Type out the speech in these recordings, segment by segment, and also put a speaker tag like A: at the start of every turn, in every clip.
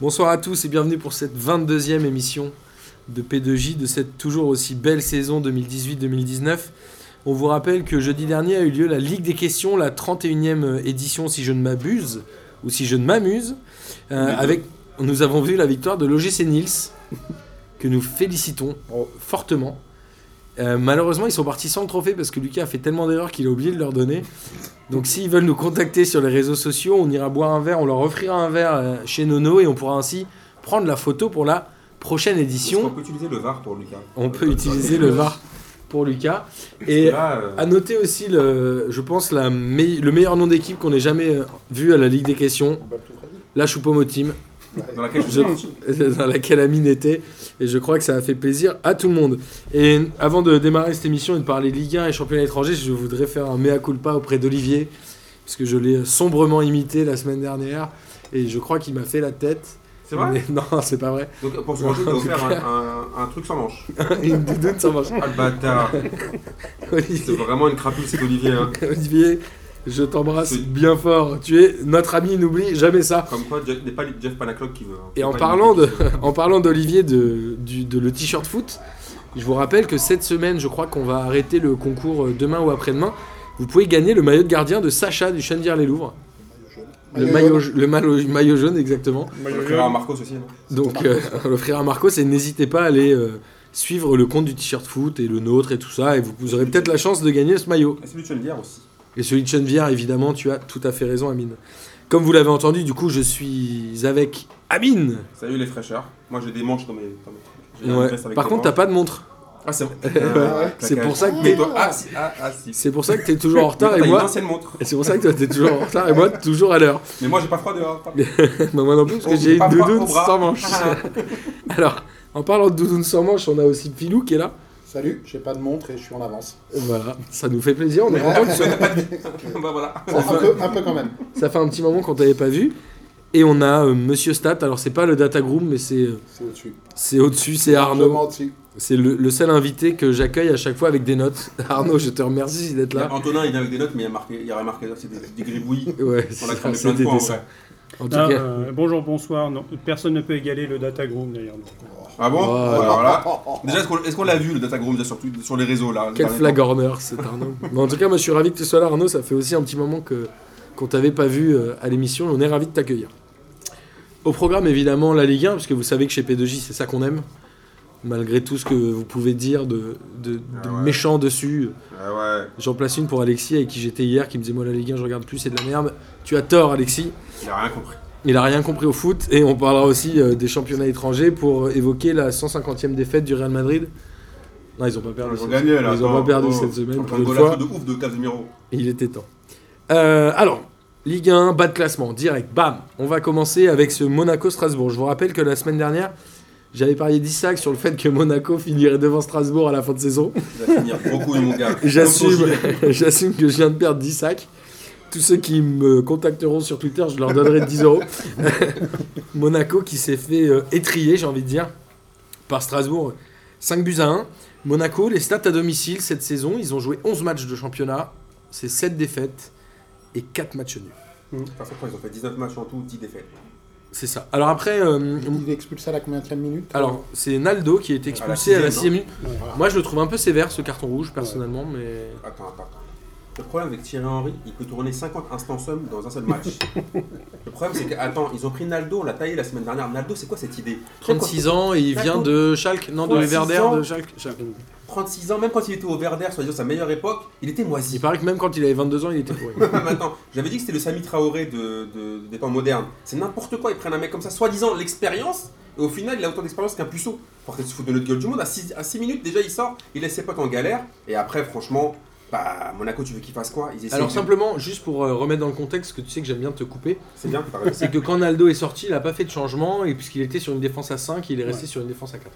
A: Bonsoir à tous et bienvenue pour cette 22e émission de P2J de cette toujours aussi belle saison 2018-2019. On vous rappelle que jeudi dernier a eu lieu la Ligue des questions, la 31e édition si je ne m'abuse, ou si je ne m'amuse, euh, avec nous avons vu la victoire de l'OGC Nils, que nous félicitons oh, fortement. Euh, malheureusement, ils sont partis sans le trophée parce que Lucas a fait tellement d'erreurs qu'il a oublié de leur donner. Donc, s'ils veulent nous contacter sur les réseaux sociaux, on ira boire un verre, on leur offrira un verre euh, chez Nono et on pourra ainsi prendre la photo pour la prochaine
B: Est-ce qu'on
A: édition.
B: peut utiliser le VAR pour Lucas Euh,
A: On peut utiliser le VAR pour Lucas. Et
B: Là, euh,
A: à noter aussi, le, je pense, la mei- le meilleur nom d'équipe qu'on ait jamais euh, vu à la Ligue des questions, la Choupo-Motim,
B: dans laquelle je
A: Ah, je- dans laquelle Amine était. Et je crois que ça a fait plaisir à tout le monde. Et avant de démarrer cette émission et de parler Ligue 1 et championnat étranger, je voudrais faire un mea culpa auprès d'Olivier, puisque je l'ai sombrement imité la semaine dernière. Et je crois qu'il m'a fait la tête.
B: C'est vrai
A: Mais Non, c'est pas vrai.
B: Donc, pour se manger, t'as offert un, un- un truc sans manche.
A: Une doudoune, ça marche.
B: Ah le bâtard C'est
A: Olivier,
B: vraiment une crapule, c'est Olivier. hein.
A: Olivier, je t'embrasse
B: C'est-
A: bien fort. Tu es notre ami, n'oublie jamais ça.
B: Comme quoi, Jeff, n'est pas Jeff Panaclock qui veut. hein.
A: Et
B: C'est
A: en
B: pas
A: parlant,
B: lui
A: de,
B: qui veut.
A: en parlant d'Olivier de, du- de le t-shirt foot, je vous rappelle que cette semaine, je crois qu'on va arrêter le concours euh, demain ou après-demain. Vous pouvez gagner le maillot de gardien de Sacha du Chendir les Louvres. Le maillot,
C: jaune.
A: ja- le malo- maillot jaune, exactement.
B: On le
C: Maillot
B: fera à
C: jaune.
B: Marcos aussi. non
A: Donc, euh, on l'offrira à Marcos et n'hésitez pas à aller euh, suivre le compte du t-shirt foot et le nôtre et tout ça. Et vous, vous aurez peut-être la chance de gagner ce maillot.
B: Et Ah, c'est lui, tu veux le dire aussi.
A: Et celui de Chenevière, évidemment, tu as tout à fait raison, Amine. Comme vous l'avez entendu, du coup, je suis avec Amine.
B: Salut les fraîcheurs. Moi, j'ai des manches dans mes. dans mes trucs. J'ai un
A: Ouais.
B: vest avec
A: Par
B: des
A: contre, t'as
B: manches.
A: pas de montre.
B: Ah, c'est bon.
C: ouais.
A: C'est pour ça que
B: Mais
A: t'es-
B: toi. Ah, si. Ah, ah, si.
A: C'est pour ça que t'es toujours en
B: Mais
A: retard
B: toi,
A: et
B: T'as une
A: moi.
B: ancienne montre.
A: Et c'est pour ça que toi t'es toujours en retard et moi toujours à l'heure.
B: Mais moi, j'ai pas froid dehors.
A: Bah, moi non plus parce que
B: On
A: j'ai
B: dit
A: une
B: pas froid
A: doudoune
B: au bras.
A: sans manche. Alors, en parlant de doudoune sans manche, on a aussi Pilou qui est là.
C: Salut, j'ai pas de montre et je suis en avance.
A: Voilà, ça nous fait plaisir, on est content que ce-
B: Bah voilà.
C: un, peu, un peu quand même.
A: ça fait un petit moment qu'on t'avait pas vu. Et on a euh, Monsieur Stat, alors c'est pas le Data Groom, mais c'est euh,
C: C'est au-dessus.
A: c'est au-dessus, c'est Arnaud.
C: Largement au-dessus.
A: C'est le, le seul invité que j'accueille à chaque fois avec des notes. Arnaud, je te remercie d'être là.
B: Antonin, il vient avec des notes, mais il, a marqué, il aurait marqué c'est des, des gribouillis.
A: Ouais,
B: On l'a
A: c'est ça,
B: cramé
A: c'est
B: plein de
A: des
B: fois en
A: dessins.
B: vrai.
A: En tout
D: Ah,
A: cas,
D: euh, bonjour, bonsoir. Non, personne ne peut égaler le Data Groom d'ailleurs. donc.
B: Ah bon
A: Ouais.
B: Alors là. Déjà, est-ce qu'on est-ce qu'on l'a vu le Datagroom déjà sur, sur les réseaux là
A: Quel
B: dernier
A: flagorneur cet Arnaud. Mais en tout cas, moi je suis ravi que tu sois là Arnaud, ça fait aussi un petit moment que qu'on t'avait pas vu euh, à l'émission et on est ravi de t'accueillir. Au programme évidemment la Ligue 1 parce que vous savez que chez P2J c'est ça qu'on aime. Malgré tout ce que vous pouvez dire de, de, de
B: Ah ouais.
A: méchant dessus,
B: temps Ah ouais.
A: j'en place une pour Alexis avec qui j'étais hier qui me disait moi la Ligue 1 je regarde plus c'est de la merde. Tu as tort Alexis.
B: Il a rien compris.
A: Il a rien compris au foot et on parlera aussi euh, des championnats étrangers pour évoquer la 150e défaite du Real Madrid. Non, ils ont pas perdu.
B: Ils ont
A: cette-
B: gagné là.
A: ils ont pas
B: attends.
A: perdu
B: Oh.
A: cette semaine pour
B: Un
A: une
B: golazo
A: fois.
B: de ouf de Casemiro.
A: Il était temps. Euh, alors, Ligue 1, bas de classement, direct, bam. On va commencer avec ce Monaco-Strasbourg. Je vous rappelle que la semaine dernière, j'avais parié 10 sacs sur le fait que Monaco finirait devant Strasbourg à la fin de saison.
B: Il va finir gros couille mon gars.
A: J'assume,
B: Comme ton gilet.
A: j'assume que je viens de perdre 10 sacs. Tous ceux qui me contacteront sur Twitter, je leur donnerai 10 euros. Monaco qui s'est fait euh, étrier, j'ai envie de dire, par Strasbourg. 5 buts à 1. Monaco, les stats à domicile cette saison, ils ont joué 11 matchs de championnat, c'est 7 défaites et 4 matchs nuls.
B: Parce que je crois qu'ils ont fait 19 matchs en tout, 10 défaites.
A: C'est ça. Alors après, euh,
C: Il est expulsé à la combien de minute
A: alors c'est Naldo qui est expulsé à la 6
B: sixième,
A: minute.
C: Voilà.
A: Moi je le trouve un peu sévère ce carton rouge personnellement, mais
B: Attends, attends, attends. Le problème avec Thierry Henry, il peut tourner 50 instants sum dans un seul match. le problème c'est que, attends, ils ont pris Naldo, on l'a taillé la semaine dernière. Naldo, c'est quoi cette idée
A: 36 ans et il vient de Schalke, non de
B: 36
A: Leverder,
B: ans.
A: de Schalke. Schalke.
B: 36 ans, même quand il était au Verder, soit sa meilleure époque, il était moisi.
A: Il paraît que même quand il avait 22 ans, il était pourri.
B: Ah, mais attends, j'avais dit que c'était le Sami Traoré de, de- des temps modernes. C'est n'importe quoi, ils prennent un mec comme ça, soi-disant l'expérience, et au final il a autant d'expérience qu'un puceau. Pour qu'ils se foutent de notre gueule du monde, à 6 minutes déjà il sort, il laisse ses potes en galère, et après franchement, bah Monaco tu veux qu'il fasse quoi Ils essaient
A: Alors
B: de-
A: simplement, juste pour euh, remettre dans le contexte, parce que tu sais que j'aime bien te couper,
B: C'est bien, t'as raison.
A: c'est que quand Naldo est sorti, il n'a pas fait de changement, et puisqu'il était sur une défense à 5, il est resté sur une défense à 4.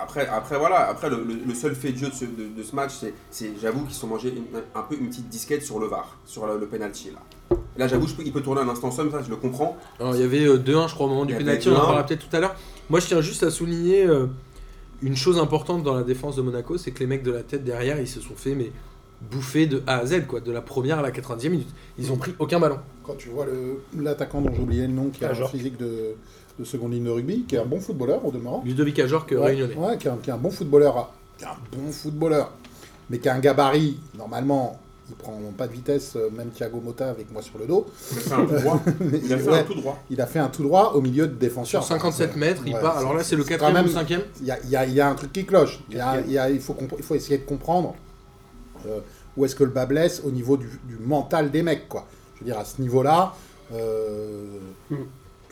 B: Après, après voilà, après le, le- le seul fait de jeu de ce, de- de ce match, c'est, c'est- j'avoue qu'ils se sont mangés une- un peu une petite disquette sur le VAR, sur le, le penalty là. Là j'avoue, je peux- il peut tourner un instant somme, ça je le comprends.
A: Alors il y avait euh, 2-1, je crois, au moment du
B: Il y avait
A: penalty, on en
B: 2-1.
A: parlera peut-être tout à l'heure. Moi, je tiens juste à souligner euh, une chose importante dans la défense de Monaco, c'est que les mecs de la tête derrière, ils se sont fait mais bouffé de A à Z, quoi, de la première à la 90e minute. Ils ont pris aucun ballon.
C: Quand tu vois le- l'attaquant dont j'oubliais le nom, qui a
D: Ah,
C: un
D: genre.
C: physique de, de seconde ligne de rugby, qui est un bon footballeur au demeurant.
A: Ludovic Ajorque
C: ouais,
A: réunionnais.
C: ouais, qui, est un, qui est un bon footballeur. hein. Qui est un bon footballeur. Mais qui a un gabarit, normalement, il prend pas de vitesse, euh, même Thiago Motta avec moi sur le dos.
B: Il a fait un tout droit. Il a fait un tout
C: Ouais,
B: droit.
C: il a fait un tout droit au milieu de défenseurs.
A: Sur 57 mètres, il
C: Ouais,
A: part.
C: c'est-
A: Alors là, c'est le
C: c'est quand
A: 4 ou
C: même-
A: 5e.
C: Il y a, il y a- il y a un truc qui cloche. Il, y a- il y a- il faut, compre- il faut essayer de comprendre euh, où est-ce que le bas blesse au niveau du, du mental des mecs. Quoi. Je veux dire, à ce niveau-là, euh,
D: Hmm.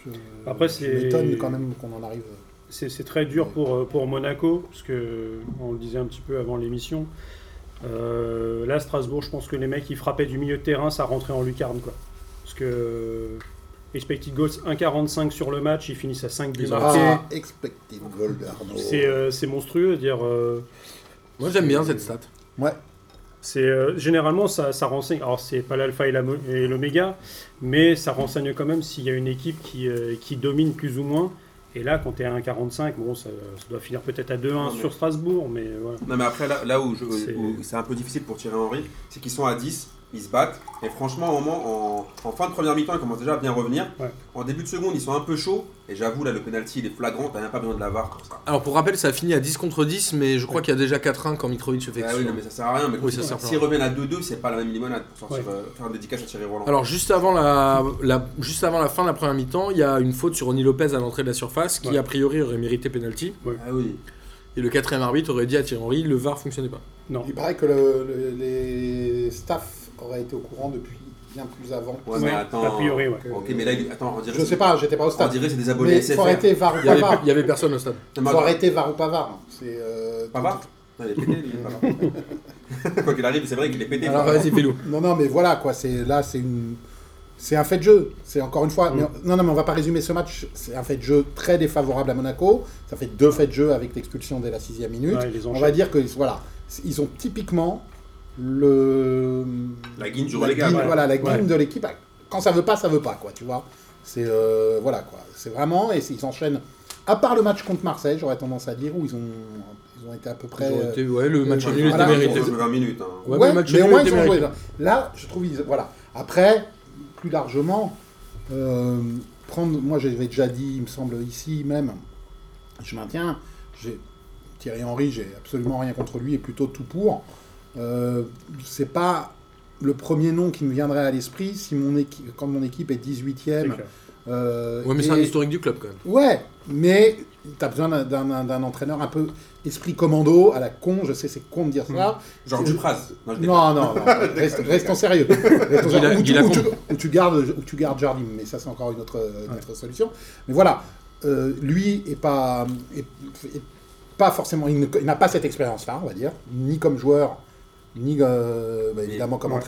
C: je-
D: Après,
C: je
D: c'est-
C: m'étonne quand même qu'on en arrive.
D: C'est c'est très dur pour, euh, pour Monaco, parce que on le disait un petit peu avant l'émission. Euh, là, Strasbourg, je pense que les mecs, ils frappaient du milieu de terrain, ça rentrait en lucarne. Quoi. Parce que euh, expected goals 1,45 sur le match, ils finissent à 5 buts
A: Ils ont
D: marqués.
C: Ah, expected goal d'Arnaud.
D: C'est euh, c'est monstrueux. Dire, euh,
A: Moi, j'aime bien cette stat.
C: Ouais,
D: c'est euh, généralement, ça, ça renseigne. Alors, c'est pas l'alpha et la mo- et l'oméga, mais ça renseigne quand même s'il y a une équipe qui, euh, qui domine plus ou moins. Et là, quand tu es à 1,45, bon, ça, ça doit finir peut-être à 2-1
B: Non, mais-
D: sur Strasbourg, mais voilà.
B: Non, mais après, là, là où, je-
D: C'est-
B: où c'est un peu difficile pour Thierry Henry, c'est qu'ils sont à 10, ils se battent. Et franchement, au moment, en, en fin de première mi-temps, ils commencent déjà à bien revenir.
D: Ouais.
B: En début de seconde, ils sont un peu chauds. Et j'avoue, là, le penalty, il est flagrant. T'as même pas besoin de la VAR pour ça.
A: Alors, pour rappel, ça a fini à 10 contre 10, mais je crois qu'il y a déjà 4-1 quand Mitrovic se fait
B: Ah
A: exclure.
B: oui, non, mais ça sert à rien. Mais
A: Oui, ça sert
B: s'ils
A: à rien.
B: reviennent à 2-2, c'est pas la même limonade pour sortir,
D: Ouais.
B: euh, faire une dédicace à Thierry Roland.
A: Alors juste avant la, la- juste avant la fin de la première mi-temps, il y a une faute sur Ronnie Lopez à l'entrée de la surface qui
D: Ouais.
A: a priori aurait mérité penalty
B: ah oui.
A: et le quatrième arbitre aurait dit à Thierry Henry le VAR fonctionnait pas.
D: Non.
C: il paraît que le- le- les staffs auraient été au courant depuis bien plus avant.
B: Ouais,
D: Ouais,
B: mais attends.
D: a priori, ouais.
C: que-
B: Ok, mais là, il- attends, on dirait,
C: je sais pas, j'étais pas au
B: on
C: stade.
B: dirait que c'est des abonnés
C: Mais faut
B: SFR.
C: arrêter var ou
A: Il y avait,
C: pas var.
A: il y avait personne au stade.
B: Non, mais
C: Faut
B: attends,
C: arrêter var ou pas var. C'est euh,
B: Pas VAR Non, il est pété, lui, pas VAR. Quoi qu'il arrive, c'est vrai qu'il est pété.
A: Alors
B: quoi.
A: vas-y Pilou.
C: Non, non, mais voilà, quoi. C'est là, c'est une, c'est un fait de jeu. C'est encore une fois.
D: Mm.
C: mais on- non, non, mais on va pas résumer ce match. C'est un fait de jeu très défavorable à Monaco. Ça fait deux faits de jeu avec l'expulsion dès la sixième minute.
D: Ouais, ils les
C: on
D: enchaînent.
C: va dire que voilà, ils ont typiquement le
B: La guine du
C: la
B: relégable.
C: guine,
D: ouais.
C: Voilà, la guine
D: Ouais.
C: de l'équipe. Quand ça veut pas, ça veut pas, quoi. Tu vois. C'est euh, voilà, quoi. C'est vraiment et c'est- ils s'enchaînent. À part le match contre Marseille, j'aurais tendance à dire où ils ont, ils ont été à peu près.
A: Ils ont
C: euh,
A: été- ouais, le match
C: euh,
A: nul
C: voilà,
A: était mérité.
B: Ils ont joué 20 minutes. hein.
A: Ouais,
C: Ouais,
A: mais le match
C: mais au
A: nul
C: moins
A: était
C: ils ont joué.
A: mérité.
C: Là, je trouve ils- voilà. Après, plus largement, euh, prendre. Moi, j'avais déjà dit, il me semble ici même. Je maintiens. J'ai Thierry Henry, j'ai absolument rien contre lui et plutôt tout pour. Euh, c'est pas le premier nom qui me viendrait à l'esprit si mon équipe, quand mon équipe est 18e.
D: C'est clair.
C: euh,
A: Ouais mais c'est
C: et-
A: un historique du club quand même.
C: Ouais, mais t'as besoin d'un- d'un d'un entraîneur un peu esprit commando à la con. Je sais, c'est con de dire ça.
D: Mmh.
B: Genre
C: C'est-
B: Dupraz. Non, je déconne.
C: Non, non, non. Reste- restons sérieux. Restons
A: Guy
C: sérieux.
A: la-
C: Ou
A: Guy
C: tu- Ou
A: Lacombe.
C: tu- ou tu gardes, ou tu gardes Jardim, mais ça c'est encore une autre, une autre solution. Mais voilà, euh, lui est pas, est- est pas forcément, il ne- il n'a pas cette expérience-là, on va dire, ni comme joueur, ni euh, bah, évidemment comme
D: Ouais.
C: entraîneur,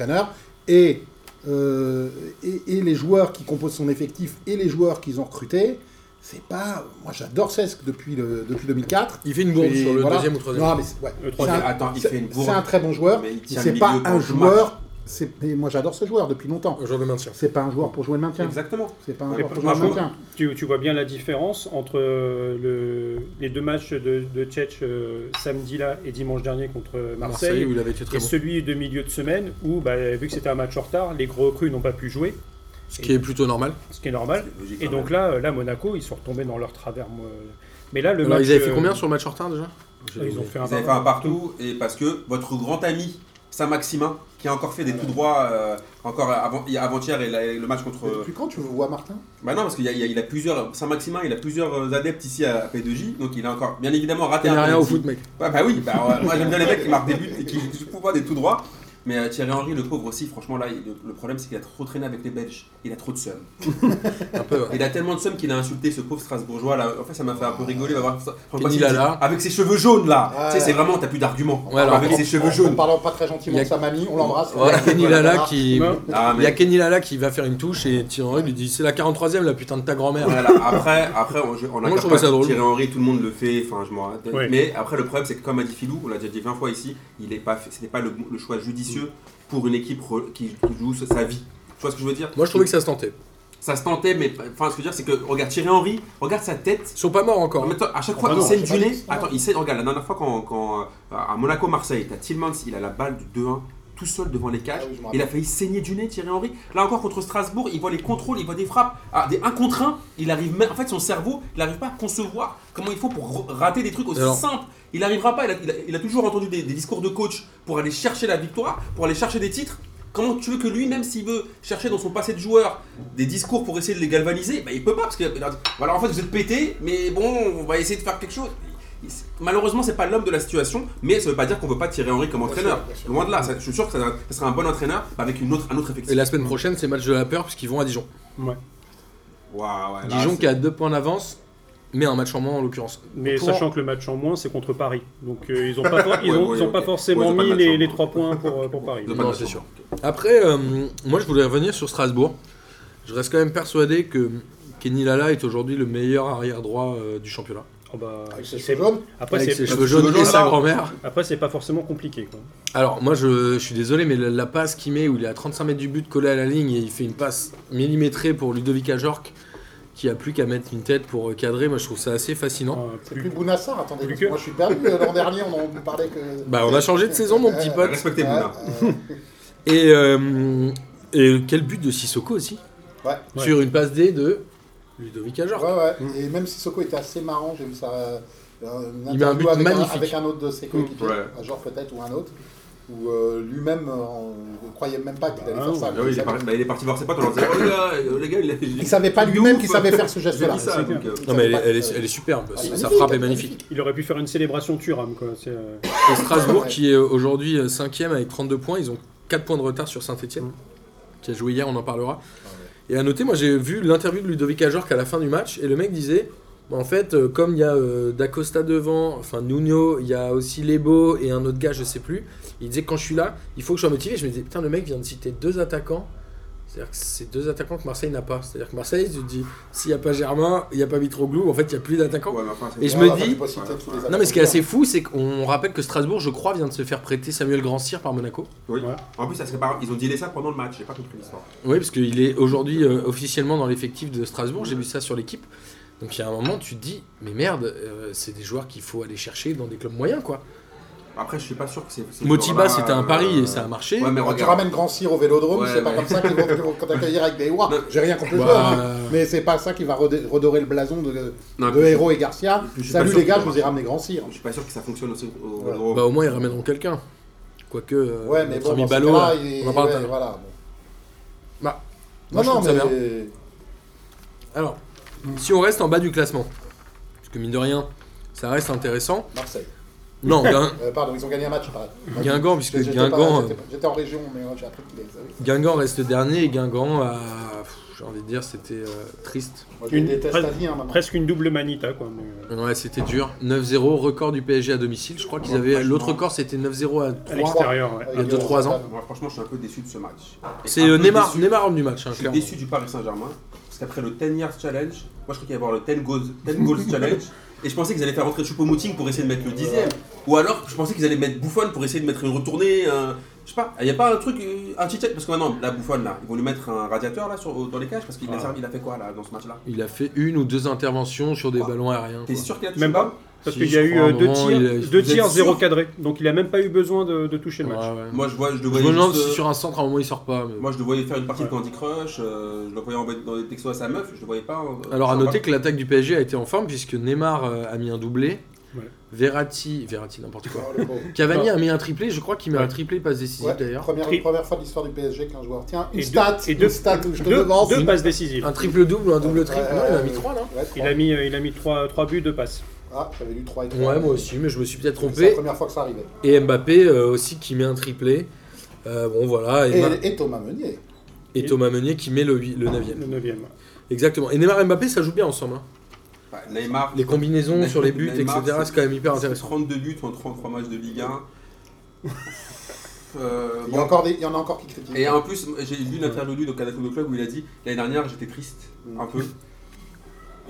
C: et, euh, et et les joueurs qui composent son effectif et les joueurs qu'ils ont recrutés, c'est pas, moi j'adore Cesc depuis le depuis 2004.
A: Il fait une bourde
C: Et
A: sur le
C: voilà.
A: deuxième ou troisième.
C: Non, mais c'est- ouais.
D: Le
C: C'est
D: troisième.
C: un-
B: Attends, il
C: c'est-
B: fait une bourde.
C: C'est un très bon joueur.
B: Mais il tient
C: C'est
B: le
C: pas
B: milieu pendant
C: un
B: tout le match.
C: joueur. c'est- mais moi, j'adore ce joueur depuis longtemps.
A: Au jour de maintien.
C: C'est pas un joueur pour jouer le maintien.
B: Exactement.
C: C'est pas un
D: Et
C: joueur
D: pas-
C: pour jouer le
D: moi, je-
C: maintien.
D: Tu, tu vois bien la différence entre euh, le- les deux matchs de, de Tchetch euh, samedi là et dimanche dernier contre euh,
A: Marseille
D: Marseille,
A: où il avait été
D: et
A: très bon.
D: celui de milieu de semaine où, bah, vu que c'était un match en retard, les gros recrues n'ont pas pu jouer,
A: Ce qui est plutôt normal.
D: ce qui est normal.
B: C'est logique,
D: Et
B: quand
D: donc
B: même.
D: là, euh, là Monaco, ils sont retombés dans leur travers. moi. Mais là, le
A: Alors
D: match,
A: ils avaient fait
D: euh, ah,
A: combien sur le match en retard déjà J'ai
D: Ils ont
A: oublié.
D: fait un,
B: Vous avez fait un partout, et parce que votre grand ami, Sam Maximin, qui a encore fait des tout droits euh, encore avant- avant-hier et la- et le match
C: Mais
B: contre.
C: Depuis quand tu vois Martin
B: Bah non, parce qu'il y a, il y a- il a plusieurs. Saint-Maximin, il a plusieurs euh, adeptes ici à P2J, donc il a encore, bien évidemment, raté
A: T'es
B: un
A: rien au
B: penalty.
A: foot mec.
B: Bah, bah oui, bah, euh, moi j'aime bien les mecs qui marquent des buts et qui jouent tout droit, des tout droits. Mais euh, Thierry Henry, le pauvre aussi, franchement, là, il- le, le problème c'est qu'il a trop traîné avec les Belges. Il a trop de seum.
A: Un peu. ouais.
B: Il a tellement de seum qu'il a insulté ce pauvre Strasbourgeois là. En fait, ça m'a fait un peu rigoler. va voir ça. Franchement,
A: Kenny
B: il dit,
A: Lala.
B: Avec ses cheveux jaunes là.
C: Ouais.
B: Tu sais, c'est vraiment, t'as plus d'arguments.
A: Ouais, alors,
B: avec ses cheveux
C: En
B: jaunes.
C: parlant pas très gentiment
A: Il y a-
C: de sa mamie, on l'embrasse.
A: Voilà Kenny Lala qui
D: Non.
B: Ah,
A: Il y a
B: mais.
A: Kenny Lala qui va faire une touche et Thierry Henry lui dit c'est la 43ème la putain de ta grand-mère.
B: Voilà, après, après, on, je- on a
A: hein. Moi, je trouvais ça drôle.
B: Thierry Henry, tout le monde le fait. Enfin, je m'en rappelle.
D: Ouais.
B: Mais après, le problème, c'est que comme a dit Philou, on l'a déjà dit 20 fois ici, il est pas, fait- c'était pas le, bon- le choix judicieux pour une équipe re- qui, qui joue sa vie. Tu vois ce que je veux dire
A: Moi je trouvais que ça se tentait.
B: Ça se tentait, mais enfin, ce que je veux dire, c'est que regarde Thierry Henry, regarde sa tête.
A: Ils sont pas morts
B: En
A: encore. hein.
B: même temps, à chaque
D: Ah
B: fois
D: bah
B: qu'il
D: non,
B: saigne
C: c'est
B: du
C: pas
B: nez,
C: possible.
B: attends, il saigne, regarde, la dernière fois quand, quand, euh, à Monaco-Marseille, t'as Tillmans, il a la balle du 2-1, tout seul devant les cages.
C: Ah oui, je me
B: il a failli saigner du nez Thierry Henry. Là encore contre Strasbourg, il voit les contrôles, il voit des frappes, ah, des 1 contre 1. Il arrive même, en fait son cerveau, il n'arrive pas à concevoir comment il faut pour r- rater des trucs aussi
A: Alors-
B: simples. Il n'arrivera pas, il a, il a- il a toujours entendu des, des discours de coach pour aller chercher la victoire, pour aller chercher des titres. Comment tu veux que lui, même s'il veut chercher dans son passé de joueur des discours pour essayer de les galvaniser, bah, il peut pas parce que alors, voilà, en fait vous êtes pété, mais bon, on va essayer de faire quelque chose. Il- c'est- Malheureusement, c'est pas l'homme de la situation, mais ça veut pas dire qu'on veut pas Thierry Henry comme
C: Bien sûr,
B: entraîneur.
C: bien sûr.
B: Loin de là, ça- je suis sûr que ça, ça sera un bon entraîneur mais avec une autre, un autre effectif.
A: Et la semaine prochaine, c'est match de la peur, puisqu'ils vont à Dijon.
D: Ouais.
B: Waouh, ouais, là,
A: Dijon
B: Ah bah, c'est-
A: qui a deux points d'avance, mais un match en moins en l'occurrence.
D: Mais
A: Pour-
D: sachant que le match en moins, c'est contre Paris. Donc euh, ils n'ont pas, for- ils ont-
B: Ouais,
D: ils ont
B: ouais,
D: pas
B: ok. Ouais,
D: forcément
B: ils ont pas de match
D: mis
B: en
D: les, les
B: moins.
D: trois points pour, euh, pour Paris.
B: Ils ont pas
A: Non,
B: de
A: c'est
B: match.
A: sûr. Après, euh, moi je voulais revenir sur Strasbourg. Je reste quand même persuadé que Kenny Lala est aujourd'hui le meilleur arrière droit euh, du championnat.
D: Oh bah,
C: Avec ses
D: c'est-
C: cheveux jaunes.
D: Après,
A: Avec
D: c'est
A: ses
B: parce
A: cheveux
B: que
A: jaunes
B: Jojo
A: et sa
B: Lala-
A: grand-mère.
D: après, c'est pas forcément compliqué. Quoi.
A: Alors moi je, je suis désolé mais la, la passe qu'il met où il est à 35 mètres du but collé à la ligne et il fait une passe millimétrée pour Ludovic Ajorc qui a plus qu'à mettre une tête pour euh, cadrer, moi je trouve ça assez fascinant.
D: Enfin,
C: C'est
D: plus-
C: plus Bounassar, attendez,
D: Plus
C: parce
D: que-
C: que moi je suis perdu. euh, L'an dernier, on en parlait que.
A: Bah on a changé de saison mon petit
C: Euh,
A: pote.
B: Respectez
C: Ouais,
B: Bouna.
C: euh,
A: Et, euh, et quel but de Sissoko aussi
C: Ouais.
D: Ouais.
A: Sur une passe D de Ludovic Ajorc.
C: Ouais, ouais. Et même si Soko était assez marrant, j'ai vu ça. euh, une
A: Il met un
C: interview
A: but
C: avec
A: magnifique.
C: avec un autre de ses coéquipiers,
B: Ouais.
C: un genre peut-être ou un autre, où euh, lui-même, euh, on ne croyait même pas qu'il allait
D: Bah,
C: faire ça.
B: Ah oui, il, est parti, bah, il est parti voir ses potes en leur disant Oh les gars, euh, les gars, il a-
C: Il savait pas
B: de
C: lui-même
B: ouf.
C: qu'il
A: hein.
C: savait faire ce
B: J'ai
C: geste-là.
B: dit ça,
D: c'est
B: donc, euh,
A: Non mais elle, est- elle est, elle est superbe,
C: Ah,
A: sa
C: magnifique,
A: frappe est
C: elle est
A: magnifique.
D: Il aurait pu faire une célébration Thuram. Quoi. C'est, euh,
A: Et Strasbourg
C: Ouais.
A: qui est euh, aujourd'hui 5ème avec 32 points, ils ont 4 points de retard sur Saint-Etienne,
D: Mm.
A: qui a joué hier, on en parlera. Et à noter, moi j'ai vu l'interview de Ludovic Ajorc à la fin du match, et le mec disait, bah, en fait, euh, comme il y a euh, Dacosta devant, enfin Nuno, il y a aussi Lebo et un autre gars, je sais plus, il disait quand je suis là, il faut que je sois motivé, je me disais, putain le mec vient de citer deux attaquants. C'est-à-dire que c'est deux attaquants que Marseille n'a pas. C'est-à-dire que Marseille, tu te dis, s'il n'y a pas Germain, il n'y a pas Mitroglou, en fait, il n'y a plus d'attaquants.
B: ouais, mais enfin, c'est-
A: Et je
C: Ouais,
A: me
C: on a
A: dis-
C: pas hein. cité tous les
A: Non, mais ce qui est
C: attaquants.
A: assez fou, c'est qu'on rappelle que Strasbourg, je crois, vient de se faire prêter Samuel Grandcir par Monaco.
B: Oui.
D: Ouais.
B: En plus, ça serait pas... ils ont dealé ça pendant le match, j'ai pas compris l'histoire.
A: Oui, parce qu'il est aujourd'hui euh, officiellement dans l'effectif de Strasbourg. J'ai vu ça sur l'équipe. Donc il y a un moment, tu te dis, mais merde, euh, c'est des joueurs qu'il faut aller chercher dans des clubs moyens, quoi.
B: Après, je suis pas sûr que c'est. c'est-
A: Motiba,
B: voilà,
A: c'était un
B: euh,
A: pari et ça a marché.
B: Ouais, mais
C: Quand tu
B: regarde.
C: ramènes Grand Cyr au vélodrome,
B: Ouais,
C: c'est pas
B: mais-
C: comme ça qu'ils vont qu'ils vont t'accueillir avec des Ouah.
B: Non.
C: J'ai rien contre le
A: Bah,
C: joueur, hein.
A: euh,
C: mais c'est pas ça qui va redé- redorer le blason de,
B: Non,
C: de Héros et Garcia.
B: Je suis pas
C: Salut
B: sûr
C: les gars,
B: que-
C: je vous ai ramené hein. Grand Cyr.
B: Je suis pas sûr que ça fonctionne aussi au- au
C: Voilà.
B: Vélodrome.
A: bah, au moins, ils ramèneront quelqu'un. Quoique, euh,
C: Ouais, mais
A: notre
C: bon,
A: ami
C: dans ce
A: Ballot, là,
C: cas-là, il-
A: on en parle
C: ouais,
A: tout à l'heure.
C: voilà. bon.
A: Bah, moi,
C: Non,
A: je
C: non,
A: trouve ça
C: mais.
A: bien. Alors, si on reste en bas du classement, parce que mine de rien, ça reste intéressant.
C: Marseille.
A: Non, Guin-
C: Euh, pardon, ils ont gagné un match, je parlais.
A: Guingamp, puisque
C: J'étais
A: Guingamp.
C: pas-
A: euh,
C: j'étais- J'étais en région, mais ouais, j'ai appris qu'il les avait.
A: Guingamp reste dernier et Guingamp a. pff, J'ai envie de dire, c'était euh, triste.
C: Moi, je
D: Une-
C: déteste
D: pres-
C: la vie, hein, maintenant.
D: Presque une double manita. Quoi, mais, euh,
A: Ouais, c'était dur. 9-0, record du PSG à domicile. Je crois qu'ils avaient. L'autre record, c'était 9-0 à
D: à
A: 3.
D: l'extérieur. ouais.
C: Avec
A: il y a deux,
C: Guillaume
A: trois ans.
C: Zidane.
B: Moi, franchement, je suis un peu déçu de ce match. Et
A: C'est
B: un
A: euh,
B: peu
A: Neymar,
B: déçu-
A: Neymar homme du match, hein,
B: Je suis
A: clairement.
B: déçu du Paris Saint-Germain parce qu'après le 10 years challenge, moi je croyais qu'il y avoir le 10 goals, 10 goals challenge et je pensais qu'ils allaient faire rentrer Choupo-Moting pour essayer de mettre le dixième ou alors je pensais qu'ils allaient mettre Bouffon pour essayer de mettre une retournée, un- je sais pas, il n'y a pas un truc, euh, un chit parce que maintenant la Bouffon là, ils vont lui mettre un radiateur là sur, au- dans les cages parce qu'il a
D: Ah.
B: servi, il a fait quoi là dans ce match là
A: Il a fait une ou deux interventions sur des
B: Quoi
A: ballons aériens.
B: T'es
A: quoi.
B: sûr qu'il a touché
D: Même
B: le ballon
D: pas Parce
A: Si,
D: qu'il y
A: je
D: a eu
A: crois, à un
D: euh, deux
A: moment, il a-
D: tirs, deux
B: vous êtes
D: tirs, zéro
B: sûr
D: cadré. Donc il a même pas eu besoin de, de toucher le
A: Ouais,
D: match.
A: ouais.
B: Moi je vois, je le
A: Je me
B: voyais
A: demande
B: juste,
A: si
B: euh,
A: sur un centre, à un moment, il sort pas. mais-
B: moi je le voyais faire une partie
D: Ouais.
B: de Candy Crush, euh, je le voyais envoyer dans les textos à sa meuf, je le voyais pas. euh,
A: Alors, à
B: je sais
A: noter que l'attaque du PSG a été en forme puisque Neymar euh, a mis un doublé.
D: Ouais.
A: Verratti, Verratti, n'importe quoi.
C: Oh, le pauvre.
A: Cavani a mis un triplé. Je crois qu'il met
D: Ouais.
A: un triplé passe décisive
C: Ouais,
A: d'ailleurs.
C: première,
D: Tri-
C: première fois de l'histoire du PSG qu'un joueur. Tiens, une
D: Et deux-
C: stat,
D: et deux-
C: une stat où je te
D: Deux,
C: devance.
D: deux passes décisives.
A: Un triple double ou un double
C: Ouais,
A: triple
C: ouais,
A: Non, il en a
C: ouais,
A: mis
C: ouais.
A: 3 là.
C: Ouais,
D: Il
C: trois.
D: a mis, euh, il a mis trois, trois buts, deux passes.
C: Ah, j'avais lu 3 et trois.
A: Ouais, moi aussi, mais je me suis peut-être
C: C'est la
A: trompé.
C: première fois que ça arrivait.
A: Et Mbappé euh, aussi qui met un triplé. Euh, bon voilà, et,
C: Et,
A: Mar-
C: et Thomas Meunier.
A: et Thomas Meunier qui met le, 9
D: Le
A: e
D: neuvième.
A: Exactement. Et Neymar et Mbappé, ça joue bien ensemble. hein.
B: pas. Bah, Neymar,
A: Les combinaisons sur les buts,
B: Neymar,
A: etc. C'est quand même hyper intéressant.
B: 32 buts en 33 matchs de Ligue 1. Euh,
C: Il y,
B: bon.
C: a encore des- il y en a encore qui critiquent.
B: Et en plus, j'ai lu une interview de lui, donc à la Coupe de Club où il a dit l'année dernière j'étais triste un peu.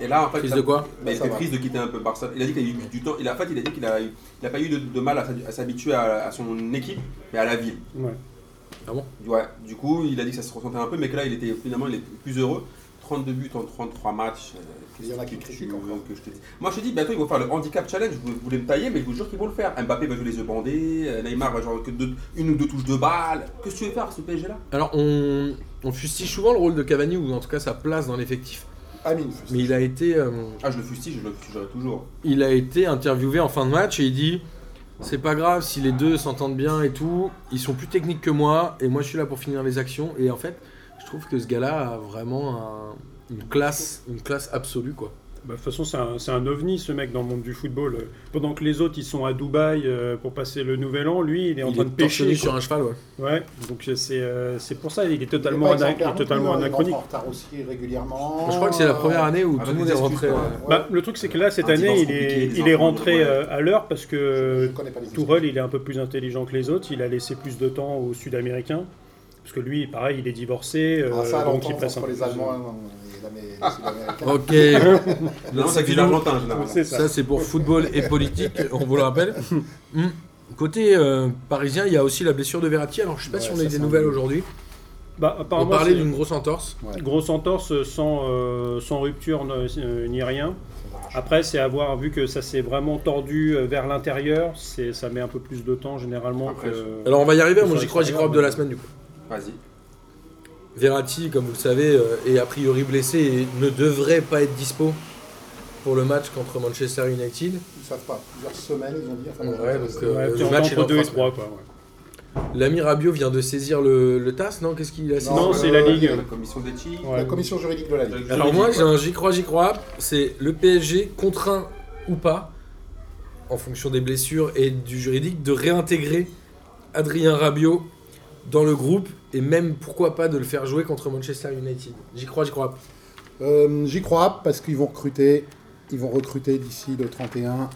B: Et là en fait,
A: Prise
B: ça-
A: de quoi
B: bah, il
C: Mm. Ça
B: était
C: va.
B: triste de quitter un peu Barcelone. Il a dit qu'il a eu du temps. Il a, en fait, il a dit qu'il a, eu- il a pas eu de, de mal à, s'hab- à s'habituer à, à son équipe, mais à la ville.
D: Ouais.
B: Ouais. Du coup, il a dit que ça se ressentait un peu, mais que là, il était finalement il est plus heureux. 32 buts en 33 matchs. euh,
C: Il y en a qui
B: qu'est-ce que tu
C: critiquent
B: veux
C: encore.
B: que je te dise Moi, je te dis, bientôt, ils vont faire le handicap challenge. Vous vous voulez me tailler, mais je vous jure qu'ils vont le faire. Mbappé va jouer les yeux bandés. euh, Neymar va jouer que deux- une ou deux touches de balle. Qu'est-ce que tu veux faire, ce PSG-là
A: Alors, on, on fustige souvent le rôle de Cavani, ou en tout cas sa place dans l'effectif.
C: Amine.
A: Mais il a été. euh,
B: Ah, je le fustige, je le fustigerai toujours.
A: il a été interviewé en fin de match et il dit c'est pas grave si les deux s'entendent bien et tout, ils sont plus techniques que moi et moi je suis là pour finir les actions et en fait je trouve que ce gars-là a vraiment un- une classe, une classe absolue quoi.
D: Bah, de toute façon, c'est un, c'est un ovni ce mec dans le monde du football. Euh, Pendant que les autres ils sont à Dubaï euh, pour passer le nouvel an, lui il est en
A: Il
D: train de
A: est torse
D: pêcher.
A: nu sur un cheval. ouais.
D: quoi. Ouais, donc euh, c'est euh, c'est pour ça, il est totalement, ana- il est totalement anachronique.
C: Il est en retard aussi régulièrement.
A: Je crois que c'est la
C: Oh.
A: première année où
B: Ah,
A: tout
B: bah,
A: le monde
B: des
A: est rentré.
B: excuses,
A: euh,
B: quoi.
C: Ouais.
D: Bah, le truc, c'est que là, cette
B: Ah,
D: année,
B: dimanche
D: il
B: compliqué,
D: est,
B: les
D: il est
B: enfants,
D: rentré
B: ouais.
D: euh, à l'heure parce
C: Je
D: que
C: connais pas les
D: euh, Tourelle, il est un peu plus intelligent que les autres. Il a laissé plus de temps aux Sud-Américains. Parce que lui, pareil, il est divorcé.
C: Ah,
D: euh,
C: ça,
D: donc il
C: l'entente
D: passe un
C: entre
D: peu
C: les
D: plus-
C: Allemands et l'Amé- les Sud-Américains.
A: Ok,
B: Non, c'est que
A: c'est
B: des Argentins, généralement.
D: C'est ça.
A: ça c'est pour football et politique, on vous le rappelle. Hmm. Côté euh, parisien, il y a aussi la blessure de Verratti. Alors je sais pas
C: Ouais,
A: si on
C: ça,
A: a eu des
C: c'est un
A: nouvelles
C: peu-
A: aujourd'hui.
D: Bah,
A: On
D: apparemment,
A: parlait
D: c'est
A: d'une grosse entorse.
D: une grosse entorse sans, euh, sans rupture ne- euh, ni rien. Après, c'est avoir vu que ça s'est vraiment tordu euh, vers l'intérieur. c'est- Ça met un peu plus de temps généralement.
B: Après,
D: que-
A: Alors on va y arriver, moi
D: Sur
A: j'y crois, j'y
D: l'extérieur,
A: crois de la
D: mais-
A: semaine du coup.
B: Vas-y.
A: Verratti, comme vous le savez, euh, est a priori blessé et ne devrait pas être dispo pour le match contre Manchester United.
C: Ils savent pas. Plusieurs semaines, ils ont dit. enfin,
A: Ouais,
C: bon,
A: donc,
C: c'est-
A: euh,
D: Ouais,
A: le
D: puis on
A: match,
D: est
A: il est en
D: entre 2 et
A: trois
D: 3. Quoi, ouais.
A: L'ami Rabiot vient de saisir le, le TAS, non Qu'est-ce qu'il a saisi
D: Non,
C: euh,
D: c'est la Ligue.
B: La commission d'éthique.
D: Ouais.
C: La commission juridique de la Ligue.
A: Alors moi, j'ai un j'y crois, j'y crois. C'est le PSG contraint ou pas, en fonction des blessures et du juridique, de réintégrer Adrien Rabiot dans le groupe et même pourquoi pas de le faire jouer contre Manchester United. J'y crois, j'y crois.
C: Euh, J'y crois parce qu'ils vont recruter, ils vont recruter d'ici le 31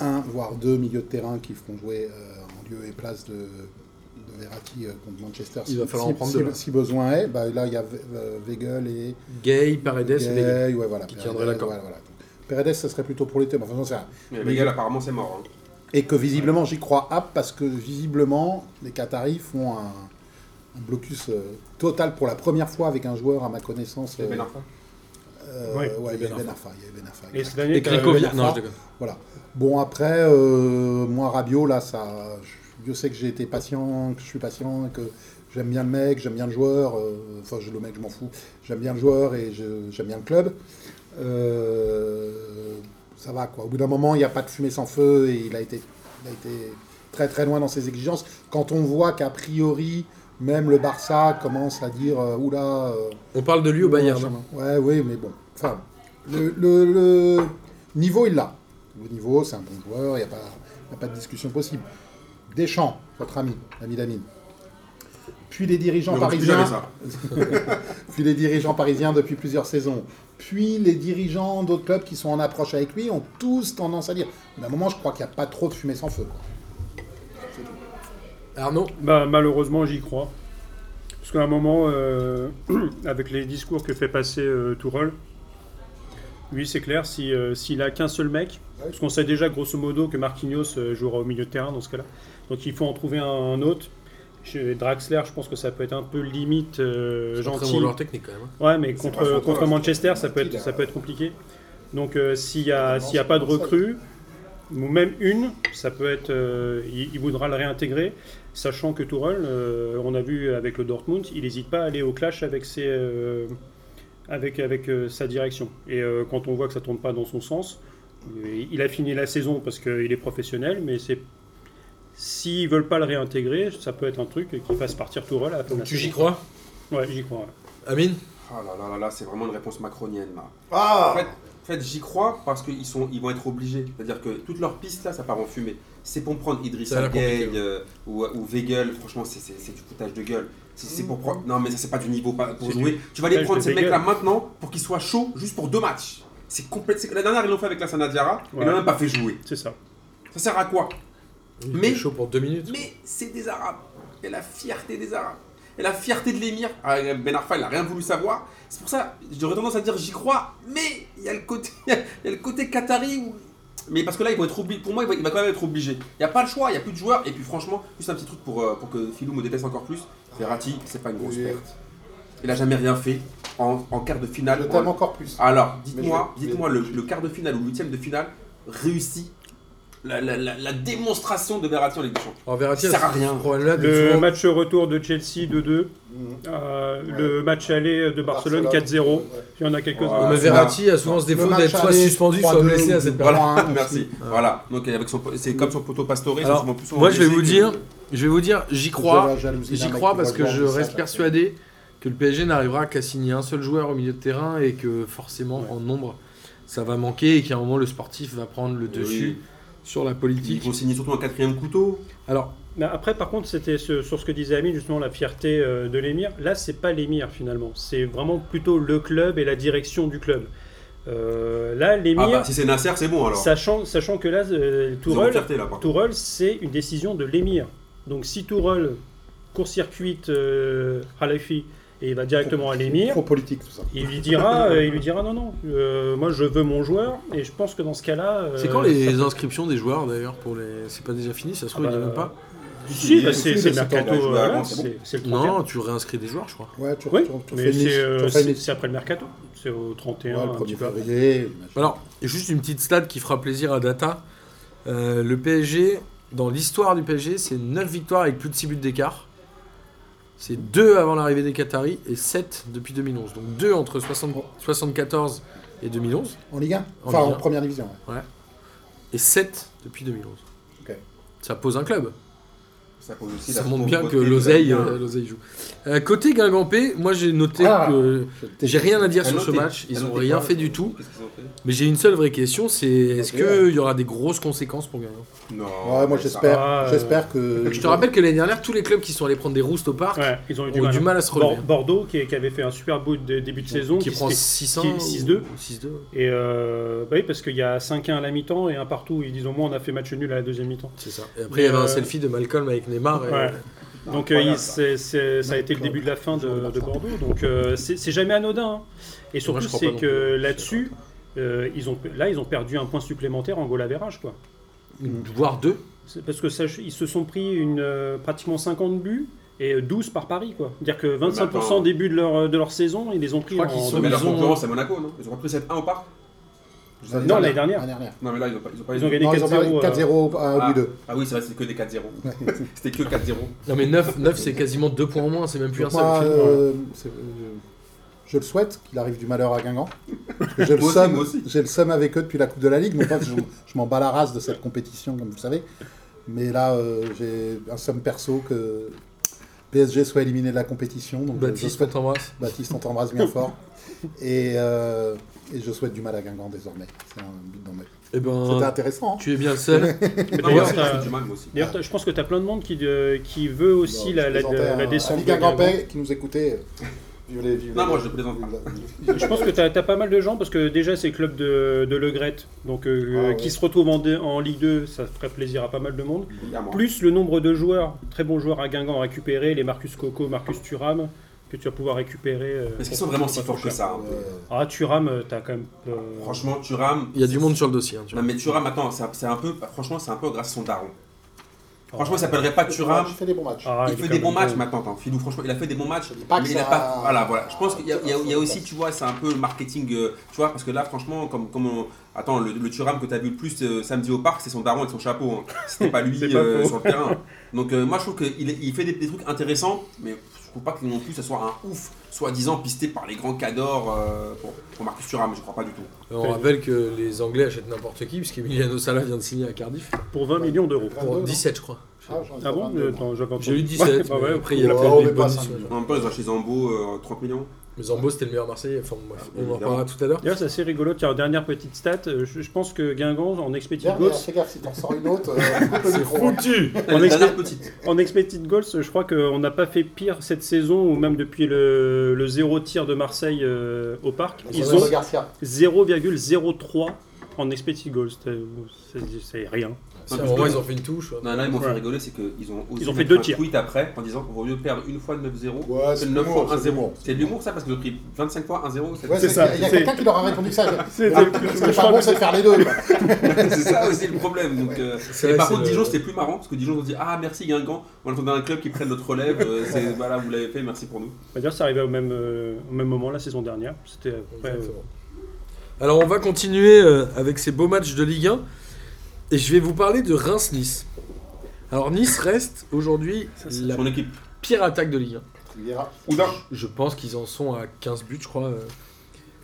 C: un voire deux milieux de terrain qui feront jouer euh, en lieu et place de, de Verratti euh, contre Manchester.
A: Il
C: si-
A: va falloir
C: si,
A: en prendre
C: si-
A: deux, là.
C: si besoin est. Bah, là, il y a Ve- euh, Weigel et
A: Gay, Paredes, et Weigl.
C: Gay, ouais, voilà,
A: qui
C: Paredes,
A: tiendraient la corde.
C: voilà, voilà. Donc, Paredes, ça serait plutôt pour l'été. Mais enfin, j'en sais rien.
B: Mais les gars, apparemment, c'est mort. hein.
C: Et que visiblement, j'y crois app parce que visiblement, les Qataris font un, un blocus euh, total pour la première fois avec un joueur à ma connaissance.
B: C'est
C: euh,
B: Ben Arfa.
C: euh,
D: Ouais,
C: ouais, il y
A: Ben
C: avait Ben Arfa, il y avait Ben Arfa,
D: Et
C: exact.
D: cette année,
A: Et
D: t'as-
A: Krikovic.
C: Benarfa.
A: Non, je déconne.
C: Voilà. Bon, après, euh, moi, Rabiot, là, ça. je- Dieu sait que j'ai été patient, que je suis patient, que j'aime bien le mec, j'aime bien le joueur. euh, Enfin, je- le mec, je m'en fous. J'aime bien le joueur et je- j'aime bien le club. Euh, ça va, quoi. Au bout d'un moment, il n'y a pas de fumée sans feu et il a été, il a été très, très loin dans ses exigences. Quand on voit qu'a priori, même le Barça commence à dire euh, Oula. euh,
A: On parle de lui au Bayern. hein.
C: Ouais, oui, mais bon. Enfin, le, le- le niveau, il l'a. Le niveau, c'est un bon joueur, il n'y a, pas- y a pas de discussion possible. Deschamps, votre ami, l'ami d'Amine. Puis les dirigeants
B: Ne refuse jamais
C: parisiens.
B: ça.
C: Puis les dirigeants parisiens depuis plusieurs saisons. Puis les dirigeants d'autres clubs qui sont en approche avec lui ont tous tendance à dire. D'un moment, je crois qu'il n'y a pas trop de fumée sans feu. quoi.
A: Arnaud,
D: Bah, malheureusement, j'y crois. Parce qu'à un moment, euh, avec les discours que fait passer euh, Tourelle, oui, c'est clair, si, euh, s'il a qu'un seul mec,
C: Ouais.
D: parce qu'on sait déjà grosso modo que Marquinhos euh, jouera au milieu de terrain dans ce cas-là, donc il faut en trouver un, un autre. Chez Draxler, je pense que ça peut être un peu limite
A: c'est
D: euh,
A: un très
D: gentil.
A: bon joueur technique quand même. hein.
D: Ouais, mais
B: pas
D: contre,
B: son
D: contre
B: tour,
D: Manchester, ça peut,
C: Marquis,
D: être,
C: là.
D: ça peut être compliqué. Donc euh, s'il n'y a, s'il y a pas de recrue, ou même une, ça peut être, euh, il, il voudra le réintégrer, sachant que Tourelle, euh, on a vu avec le Dortmund, il n'hésite pas à aller au clash avec, ses, euh, avec, avec euh, sa direction. Et euh, quand on voit que ça ne tourne pas dans son sens, euh, il- il a fini la saison parce qu'il est professionnel, mais c'est... S'ils veulent pas le réintégrer, ça peut être un truc qui fasse partir Tourelle à la fin de la
A: Tu j'y
D: saison.
A: crois
D: Ouais, j'y crois. ouais.
A: Amine
B: Ah là là là là, c'est vraiment une réponse macronienne là. En
C: Ah
B: fait, en fait, j'y crois parce qu'ils sont, ils vont être obligés. C'est-à-dire que toutes leurs pistes là, ça part en fumée. C'est pour prendre
A: Ça a
B: Idrissa
A: l'air
B: Gueye
A: compliqué,
B: euh, ou, ou Weigel. Franchement, c'est- c'est c'est du foutage de gueule. C'est c'est pour prendre. Non, mais ça, c'est pas du niveau pas- pour
D: C'est
B: jouer. Tu vas aller
D: foutage
B: prendre
D: de
B: ces mecs là
D: Weigel.
B: maintenant pour qu'ils soient chauds juste pour deux matchs. C'est complète. c'est- La dernière, ils l'ont fait avec la Sanadiara. Ils
D: Ouais.
B: l'ont même pas fait jouer.
D: C'est ça.
B: Ça sert à quoi
A: Il
B: Mais-
A: est chaud pour deux minutes.
B: Mais c'est des Arabes. Et la fierté des Arabes. Et la fierté de l'émir. Ah, Ben Arfa, il n'a rien voulu savoir. C'est pour ça, j'aurais tendance à dire j'y crois. Mais il y a le côté, il y a le côté qatari. où- Mais parce que là, ils vont être obligés. Pour moi, il va- il va quand même être obligé. Il n'y a pas le choix, il n'y a plus de joueurs. Et puis franchement, juste un petit truc pour, euh, pour que Philou me déteste encore plus. Verratti, c'est pas une grosse
C: Oui.
B: perte. Il n'a jamais rien fait en, en quart de finale.
C: Je
B: en-
C: t'aime encore plus.
B: Alors,
C: Mais
B: dites-moi,
C: je- mais-
B: dites-moi le, le quart de finale ou le huitième de finale réussi. La, la- la- la démonstration de Verratti en Ligue des Champions.
A: Alors Verratti,
B: Ça sert
A: a
B: à rien.
A: ce problème-là de
D: Le
A: souvent-
D: match retour de Chelsea 2-2,
B: Mm.
C: Mhm.
D: euh,
C: Ouais.
D: le match aller de Barcelone 4-0. Il y en a quelques-uns.
A: Non, mais
C: Ouais.
A: Verratti a souvent ce
C: Le
A: défaut
C: match
A: d'être soit
C: aller,
A: suspendu, soit
C: 3-2,
A: blessé à
C: ou
A: cette période.
C: trois-un, on se
B: Merci.
C: dit.
B: Voilà. Donc avec son, c'est comme son poteau pastoré.
A: Alors,
B: c'est souvent plus souvent
A: Moi, je vais
B: blessé
A: vous
B: que-
A: dire, je vais vous dire, j'y
C: J'ai
A: crois,
C: la jalousie d'un
A: j'y
C: mec
A: crois
C: qui
A: parce
C: voit
A: que
C: le
A: je
C: blanc, ça,
A: reste
C: ça.
A: persuadé que le PSG n'arrivera qu'à signer un seul joueur au milieu de terrain et que forcément
D: Ouais.
A: en nombre ça va manquer et qu'à un moment le sportif va prendre le
B: Oui.
A: dessus sur la
B: Ils
A: politique.
B: vont signer surtout un quatrième couteau.
A: Alors
D: Mais après, par contre, c'était ce- sur ce que disait Amine, justement, la fierté euh, de l'émir. Là, c'est pas l'émir finalement. C'est vraiment plutôt le club et la direction du club. Euh, là, l'émir,
B: Ah bah, si c'est Nasser, c'est bon alors.
D: sachant, sachant que là, euh,
B: Ils auront
D: Tourelle,
B: fierté, là, par contre.
D: Tourelle, c'est une décision de l'émir. Donc, si Tourelle court-circuite euh, Khalafi et il va directement à l'émir,
C: Trop politique tout ça.
D: il lui dira, euh, il lui dira non, non, euh, moi je veux mon joueur. Et je pense que dans ce cas-là, euh,
A: c'est quand les inscriptions des joueurs d'ailleurs pour les, c'est pas déjà fini, ça se trouve
D: Ah
A: il y a
D: bah,
A: même pas.
D: Si,
C: Si,
D: bah, c'est
C: si,
D: c'est
C: mais
D: le
C: c'est
D: mercato.
B: en-
D: euh,
B: avant,
D: c'est
B: c'est bon.
D: c'est le 31.
A: Non, tu réinscris des joueurs, je crois.
C: Ouais, tu,
D: Oui,
C: tu- tu
D: mais
C: fais une
D: c'est
C: liste,
D: euh,
C: tu fais une
D: c'est-
C: liste.
D: c'est après le mercato. C'est au 31,
C: Ouais,
D: un petit
C: 1er
D: peu. après.
C: février. machin.
A: Alors, et juste une petite stat qui fera plaisir à Data. Euh, le PSG, dans l'histoire du PSG, c'est 9 victoires avec plus de 6 buts d'écart. C'est 2 avant l'arrivée des Qataris et 7 depuis 2011. Donc 2 entre 60 74 et 2011
C: En Ligue 1
A: En
C: Enfin, en
A: Ligue un.
C: première division. ouais.
A: et 7 depuis 2011.
C: Ok.
A: Ça pose un club.
B: Ça, pose aussi
A: Ça
B: la
A: montre bien
B: pauvreté
A: que
B: de la
A: l'oseille
B: Ligue un.
A: euh, l'oseille joue. Euh, côté Guingampé, moi j'ai noté
C: Ah.
A: que
C: Je-
A: j'ai rien à dire
B: À
A: sur ce
B: noter.
A: match.
B: À
A: Ils n'ont
B: noter
A: rien
B: quoi,
A: fait du tout.
B: Qu'est-ce qu'ils ont fait
A: Mais j'ai une seule vraie question c'est est-ce
C: Ok.
A: qu'il y aura des grosses conséquences pour Guingamp
B: Non.
C: Ouais, moi
B: ça-
C: j'espère,
D: Ah, euh,
C: j'espère que.
A: Je te rappelle que l'année dernière, tous les clubs qui sont allés prendre des roustes au parc
D: Ouais, ils ont eu du
A: ont eu
D: mal. hein.
A: du mal à se relever.
D: Bor- Bordeaux, qui, qui avait fait un super bout de début de saison,
A: qui, prend
D: se-
A: 600
D: qui- 6-2.
A: ou 6-2.
D: Et euh, bah oui, parce qu'il y a 5-1 à la mi-temps et un partout. Ils disent au moins on a fait match nul à la deuxième mi-temps.
A: C'est ça. Et après, il y avait
D: Mais,
A: un
D: euh,
A: selfie de Malcolm avec Neymar. et-
D: Ouais. Donc euh, il- c'est- c'est- ça a été le
C: Claude.
D: début de la fin de,
C: Claude
D: de
C: Barça.
D: Bordeaux. Donc euh, c'est c'est jamais anodin. hein. Et
A: Moi,
D: surtout,
A: je crois
D: c'est
A: pas non
D: que
A: plus.
D: là-dessus, euh, ils ont là ils ont perdu un point supplémentaire en goal à verrage, quoi.
A: euh, Voire 2.
D: C'est Parce que ça, ils se sont pris une, euh, pratiquement 50 buts et 12 par Paris. quoi. C'est-à-dire que 25%
B: attends.
D: des buts de leur, de leur saison, ils les ont
A: Je
D: pris
A: crois
D: en
A: qu'ils sont-
B: Mais la
A: Ils ont-
B: concurrence, c'est Monaco, non Ils ont pas pris 7-1 au parc
C: Je-
D: Non, l'année dernière.
C: L'année dernière.
B: Non, mais là, ils ont pas. Ils ont, pas
D: Ils ont gagné
C: Non, ils ont perdu
D: 4-0. euh,
C: 4-0 à
B: Ah,
C: bout 2.
B: ah oui, c'est vrai, c'était que des 4-0. c'était que 4-0.
A: Non, mais 9, 9 c'est quasiment 2 points en moins. C'est même plus ah, un seul.
C: Moi,
A: film.
C: euh, c'est- euh, je le souhaite qu'il arrive du malheur à Guingamp. Parce que J'ai le,
B: Moi aussi,
C: seum-
B: moi aussi.
C: j'ai le seum avec eux depuis la Coupe de la Ligue. Non pas que je, je m'en bats la race de cette compétition, comme vous le savez. Mais là, euh, j'ai un somme perso que PSG soit éliminé de la compétition. Donc euh, je- je
A: Baptiste, on
C: souhaite-
A: t'embrasse.
C: Baptiste, on t'embrasse bien fort. Et, euh, et je souhaite du mal à Guingamp désormais. C'est un but dans ma vie.
A: Eh
C: C'était
A: ben,
C: intéressant. hein.
A: tu es bien le seul.
D: Mais
B: Non, moi
D: D'ailleurs,
B: aussi,
D: t'as-
B: j'ai du mal, moi aussi.
D: d'ailleurs, t'as- je pense que tu as plein de monde qui, euh, qui veut aussi
C: Bon,
D: la,
C: je
D: la,
C: présentais
D: la
C: un-
D: descente.
C: un
D: de Guingamp.
C: Guingampais qui nous écoutait. euh, Violet, violet.
B: Non, moi, je plaisante pas.
D: Je pense que tu as, pas mal de gens parce que déjà, c'est le club de, de Le Grette, donc, euh,
C: Ah ouais.
D: qui se retrouve en, D- en Ligue 2. Ça ferait plaisir à pas mal de monde.
B: Évidemment.
D: Plus le nombre de joueurs, très bons joueurs à Guingamp récupérés, les Marcus Coco, Marcus Thuram, que tu vas pouvoir récupérer. euh,
B: Est-ce qu'ils sont vraiment si
D: pour pas
B: forts
D: trop
B: que
D: cher.
B: ça hein
D: Ah, Thuram, euh, t'as quand même. euh,
B: Franchement, tu rames.
A: Il y a du monde sur le dossier. hein, tu
B: Non,
A: vois.
B: mais Thuram, attends, c'est un- c'est un peu. Franchement, c'est un peu grâce à son daron.
D: ah,
B: Franchement, il s'appellerait pas Thuram.
C: Je fais des bons matchs.
D: ah,
B: Il
D: est
B: fait
D: quand
B: des
D: même
B: bons
D: bon.
B: matchs maintenant, attends, Filou, franchement, il a fait des bons matchs.
C: pas
B: mais
C: que
B: il a
C: ça-
B: pas. Voilà, voilà. Je pense qu'il y, a- il y a- il y a aussi, tu vois, c'est un peu le marketing, euh, tu vois, parce que là, franchement, comme. comme on- Attends, le, le Thuram que tu as vu le plus euh, samedi au parc, c'est son daron avec son chapeau. hein. C'était pas lui
D: C'est pas
B: euh,
D: faux.
B: sur le terrain. Donc, euh, moi, je trouve qu'il il fait des, des trucs intéressants, mais je trouve pas que non plus, ça soit un ouf, soi-disant pisté par les grands cadors euh, pour, pour Marcus Thuram, je crois pas du tout.
A: Euh, On rappelle que les Anglais achètent n'importe qui, puisqu'Emiliano Sala vient de signer à Cardiff.
D: Pour 20 millions d'euros.
A: Pour 17, je crois.
D: Ah bon Euh, Attends, j'avais
A: J'ai
D: entendu.
A: eu 17.
D: Ouais, bah
A: mais
D: ouais.
A: Après, il y a
C: Ouais,
A: peut-être
C: on
A: des
C: est pas
A: bonus.
C: à cinq millions.
B: En même temps, ils ont chez Zambo euh, 30 millions.
A: Mais Zambo, c'était le meilleur Marseillais. Enfin, bref, on en
B: Ah, Évidemment.
A: reparlera tout à l'heure.
D: D'ailleurs, c'est assez rigolo. Tiens, dernière petite stat. euh, Je, je pense que Guingamp, en expected
C: Dernière,
D: goals,
C: fais gaffe, si t'en sors une autre, euh, coupe le micro. hein.
A: Foutu
D: On
B: La
D: explique-
B: dernière petite.
D: en expected goals, je crois qu'on n'a pas fait pire cette saison, ou même depuis le, le zéro tir de Marseille euh, au parc. Ils
C: Alexandre
D: ont
C: Garcia.
D: 0,03 en expected goals. C'est- C'est c'est rien.
E: C'est
B: Non,
E: un
B: parce
E: moment,
B: que-
E: ils ont fait une touche. ouais.
B: Non, là, ils m'ont fait
D: Ouais.
B: rigoler, c'est qu'ils ont osé
D: Ils ont fait
B: mettre
D: deux
B: un
D: tirs.
B: tweet après en disant on va mieux perdre une fois 9-0
F: Ouais,
B: que
F: c'est
B: 9
F: l'humour,
B: fois
F: c'est l'humour.
B: 1-0. C'est de l'humour, ça, parce qu'ils ont pris 25 fois 1-0.
C: Ouais,
B: c'est-
C: c'est
E: c'est ça,
C: Il y a
D: c'est-
C: quelqu'un qui leur a répondu ça.
D: C'est-
C: Ah,
D: je
C: Ce qui est
D: crois
C: pas bon,
D: que
C: c'est de faire les deux. quoi.
B: C'est ça aussi le problème. Donc, euh,
A: C'est
B: et
A: vrai,
B: par
A: c'est
B: contre,
A: le-
B: Dijon, c'était plus marrant parce que Dijon, on se dit Ah, merci Guingamp, on attendait un club qui prenne notre relève. euh, c'est- voilà, vous l'avez fait, merci pour nous.
D: On va dire que c'est arrivé au même, euh, au même moment la saison dernière. C'était à peu près, euh,
E: Exactement.
A: Alors on va continuer euh, avec ces beaux matchs de Ligue 1 et je vais vous parler de Reims-Nice. Alors Nice reste aujourd'hui la
B: Son équipe.
A: pire attaque de Ligue 1.
C: Il ira.
B: Oudin.
A: Je pense qu'ils en sont à 15 buts, je crois. euh.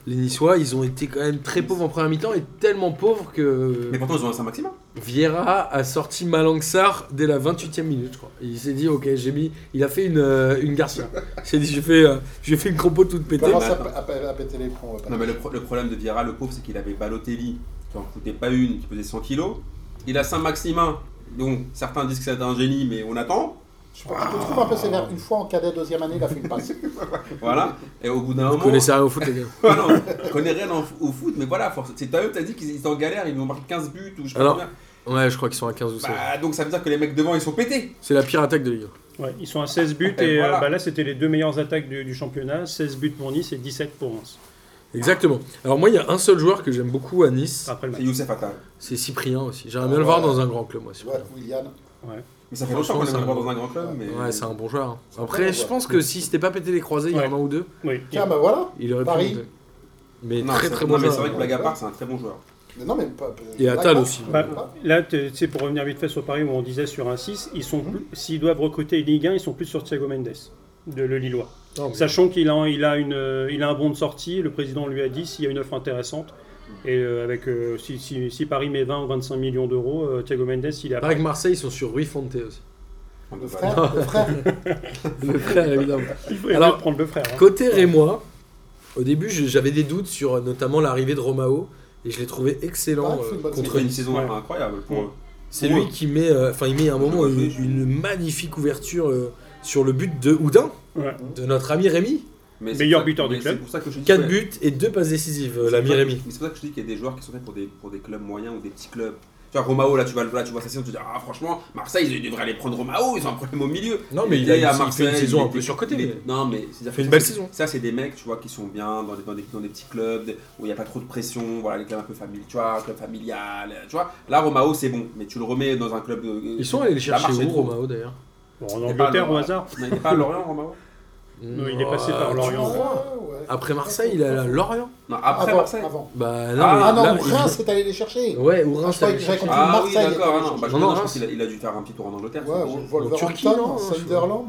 A: Les Niçois, ils ont été quand même très pauvres en première mi-temps et tellement pauvres que
B: Mais pourtant, ils ont un Saint-Maximin.
A: Vieira a sorti Malangsar dès la 28e minute, je crois. Il s'est dit, ok, j'ai mis. Il a fait une, euh, une Garcia. Il s'est dit, j'ai fait, euh, j'ai fait une compo toute
C: Il
A: pétée.
C: commence à, à- à péter euh, les plombs.
B: Non, mais le, pro- le problème de Vieira, le pauvre, c'est qu'il avait Balotelli, qui en coûtait pas une, qui pesait 100 kilos. Il a Saint-Maximin, donc certains disent que c'est un génie, mais on attend.
C: Je je le trouve un peu sévère. Une fois en cadet, deuxième année, il a fait une passe.
B: Voilà. Et au bout d'un
A: Vous
B: moment.
A: connaissez rien au foot, les gars.
B: Ouais, non, on connaît rien en- au foot, mais voilà, force- c'est à eux, t'as dit qu'ils étaient en galère, ils nous ont marqué 15 buts ou je sais pas
A: Alors,
B: combien.
A: Ouais, je crois qu'ils sont à 15 ou 16.
B: Bah, donc ça veut dire que les mecs devant ils sont pétés.
A: C'est la pire attaque de Ligue 1.
D: ouais, ils sont à 16 buts
B: Et
D: et, euh,
B: voilà.
D: bah là c'était les deux meilleures attaques du, du championnat. 16 buts pour Nice et 17 pour Reims.
A: Exactement. Alors moi, il y a un seul joueur que j'aime beaucoup à Nice,
D: Après le
B: C'est
D: match.
B: Bah, Youssef Attal.
A: c'est Cyprien aussi. J'aimerais
C: Ah,
A: bien le voir
C: ouais.
A: dans un grand club, moi.
C: Tu vois,
A: Cyprien.
C: William.
B: Mais ça fait longtemps qu'on
A: Franchement,
B: est
A: c'est
B: encore
A: un-
B: dans un grand club. Mais...
A: Ouais, c'est un bon joueur. hein.
C: un
A: Après,
C: bon
A: je
C: joueur.
A: pense que si c'était pas pété les croisés il y a
D: Ouais.
A: un an ou deux,
D: Oui.
C: Tiens, ben voilà.
A: il aurait pu
C: Paris.
A: monter. Mais
B: Non,
A: très
B: c'est-
A: très
B: non,
A: bon
B: mais c'est
A: joueur.
B: vrai que blague à part, c'est un très bon joueur.
C: Mais Non, mais pas-
A: Et
C: là,
A: Attal
C: pas-
A: aussi.
D: Bah, là, tu sais, pour revenir vite fait sur Paris, où on disait sur un 6, ils sont plus- s'ils doivent recruter une Ligue 1, ils sont plus sur Thiago Mendes, de, le Lillois.
A: Non, mais-
D: Sachant qu'il a, il a, une, euh, il a un bon de sortie, le président lui a dit s'il y a une offre intéressante. Et euh, avec euh, si, si- si Paris met 20 ou 25 millions d'euros, euh, Thiago Mendes, il a.
A: Pareil que Marseille, ils sont sur Rui Fonte aussi.
C: Le frère, le frère.
A: Le frère, évidemment.
D: Il faut il faut
A: Alors-
D: prendre le frère. hein.
A: Côté Rémois, au début, je- j'avais des doutes sur euh, notamment l'arrivée de Romao. Et je l'ai trouvé
C: Pareil
A: excellent
C: que c'est
A: euh,
C: une bonne
A: contre
B: Contre une
A: Nice.
B: saison
D: Ouais.
B: incroyable pour
D: Ouais.
B: eux.
A: C'est
B: Ouais.
A: lui qui met, euh, enfin, il met à un moment
B: Ouais,
A: une,
B: ouais,
A: une magnifique ouverture euh, sur le but de Houdin,
D: Ouais.
A: de notre ami Rémi.
B: Mais
D: Meilleur
B: c'est-
D: buteur du
B: mais
D: club.
B: C'est pour ça que je dis
A: 4
B: que-
A: buts et 2 passes décisives, euh,
B: c'est
A: l'ami
B: pour ça-
A: Rémi.
B: mais C'est pour ça que je dis qu'il y a des joueurs qui sont faits pour des, pour des clubs moyens ou des petits clubs. Tu vois, Romao, là, tu vas le là, tu vois sa saison, tu te dis, ah, franchement, Marseille, ils devraient aller prendre Romao, ils ont un problème au milieu.
A: Non, mais il a-
B: était à
A: il fait une
B: Marseille,
A: saison
B: il
A: un
B: était-
A: peu surcotée,
B: il est-
A: mais-
B: Non, mais c'est-à-dire
A: fait
B: que
A: une belle
B: ça, c'est-
A: saison.
B: Ça, c'est des mecs, tu vois, qui sont bien dans des, dans des, dans des petits clubs, des- où il n'y a pas trop de pression, voilà, les clubs un peu familiaux, tu vois, club familial, tu vois. Là, Romao, c'est bon, mais tu le remets dans un club. euh,
A: Ils sont allés le
B: la
A: chercher
B: marche est
A: où,
B: trop-
A: Romao d'ailleurs
D: Bon, en
B: C'est pas
D: Angleterre,
B: le-
D: au hasard.
B: Non, il n'est pas à Lorient, Romao
D: Non, il est passé par
A: ah, tu
D: Lorient.
A: crois
C: Ouais, ouais.
A: Après Marseille, il est allé à Lorient.
B: Non, après
C: Avant,
B: Marseille.
C: avant.
A: Bah non,
B: Ah,
C: Ah non,
A: là,
C: ou Reims, c'est allé les chercher.
A: il- Ouais, ou
C: Ah,
A: Reims.
C: je
A: allait
C: croyais que
A: chercher.
C: j'avais
B: Ah oui,
C: Marseille,
B: d'accord, ah
C: il
B: non, bah, je,
A: Non,
B: non,
A: non,
B: je pense
A: c'est-
B: qu'il a, il a dû faire un petit tour en Angleterre.
C: Ouais,
B: j'imagine.
A: Turquie, non,
C: Wolverhampton,
A: je sais pas.
C: Sunderland.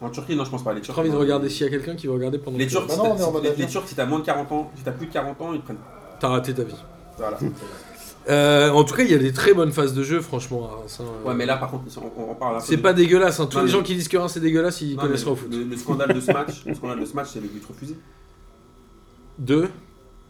B: En Turquie, non, je pense pas. Les Turcs,
A: J'ai trop envie de
B: non.
A: regarder s'il y a quelqu'un qui veut regarder pendant
B: Les
A: que-
B: Turcs,
C: Bah
B: si
C: non,
B: t'as-
C: on est en mode
B: les- les
C: avion.
B: Turcs, si t'as moins de 40 ans, si t'as plus de 40 ans, ils te prennent.
A: T'as raté ta vie.
B: Voilà.
A: Euh, en tout cas, il y a des très bonnes phases de jeu, franchement. à Reims, hein.
B: Ouais, mais là, par contre, on, on- on parle. un peu
A: C'est
B: de-
A: pas dégueulasse. hein. Tous
B: Non,
A: les
B: mais-
A: gens qui disent que Reims c'est dégueulasse, ils
B: Non,
A: connaissent
B: mais
A: au foot.
B: Le, le scandale de ce match, le scandale de ce match, c'est le but refusé.
A: Deux.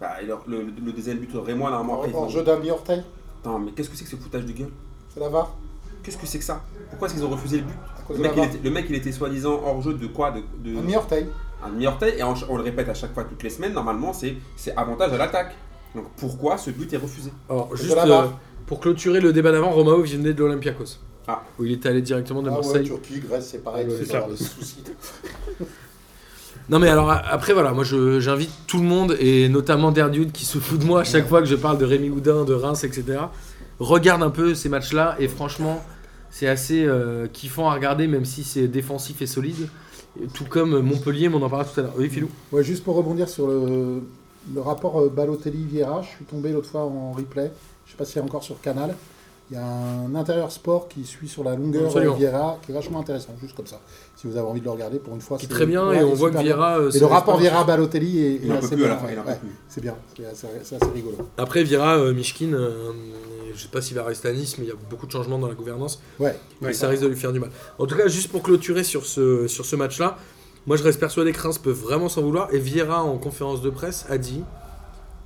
B: Bah, et leur- le, le, le deuxième but, euh, Rémois, normalement, après, ils
C: En
B: ont...
C: jeu d'un demi-orteil,
B: Attends, mais qu'est-ce que c'est que ce foutage de gueule
C: c'est la VAR.
B: Qu'est-ce que c'est que ça Pourquoi est-ce qu'ils ont refusé le but
C: À
B: le
C: cause de
B: mec,
C: la
B: il
C: VAR.
B: était, le mec, il était soi-disant hors jeu de quoi de, de-
C: Un Ah demi-orteil.
B: un demi-orteil. Et on, on le répète à chaque fois, toutes les semaines, normalement, c'est c'est avantage à l'attaque. Donc pourquoi ce but est refusé
A: Alors,
C: C'est
A: juste
C: de la barre.
A: euh, pour clôturer le débat d'avant, Romao venait de l'Olympiakos.
B: Ah.
A: Où il était allé directement de
C: Ah ouais,
A: Marseille.
C: Turquie, Grèce, c'est pareil.
A: Ouais,
C: c'est
D: c'est ça.
C: des soucis.
A: non, mais alors, a- après, voilà, moi je- j'invite tout le monde, et notamment Derdude qui se fout de moi à chaque fois que je parle de Rémi Houdin, de Reims, etc. Regarde un peu ces matchs-là, et franchement, c'est assez euh, kiffant à regarder, même si c'est défensif et solide. Et Tout comme Montpellier, mais on en parlera tout à l'heure. Oui, Philou
C: Ouais, juste pour rebondir sur le, le rapport euh, Balotelli-Vieira, je suis tombé l'autre fois en replay, je sais pas s'il y a encore sur Canal. Il y a un intérieur sport qui suit sur la longueur
A: Absolument.
C: euh, Vieira, qui est vachement intéressant, juste comme ça. Si vous avez envie de le regarder pour une fois,
A: Qui est
C: c'est-
A: très bien,
C: ouais,
A: et on
C: il est
A: voit que
C: super
A: Vieira. euh,
C: bien.
A: c'est
C: Et le rapport
A: responsable.
C: Vieira-Balotelli est, est
B: Il en peut
C: assez
B: plus à
C: bien.
B: la fin, il en peut
C: ouais.
B: plus.
C: C'est bien, c'est assez, c'est assez rigolo.
A: Après, Vira, euh, Mishkin, euh, je sais pas s'il va rester à Nice, mais il y a beaucoup de changements dans la gouvernance.
C: Ouais.
A: Et
D: Ouais.
A: ça risque de lui faire du mal. En tout cas, juste pour clôturer sur ce, sur ce match-là, moi je reste persuadé que Reims peut vraiment s'en vouloir. Et Vieira, en conférence de presse, a dit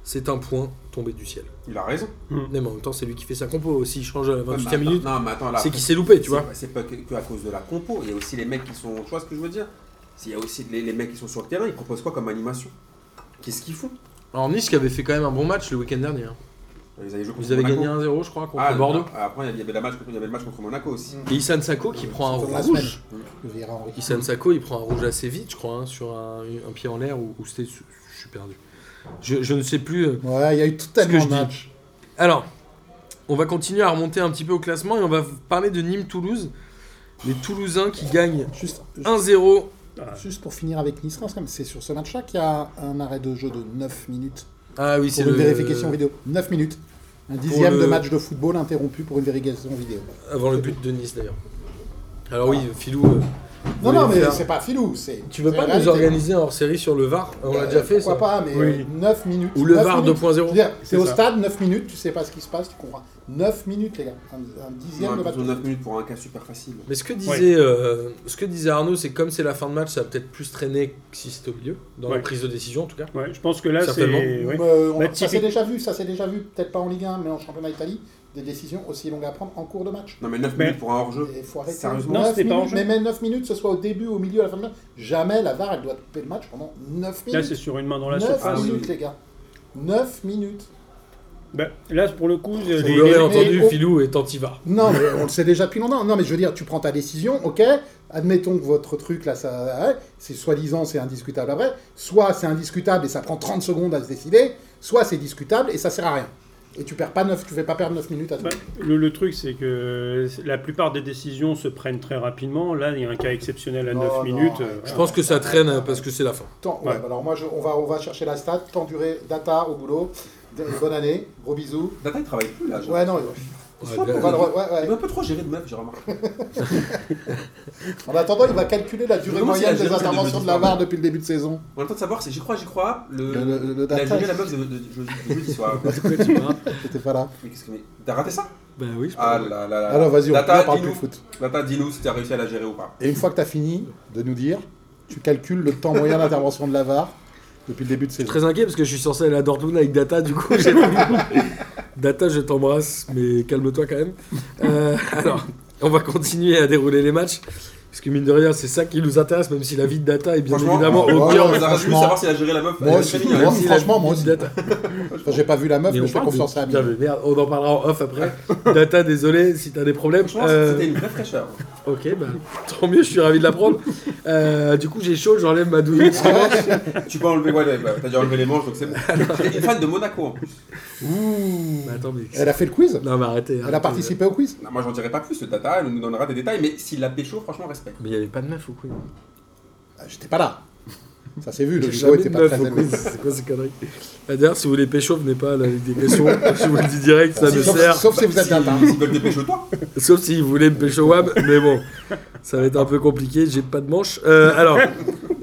A: c'est un point tombé du ciel.
B: Il a raison.
A: Mais en même temps, c'est lui qui fait sa compo. S'il change à la
B: Ouais, mais
A: 28 e
B: attends,
A: minute,
B: Non, mais attends, là,
A: c'est qu'il s'est loupé, tu vois.
B: C'est pas que, que à cause de la compo, il y a aussi les mecs qui sont. Tu vois ce que je veux dire S'il y a aussi les, les mecs qui sont sur le terrain, ils proposent quoi comme animation Qu'est-ce qu'ils font
A: Alors, Nice qui avait fait quand même un bon match le week-end dernier. hein.
B: Ils avaient, joué contre
A: Vous avez
B: Monaco.
A: gagné 1-0, je crois, contre
B: Ah,
A: Bordeaux.
B: ah, Après, il y avait la match contre- il y avait le match contre Monaco
C: Mm.
B: aussi.
A: Et Issan Sako qui prend un
C: Sur la
A: rouge.
C: semaine, Le Vieira Henry.
A: Issan Sako, il prend un rouge assez vite, je crois, hein, sur un, un pied en l'air ou ou c'était. Je suis perdu. Je, je ne sais plus. euh.
C: Ouais, il y a eu tout
A: que je
C: tellement de
A: dis.
C: matchs.
A: Alors, on va continuer à remonter un petit peu au classement et on va parler de Nîmes-Toulouse. Les Toulousains qui gagnent
C: Juste,
A: 1-0.
C: juste pour finir avec Nice-Reims, quand même, c'est sur ce match-là qu'il y a un arrêt de jeu de 9 minutes.
A: Ah oui,
C: Pour
A: c'est
C: une
A: le.
C: vérification vidéo. 9 minutes. Un dixième
A: le-
C: de match de football interrompu pour une vérification vidéo.
A: Avant le but de Nice d'ailleurs. Alors oui, Philou. euh,
C: Ah. Non,
A: voulait
C: non, mais
A: faire-
C: c'est pas filou. c'est-
A: Tu veux
C: c'est
A: pas
C: la
A: nous
C: réalité.
A: organiser hors série sur le VAR On l'a
C: Euh,
A: déjà fait
C: Pourquoi
A: ça.
C: pas, mais
D: Oui.
C: euh, 9 minutes.
A: Ou le
C: 9
A: VAR
C: minutes.
A: 2.0.
C: Je veux dire, T'es
D: C'est
C: au
D: ça.
C: stade, 9 minutes, tu sais pas ce qui se passe, tu comprends. 9 minutes, les gars. Un, un dixième de match.
B: 9 minutes pour un cas super facile.
A: Mais ce que disait,
D: Ouais.
A: euh, ce que disait Arnaud, c'est que comme c'est la fin de match, ça va peut-être plus traîner que si c'était au milieu, dans la
D: Ouais.
A: prise de décision en tout cas.
D: Ouais, je pense que là, c'est.
A: Certainement.
D: ouais.
C: Euh, on-
D: Bah,
C: ça s'est
D: typique-
C: déjà vu, ça s'est déjà vu, peut-être pas en Ligue 1, mais en championnat d'Italie, des décisions aussi longues à prendre en cours de match.
B: Non, mais 9
D: Mais-
B: minutes pour un hors-jeu.
C: Et faut arrêter.
B: Sérieusement
D: Non,
C: 9
D: c'était pas en
C: minutes,
D: jeu.
C: mais même 9 minutes, ce soit au début, au milieu, à la fin de match, jamais la VAR, elle doit couper le match pendant 9
D: Là, c'est
C: minutes.
D: sur une main dans la
C: 9
D: surface.
B: Ah oui,
C: minutes,
B: oui.
C: les gars. 9 minutes.
D: Bah, là, pour le coup, les-
A: Vous
D: les-
A: l'aurez
D: les-
A: entendu,
C: mais-
A: Philou est anti-VAR.
C: Non, mais on le sait déjà depuis longtemps. Non, mais je veux dire, tu prends ta décision, ok, admettons que votre truc, là, ça, ouais, c'est soi-disant, c'est indiscutable après, soit c'est indiscutable et ça prend 30 secondes à se décider, soit c'est discutable et ça sert à rien. Et tu perds pas 9, tu fais pas perdre 9 minutes à tout.
D: Bah, le, le truc, c'est que la plupart des décisions se prennent très rapidement. Là, il y a un cas exceptionnel à
C: Non,
D: 9
C: non,
D: minutes.
C: ouais.
D: euh,
A: Je pense que ça traîne hein, parce que c'est la fin.
C: Temps- ouais,
D: Ouais.
C: bah alors moi, je- on, va, on va chercher la stat, temps duré, data au boulot, D- bonne année, gros bisous.
B: Data, il travaille plus là. genre.
C: Ouais, non,
A: Ouais,
B: Je crois
A: bien.
C: on
B: qu'on
C: va
B: va
C: le
B: le
C: re-
B: re-
C: ouais, ouais.
B: Il m'a un peu trop géré de meuf, j'ai remarqué.
C: En attendant, il va calculer la durée
B: Comment c'est
C: moyenne
B: la
C: des
B: jeune
C: interventions de
B: de
C: la
B: la
C: barre depuis le début de saison.
B: On a le temps de savoir, c'est j'y crois, j'y crois. Le,
C: Le- le- le
B: il a
C: data,
B: jugé la meuf de, de- de- de- de jeudi soir.
C: C'était pas là.
B: Mais qu'est-ce que. mais T'as raté ça
A: Bah oui, je
B: Ah
A: pense.
B: là là là.
C: Alors vas-y, on
B: Data,
C: parle plus
B: dis-nous.
C: de foot.
B: Data, dis-nous si t'as réussi à la gérer ou pas.
C: Et une fois que tu as fini de nous dire, tu calcules le temps moyen d'intervention de la VAR depuis le début de
A: Je
C: saison.
A: suis très inquiet parce que je suis censé aller à Dortmund avec Data, du coup. j'ai pas vu. Data, je t'embrasse, mais calme-toi quand même. Euh, alors, on va continuer à dérouler les matchs. Parce que mine de rien, c'est ça qui nous intéresse, même si la vie de Data est bien
B: Franchement,
A: évidemment
C: ouais,
A: au
B: on
A: cœur.
C: ouais,
B: nous a voulu
C: franchement.
B: savoir si elle a géré la meuf. Elle
C: Moi
B: est hein.
C: aussi,
B: très mignonne.
A: Même
C: moi
A: si la
C: franchement,
A: vie
C: moi
A: de
C: aussi.
A: Data.
C: Enfin, J'ai pas vu la meuf,
A: Mais
C: mais,
A: on
C: je fais
A: parle de-
C: confiance à
A: Putain,
C: Amine.
A: mais merde, on en parlera en off après. Data, désolé si t'as des problèmes.
B: Franchement,
A: Euh,
B: c'était une vraie fraîcheur.
A: ok, bah tant mieux, je suis ravi de la prendre. Euh, du coup, j'ai chaud, j'enlève ma douille.
B: Tu peux enlever, ouais, ouais, bah, t'as déjà enlevé les manches, donc c'est bon. T'es une fan de Monaco en plus.
A: Mais attends, mais-
C: Elle a fait le quiz
A: Non, mais arrêtez.
C: Elle
A: arrêtez.
C: a participé au quiz
B: Non, moi, j'en dirai pas plus, le data, elle nous donnera des détails, mais s'il la pécho, franchement, respect.
A: Mais il n'y avait pas de meuf ou quoi
C: Ah, J'étais pas là. Ça s'est vu, le
A: J'ai
C: niveau
A: jamais
C: était
A: de
C: pas
A: meuf
C: très
A: au
C: élevé.
A: quiz, c'est quoi ces conneries Bah, D'ailleurs, si vous voulez pécho, venez pas à la Ligue des questions, je vous le dis direct, ça me
C: Sauf,
A: sert.
C: sauf si vous êtes
B: S'ils
C: data.
B: s'ils Bah, veulent te pécho, toi.
A: Sauf si vous voulez me pécho WAM, mais bon, ça va être un peu compliqué, j'ai pas de manche. Euh, alors,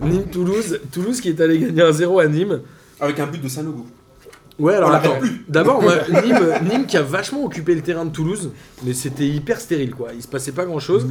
A: Nîmes-Toulouse, Toulouse qui est allé gagner 1-0 à Nîmes.
B: Avec un but de Sanogo.
A: Ouais, alors
B: On
A: attends.
B: l'attend
A: D'abord, on va- Nîmes, Nîmes qui a vachement occupé le terrain de Toulouse, mais c'était hyper stérile quoi. Il se passait pas grand chose.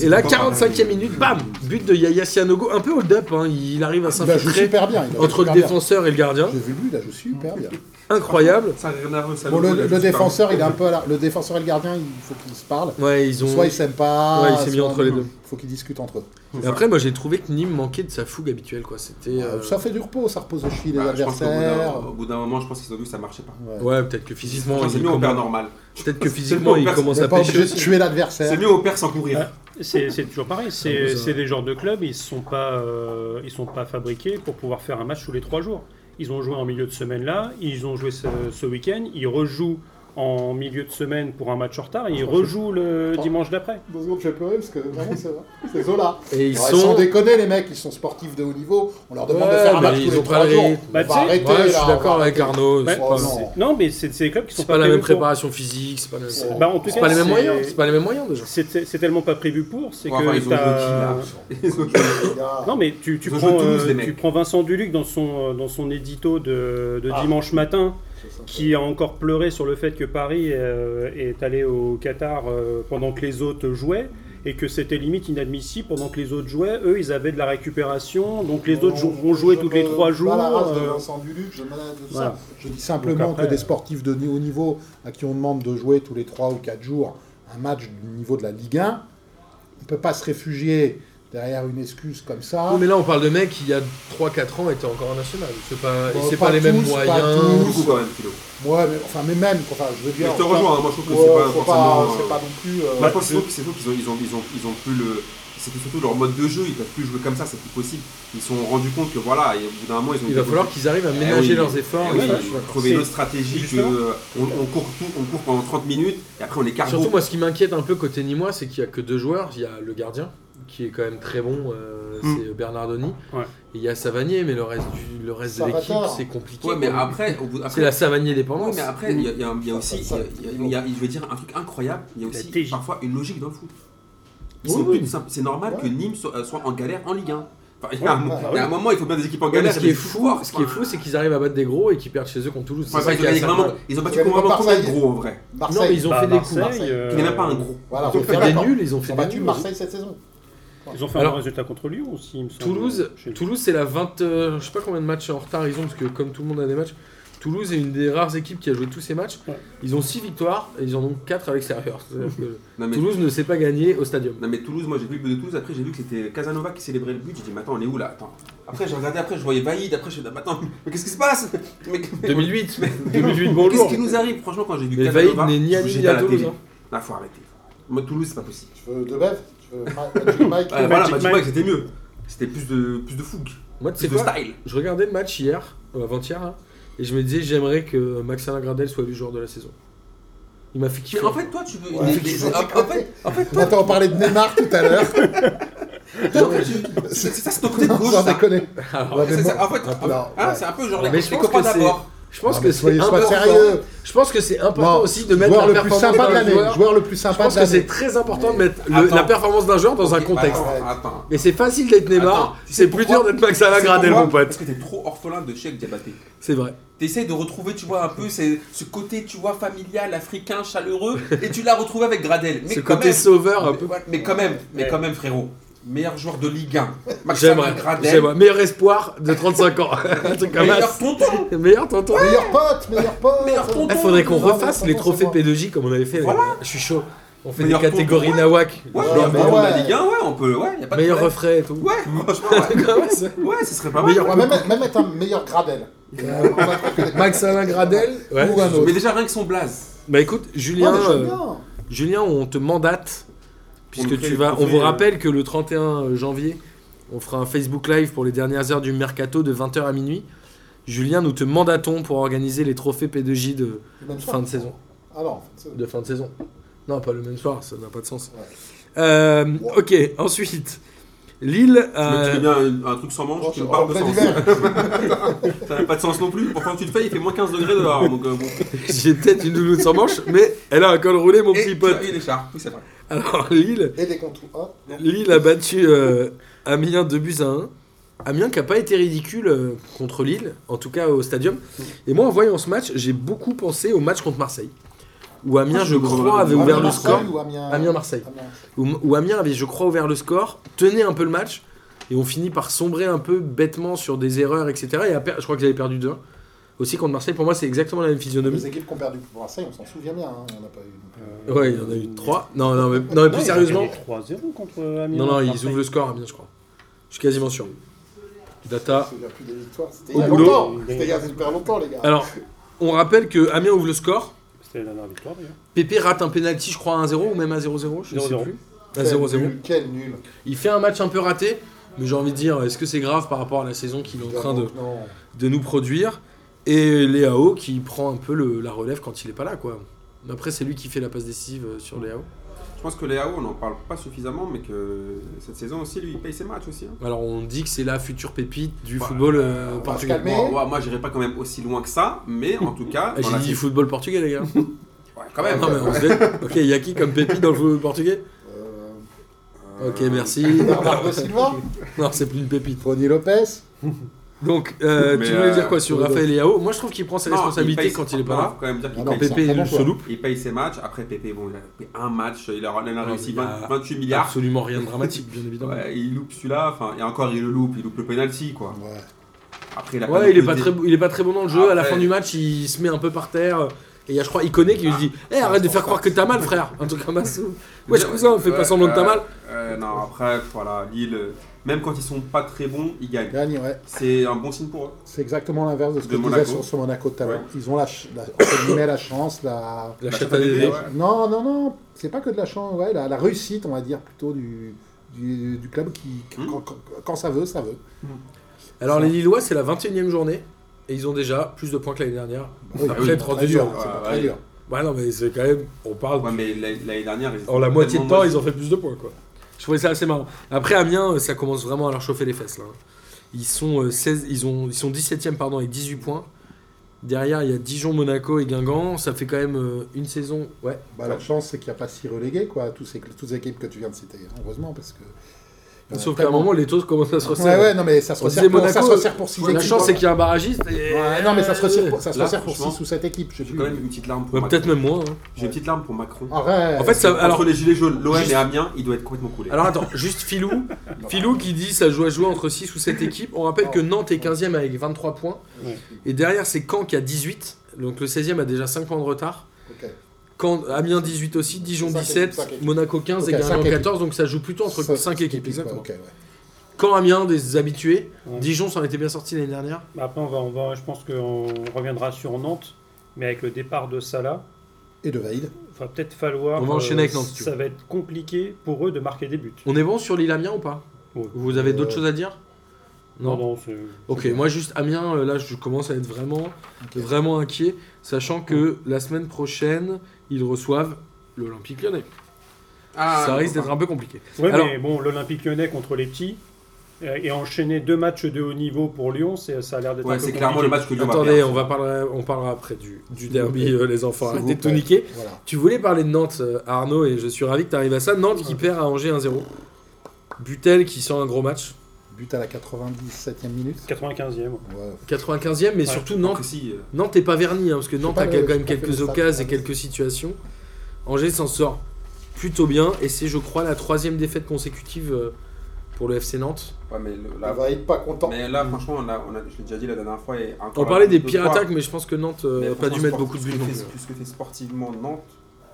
A: Et là, 45e minute, bam But de Yaya Sianogo, un peu hold-up, hein. il arrive à
C: Il a joué
A: s'infiltrer
C: super bien. il a joué
A: entre le
C: super bien.
A: défenseur et le gardien.
C: J'ai vu lui, il a joué super bien.
A: Incroyable.
B: Ça rien nerveux, Sanogo.
C: Bon, le,
B: il a
C: le
B: juste
C: défenseur, il est un peu à la- Le défenseur et le gardien, il faut qu'ils se parlent.
A: Ouais, ils ont.
C: Soit ils s'aiment pas.
A: Ouais, il s'est mis
C: soit-
A: entre les deux.
C: Faut qu'ils discutent entre eux.
A: Et après, moi, j'ai trouvé que Nîmes manquait de sa fougue habituelle, quoi. C'était. euh,
C: Ah, Ça fait du repos, ça repose aux chevilles des
B: Bah, je pense qu'au bout d'un-
C: adversaires.
B: Au bout d'un moment, je pense qu'ils ont vu que ça marchait pas.
C: Ouais.
A: Ouais, peut-être que physiquement,
B: Enfin,
A: il
B: c'est mieux au
A: commence-
B: père normal.
A: peut-être que
B: C'est
A: physiquement,
B: mieux au
A: il
B: père-
A: commence
C: On
A: à
C: n'est pas
A: pêcher
C: obligé de
A: aussi.
C: tuer
B: C'est
C: l'adversaire.
B: mieux au père sans courir.
D: C'est c'est toujours pareil,
A: Ah,
D: c'est
A: ça-
D: c'est des genres de clubs, ils sont pas, euh, ils sont pas fabriqués pour pouvoir faire un match tous les trois jours. Ils ont joué en milieu de semaine là, ils ont joué ce, ce week-end, ils rejouent en milieu de semaine pour un match en retard, et ils rejouent le dimanche d'après.
C: Deux secondes, je vais pleurer parce que vraiment, c'est vrai. C'est Zola.
A: Et ils
C: Alors, Ils sont
A: sont.
C: déconnés, les mecs, ils sont sportifs de haut niveau. On leur demande de
A: Ouais,
C: faire un
A: mais
C: match
A: ils
C: tous
A: ont
C: les
A: pas
C: trois
A: le
C: jours.
A: rythme.
C: On
D: Bah,
C: va
D: tu sais,
C: arrêter,
A: Ouais, je
C: là,
A: suis
C: on va
A: d'accord avec
C: arrêter.
A: Arnaud. c'est
D: Ouais.
A: pas-
C: Oh, non.
D: Non, mais c'est c'est des clubs qui sont
A: C'est
D: pas,
A: pas la même
D: prévus pour.
A: préparation physique, c'est pas la- c'est
D: Bah, en tout
A: c'est
D: cas,
A: pas les mêmes
D: c'est-
A: moyens. C'est pas les mêmes moyens déjà.
D: C'est c'est- c'est tellement pas prévu pour, c'est
B: Bon, enfin,
D: que
B: ils ont
D: t'as-
B: joué qui, là
C: Les gars,
D: Non mais tu, tu
B: Ils ont
D: prends,
B: joué Toulouse,
D: euh,
B: les mecs.
D: tu prends Vincent Duluc dans son, euh, dans son édito de, de
C: Ah.
D: dimanche matin qui a encore pleuré sur le fait que Paris euh, est allé au Qatar euh, pendant que les autres jouaient et que c'était limite inadmissible pendant que les autres jouaient. Eux, ils avaient de la récupération, donc les autres jou- ont joué
C: je
D: tous
C: me-
D: les trois jours.
C: Pas la race de
D: euh,
C: Vincent Duluc, je me la- tout
D: voilà.
C: ça. Je dis simplement
D: Donc après,
C: que des sportifs de haut niveau à qui on demande de jouer tous les 3 ou 4 jours un match du niveau de la Ligue 1, on ne peut pas se réfugier derrière une excuse comme ça.
A: Oui, Oh, mais là, on parle de mecs qui, il y a 3-4 ans, étaient encore en national. C'est pas, et
C: Bon,
A: c'est
C: pas
A: pas, les mêmes
C: tous, pas
A: moyens.
C: tous.
B: Beaucoup quand même, Philo.
C: Ouais, mais enfin, mais même, enfin, je veux
B: Mais
C: dire.
B: je te
C: enfin,
B: rejoins, hein, moi je trouve que
C: ouais,
B: c'est pas
C: faut
B: forcément.
C: c'est pas non plus. euh,
B: Moi, je pense que c'est faux qu'ils ont, ils ont, ils ont, ils ont plus le. C'est que surtout leur mode de jeu, ils peuvent plus jouer comme ça, c'est plus possible. Ils se sont rendus compte que voilà, et au bout d'un moment, ils ont
A: Il va falloir qu'ils arrivent à ménager
B: oui.
A: leurs
B: Eh
A: efforts.
B: oui,
D: Ouais, ouais, je
B: ils
D: suis
B: ont
D: d'accord.
B: trouvé une autre
D: C'est-
B: stratégie que
D: justement.
B: euh, on, on court tout, on court pendant 30 minutes et après on est carbo.
A: Surtout, moi, ce qui m'inquiète un peu côté Nîmois, c'est qu'il y a que deux joueurs. Il y a le gardien, qui est quand même très bon, euh,
D: Mm.
A: c'est Bernardoni.
D: Ouais.
A: Et il y a Savanier, mais le reste, du- le reste de
C: Savatar.
A: l'équipe, c'est compliqué.
B: Ouais, mais
A: quoi.
B: après, au bout après-
A: C'est la Savanier
B: Ouais,
A: dépendance.
B: mais après, il y a- il y, a- il y a aussi, il y a- il y a- il y a- je veux dire, un truc incroyable, il y a
D: La
B: aussi
D: TJ.
B: parfois une logique dans le foot. Ils
A: Oui,
B: sont
A: oui.
B: plus simples. C'est normal que
C: Ouais.
B: Nîmes soit, euh, soit en galère en Ligue 1. Enfin, il y a un,
C: Ouais,
B: mo-
C: bah
B: il y a
D: oui.
B: un moment, il faut bien des équipes en
A: Ouais, mais
B: galère.
A: ce
B: et
A: qui est
B: des
A: fou,
B: forts.
A: ce qui est fou, c'est qu'ils arrivent à battre des gros et qu'ils perdent chez eux contre Toulouse.
B: Enfin,
A: ça
B: ils,
A: qui
B: ont
A: est
B: gagné
A: assez
B: vraiment-
A: incroyable.
B: ils ont
C: Ils
B: battu
C: avaient
B: comment
C: pas
B: vraiment contre un
C: Marseille.
B: gros en vrai
A: Non, mais ils ont
D: Bah,
A: fait des coups.
D: Marseille,
C: Marseille,
D: euh,
B: Qui n'est même pas un gros.
C: Voilà,
A: Ils ont
C: faut
A: fait
C: pas
A: des
C: d'accord.
A: nuls, ils ont
C: Ils
A: fait
C: ont
A: des
C: battu
A: nuls.
C: Marseille cette saison.
D: Ils ont fait un
A: Alors-
D: bon résultat contre Lyon aussi, il me semble. Euh,
A: Toulouse,
D: Chez nous.
A: Toulouse c'est la 20, euh, je sais pas combien de matchs en retard ils ont parce que comme tout le monde a des matchs, Toulouse est une des rares équipes qui a joué tous ces matchs.
D: Ouais.
A: Ils ont 6 victoires et ils en ont 4 à l'extérieur. C'est-à-dire que
B: Non mais,
A: Toulouse ne s'est pas gagné au stadium.
B: non, mais Toulouse, moi j'ai vu le but de Toulouse, après j'ai vu que c'était Casanova qui célébrait le but, j'ai dit mais attends on est où là Attends. Après j'ai regardé, après je voyais Vaïd, après je me suis dit attends, mais qu'est-ce qui se passe Mais- mais-
A: 2008,
B: mais-
A: 2008
B: Qu'est-ce
A: bonjour.
B: qui nous arrive franchement quand j'ai vu
A: Mais Vaïd
B: Casanova
A: n'est ni à
B: je me
A: Lille
B: suis
A: ni
B: dit,
A: à
B: la
A: Toulouse.
B: télé.
A: hein.
B: Là faut arrêter. Moi Toulouse c'est pas possible.
C: Tu veux de Bev Tu veux Ma- Magic Mike
A: Ah,
B: Ouais, voilà,
D: Magic
B: Magic
D: Mike.
B: Mike c'était mieux. C'était plus de, plus de fougue,
A: Moi tu sais
B: plus de
A: quoi
B: style.
A: Je regardais le match hier, euh, avant-hier, hein, et je me disais j'aimerais que Max Alain Gradel soit le joueur de la saison. Il m'a fait
B: Mais
A: kiffer.
B: en fait toi tu veux.
C: Ouais,
B: des-
C: tu
B: des-
C: veux
B: en- en fait, en fait,
C: On entend parler de Neymar tout à l'heure.
B: c'est c'est ça c'est ton côté de
C: Non,
B: gauche.
C: sans
B: ça.
C: déconner.
A: Alors,
C: Ouais, mais
B: C'est
C: moi-
B: ça, En fait,
C: Non,
B: ah,
C: ouais.
B: c'est un peu genre
A: Mais
B: les
A: je
B: gens
A: pense
B: pas
A: que c'est-
B: d'abord.
A: je pense
C: Non,
A: que
C: mais
A: c'est
C: soyez sois
A: important.
C: sérieux.
A: Je pense que c'est important
C: Non,
A: aussi de mettre la
C: Joueur le plus
A: performance
C: sympa de
A: d'un
C: l'année.
A: joueur.
C: Joueur le plus
A: Je
C: sympa
A: pense
C: de
A: que c'est
C: l'année.
A: très important de
B: Mais
A: mettre le-
B: attends.
A: la performance d'un joueur dans un
B: Ok,
A: contexte.
B: Attends, attends.
A: Mais c'est facile d'être
B: Attends,
A: Neymar,
B: tu sais
A: c'est plus dur
B: pourquoi
A: d'être Max
B: Tu sais
A: Gradel,
B: pourquoi
A: mon pote.
B: Parce que t'es trop orphelin de Cheikh Diabaté.
A: C'est vrai.
B: T'essayes de retrouver, tu vois, un peu ces- ce côté, tu vois, familial, africain, chaleureux, et tu l'as retrouvé avec Gradel. Mais
A: Ce
B: quand
A: côté
B: même,
A: sauveur un peu.
B: mais, mais quand même, mais quand même, frérot, meilleur joueur de Ligue 1, Maxime
A: J'aimerais.
B: Gradel,
A: J'aimerais. Meilleur espoir de 35 ans. Un truc comme
B: meilleur
A: ça.
B: tonton,
A: Meilleur tonton.
C: Meilleur pote, meilleur pote.
B: meilleur tonton.
A: Il faudrait qu'on
C: Non, mais
A: refasse
C: tonton,
A: les
C: c'est
A: trophées
C: moi.
A: PDG comme on avait fait.
B: Voilà.
A: Je suis chaud. On fait
B: Meilleur
A: des catégories
B: tonton.
A: nawak.
B: Ouais,
C: Ouais,
B: meilleur
C: bah
B: tonton de la
C: ouais.
B: Ligue 1, ouais, on peut, ouais, y a pas de
A: Meilleur
B: problème.
A: refrain et tout.
B: Ouais, franchement,
A: Comme ça.
B: ouais. ouais, ce serait pas mal.
A: Meilleur-
C: Ouais, même, même être un meilleur Gradel. Euh, on va dire que les-
A: Max Alain Gradel. Ouais.
C: Ou un autre.
B: Mais déjà, rien que son blaze.
A: Bah écoute,
C: Ouais,
A: Julien.
C: mais j'aime
A: euh,
C: bien.
A: Julien, on te mandate,
B: On
A: puisque
B: fait
A: tu
B: les
A: vas. On
B: trophées,
A: vous
B: euh.
A: rappelle que le 31 janvier, on fera un Facebook Live pour les dernières heures du mercato de 20h à minuit. Julien, nous te mandatons pour organiser les trophées P2J de
C: Même
A: fin de
C: soir.
A: saison.
C: Ah non, fin de saison.
A: De fin de saison. Non, pas le même soir, ça n'a pas de sens.
C: Ouais.
A: Euh, ok, ensuite. Lille.
B: Mais tu
A: euh,
B: fais bien un, un truc sans manche, tu me
C: Oh, En
B: parles de
C: plein
B: sens.
C: hiver.
B: Ça n'a pas de sens non plus. Pourtant, tu le fais, il fait moins 15 degrés dehors. Donc, euh, bon.
A: j'ai peut-être une doudoune sans manche, mais elle a un col roulé, mon petit
B: Et tu
A: pote.
B: as eu l'écharpe, oui, c'est vrai.
A: Alors, Lille.
C: Et des contours. Ah, non.
A: Lille a battu euh, Amiens 2 buts à 1. Amiens qui n'a pas été ridicule euh, contre Lille, en tout cas au stadium. Et moi, en voyant ce match, j'ai beaucoup pensé au match contre Marseille. Où Amiens, je crois, avait ouvert le
C: Amiens-Marseille
A: score.
C: Ah, ou Amiens-
A: Amiens-Marseille.
C: Amiens.
A: Où, où Amiens avait, je crois, ouvert le score, tenait un peu le match. Et on finit par sombrer un peu bêtement sur des erreurs, etc. Et à per- je crois qu'ils avaient perdu 2 Aussi contre Marseille, pour moi, c'est exactement la même physionomie.
C: Les équipes qui ont perdu pour Marseille, on s'en souvient bien. hein, Il y en a pas eu.
D: Euh,
A: Ouais, il y en a eu 3. Non, non, mais, non, mais
D: non,
A: plus
D: ils ont
A: sérieusement.
D: gagné 3-0 contre euh, Amiens.
A: Non, non, ils
D: Marseille.
A: ouvrent le score, Amiens, je crois. Je suis quasiment sûr. Data,
C: Ah, Il n'y a plus des victoires. C'était
A: Au
C: il y a
A: boulot.
C: longtemps. C'était il y a super longtemps, les gars.
A: Ah. Alors, on rappelle que Amiens ouvre le score.
D: C'était la dernière victoire d'ailleurs.
A: Pépé rate un penalty, je crois, à 1-0 ou même à 0-0, je ne sais
D: 0-0.
A: plus. À
C: Quel
A: 0-0.
C: nul, Quel nul.
A: Il fait un match un peu raté, mais j'ai envie de dire, est-ce que c'est grave par rapport à la saison qu'il est en train de,
C: Non.
A: de nous produire Et Léao qui prend un peu le- la relève quand il est pas là, quoi. Après, c'est lui qui fait la passe décisive euh, sur Léao.
B: Je pense que Léo, on n'en parle pas suffisamment, mais que cette saison aussi, lui, il paye ses matchs aussi. hein.
A: Alors, on dit que c'est la future pépite du
B: Bah,
A: football euh,
C: on va se
A: portugais.
C: calmer. Mais-
B: Bon, ouais, moi, j'irai pas quand même aussi loin que ça, mais en tout cas.
A: Ah,
B: dans
A: J'ai
B: la-
A: dit football portugais, les gars. Ah,
B: Ouais, quand même.
A: non, mais on se dit- Ok, il y a qui comme pépite dans le football portugais
C: Euh,
B: Euh,
A: Ah, Ok, merci.
C: Bernardo Silva,
A: non, c'est plus une pépite.
C: Tony Lopez.
A: Donc, euh,
B: Mais,
A: tu voulais
B: euh,
A: dire quoi sur
C: Rodolphe.
A: Raphaël Léao Moi, je trouve qu'il prend ses
B: non,
A: responsabilités
B: paye-
A: quand il est
B: on va
A: pas
B: quand même dire
C: Ah
B: qu'il
C: non,
A: là.
B: paye, ses-
A: Pépé
C: c'est un
A: il se
C: bon
A: loupe.
B: il paye ses matchs. Après, Pépé, bon, il a fait un match, il a, il a
A: mais
B: réussi
A: il a-
B: 20 28
A: Il y a
B: milliards.
A: absolument rien de dramatique, bien évidemment. Ouais,
B: Ouais, il loupe celui-là, enfin, et encore, il le loupe, il loupe le penalty, quoi.
C: Ouais.
B: Après, il a
A: il est
B: non
A: pas
B: plus
A: très,
B: dé-
A: bon- il est pas très bon dans le jeu. à la
B: Après-
A: fin du match, il se met un peu par terre. Et il y a, je crois, Iconé qui lui dit Eh, arrête de faire croire que t'as mal, frère Un truc comme ça. Ouais, je trouve ça, on fait pas semblant que t'as mal.
B: Euh, non, après, voilà, Lille, euh, même quand ils sont pas très bons, ils gagnent.
C: Gagne, ouais.
B: C'est un bon signe pour eux.
C: C'est exactement l'inverse de ce que
B: De
C: je disais
B: Monaco.
C: sur ce Monaco tout à l'heure.
B: Ouais.
C: Ils ont la, ch- la, entre guillemets, la chance, la.
A: La
B: La
A: chatte
B: chatte
A: à
B: à bébé,
A: bébé.
B: ouais.
C: Non, non, non, c'est pas que de la chance, ouais, la, la réussite, on va dire, plutôt du, du, du club qui, qui-
B: Hmm.
C: quand, quand- quand ça veut, ça veut.
A: Alors, les Lillois, c'est la 21 e journée. Et ils ont déjà plus de points que l'année dernière.
C: Oui,
B: Ah
A: Après,
B: oui,
C: c'est
A: 30
C: très dur,
A: dur.
C: c'est pas
B: Ouais,
C: très
B: ouais.
C: dur.
A: Ah, Ouais, non, mais c'est quand même. On parle.
B: Ouais, mais l'année l'année dernière, ils
A: En Oh, la
B: étaient
A: moitié de
B: tellement
A: temps,
B: mauvais.
A: ils ont fait plus de points, quoi. Je trouvais ça assez marrant. Après, Amiens, euh, ça commence vraiment à leur chauffer les fesses, là. hein. Ils sont, euh, 16, ils ont, ils sont 17e, pardon, avec 18 points. Derrière, il y a Dijon, Monaco et Guingamp. Ça fait quand même euh, une saison. Ouais.
C: Bah, la chance, c'est qu'il n'y a pas si relégué, quoi, tous ces, toutes ces équipes que tu viens de citer, heureusement, parce que. il y en a
A: Sauf qu'à un
C: tellement.
A: moment, les taux commencent à se resserrer.
C: Ouais, ouais, non, mais ça se
A: On
C: resserre
A: disait
C: pour, ça
A: Monaco,
C: se resserre pour 6
A: La chance, c'est qu'il y a un barragiste. et-
C: Ouais, non, mais ça se resserre pour, ça se
B: Là,
C: resserre pour
B: franchement,
C: 6 ou 7 équipes, je sais
B: J'ai
C: plus. Ah,
B: quand même une petite larme pour
A: Ouais,
B: Macron.
A: Peut-être même moins. hein.
B: J'ai une petite larme pour Macron.
C: Arrête.
A: En fait, ça, alors,
B: Entre les gilets jaunes, l'OM
A: Juste-
B: et Amiens, il doit être complètement coulé.
A: alors attends, juste Filou. Filou qui dit ça joue à jouer entre 6 ou 7 équipes. On rappelle que Nantes est 15e avec 23 points.
D: Ouais.
A: Et derrière, c'est Caen qui a 18. Donc le 16e a déjà 5 points de retard.
C: Ok.
A: Caen, Amiens 18 aussi, Dijon
C: Cinq
A: 17,
C: équipes, cinq équipes.
A: Monaco 15 et
C: Ok,
A: Guingamp
C: cinq
A: 14. Donc ça joue plutôt entre
C: Ça,
A: 5
C: c'est
A: équipes.
C: quoi,
A: Exactement.
C: ok, ouais.
A: Caen, Amiens, des habitués.
D: Ouais.
A: Dijon, ça en était bien sorti l'année dernière.
D: Bah, Après, on va, on va, je pense qu'on reviendra sur Nantes, mais avec le départ de Salah,
C: Et de Vaïd.
D: va peut-être falloir. euh,
A: On va enchaîner avec Nantes, si tu
D: Ça va être compliqué pour eux de marquer des buts.
A: On est bon sur l'île Amiens ou pas
D: Ouais.
A: Vous avez d'autres
C: Euh,
A: choses à dire
D: Non, non, c'est-
A: Ok, moi juste Amiens, euh, là je commence à être vraiment, vraiment inquiet, sachant que la semaine prochaine, ils reçoivent l'Olympique lyonnais.
B: Ah,
A: ça risque
B: enfin,
A: d'être un peu compliqué.
D: Ouais,
A: Alors-
D: mais bon, l'Olympique lyonnais contre les petits. euh, Et enchaîner deux matchs de haut niveau pour Lyon, c'est- ça a l'air d'être un
B: Ouais,
D: peu
B: c'est clairement le
D: compliqué.
B: match que Lyon va
A: Attendez,
B: perdre.
A: on, va parler, on parlera après du, du
C: vous
A: derby,
C: plaît.
A: euh, les enfants.
C: S'il
A: Arrêtez
C: vous
A: de tout
C: plaît.
A: niquer.
C: Voilà.
A: Tu voulais parler de Nantes, euh, Arnaud, et je suis ravi que tu arrives à ça. Nantes qui perd à Angers 1-0. Butel qui sent un gros match.
C: But à la 97e minute.
D: 95e. ouais.
C: Ouais,
A: 95e, mais
D: Ouais.
A: surtout
B: Donc
A: Nantes
B: ici, euh,
A: Nantes n'est pas verni, hein, parce que Nantes
C: pas
A: a
C: le-
A: quand même
C: j'ai pas fait le
A: quelques
C: stats,
A: occasions et
C: ouais.
A: quelques situations. Angers s'en sort plutôt bien, et c'est, je crois, la troisième défaite consécutive euh, pour le FC Nantes.
B: ouais, mais le-
C: On
B: la-
C: va être pas content.
B: Mais là, franchement, on a, on a- je l'ai déjà dit la dernière fois. Et encore
A: On
B: la-
A: parlait des
B: deux
A: pires
B: fois,
A: attaques, mais je pense que Nantes
B: mais
A: n'a pas
B: franchement,
A: dû mettre
B: sport-
A: beaucoup de
B: ce
A: buts
B: que
A: non
B: fait-
A: plus.
B: Ce que fait sportivement Nantes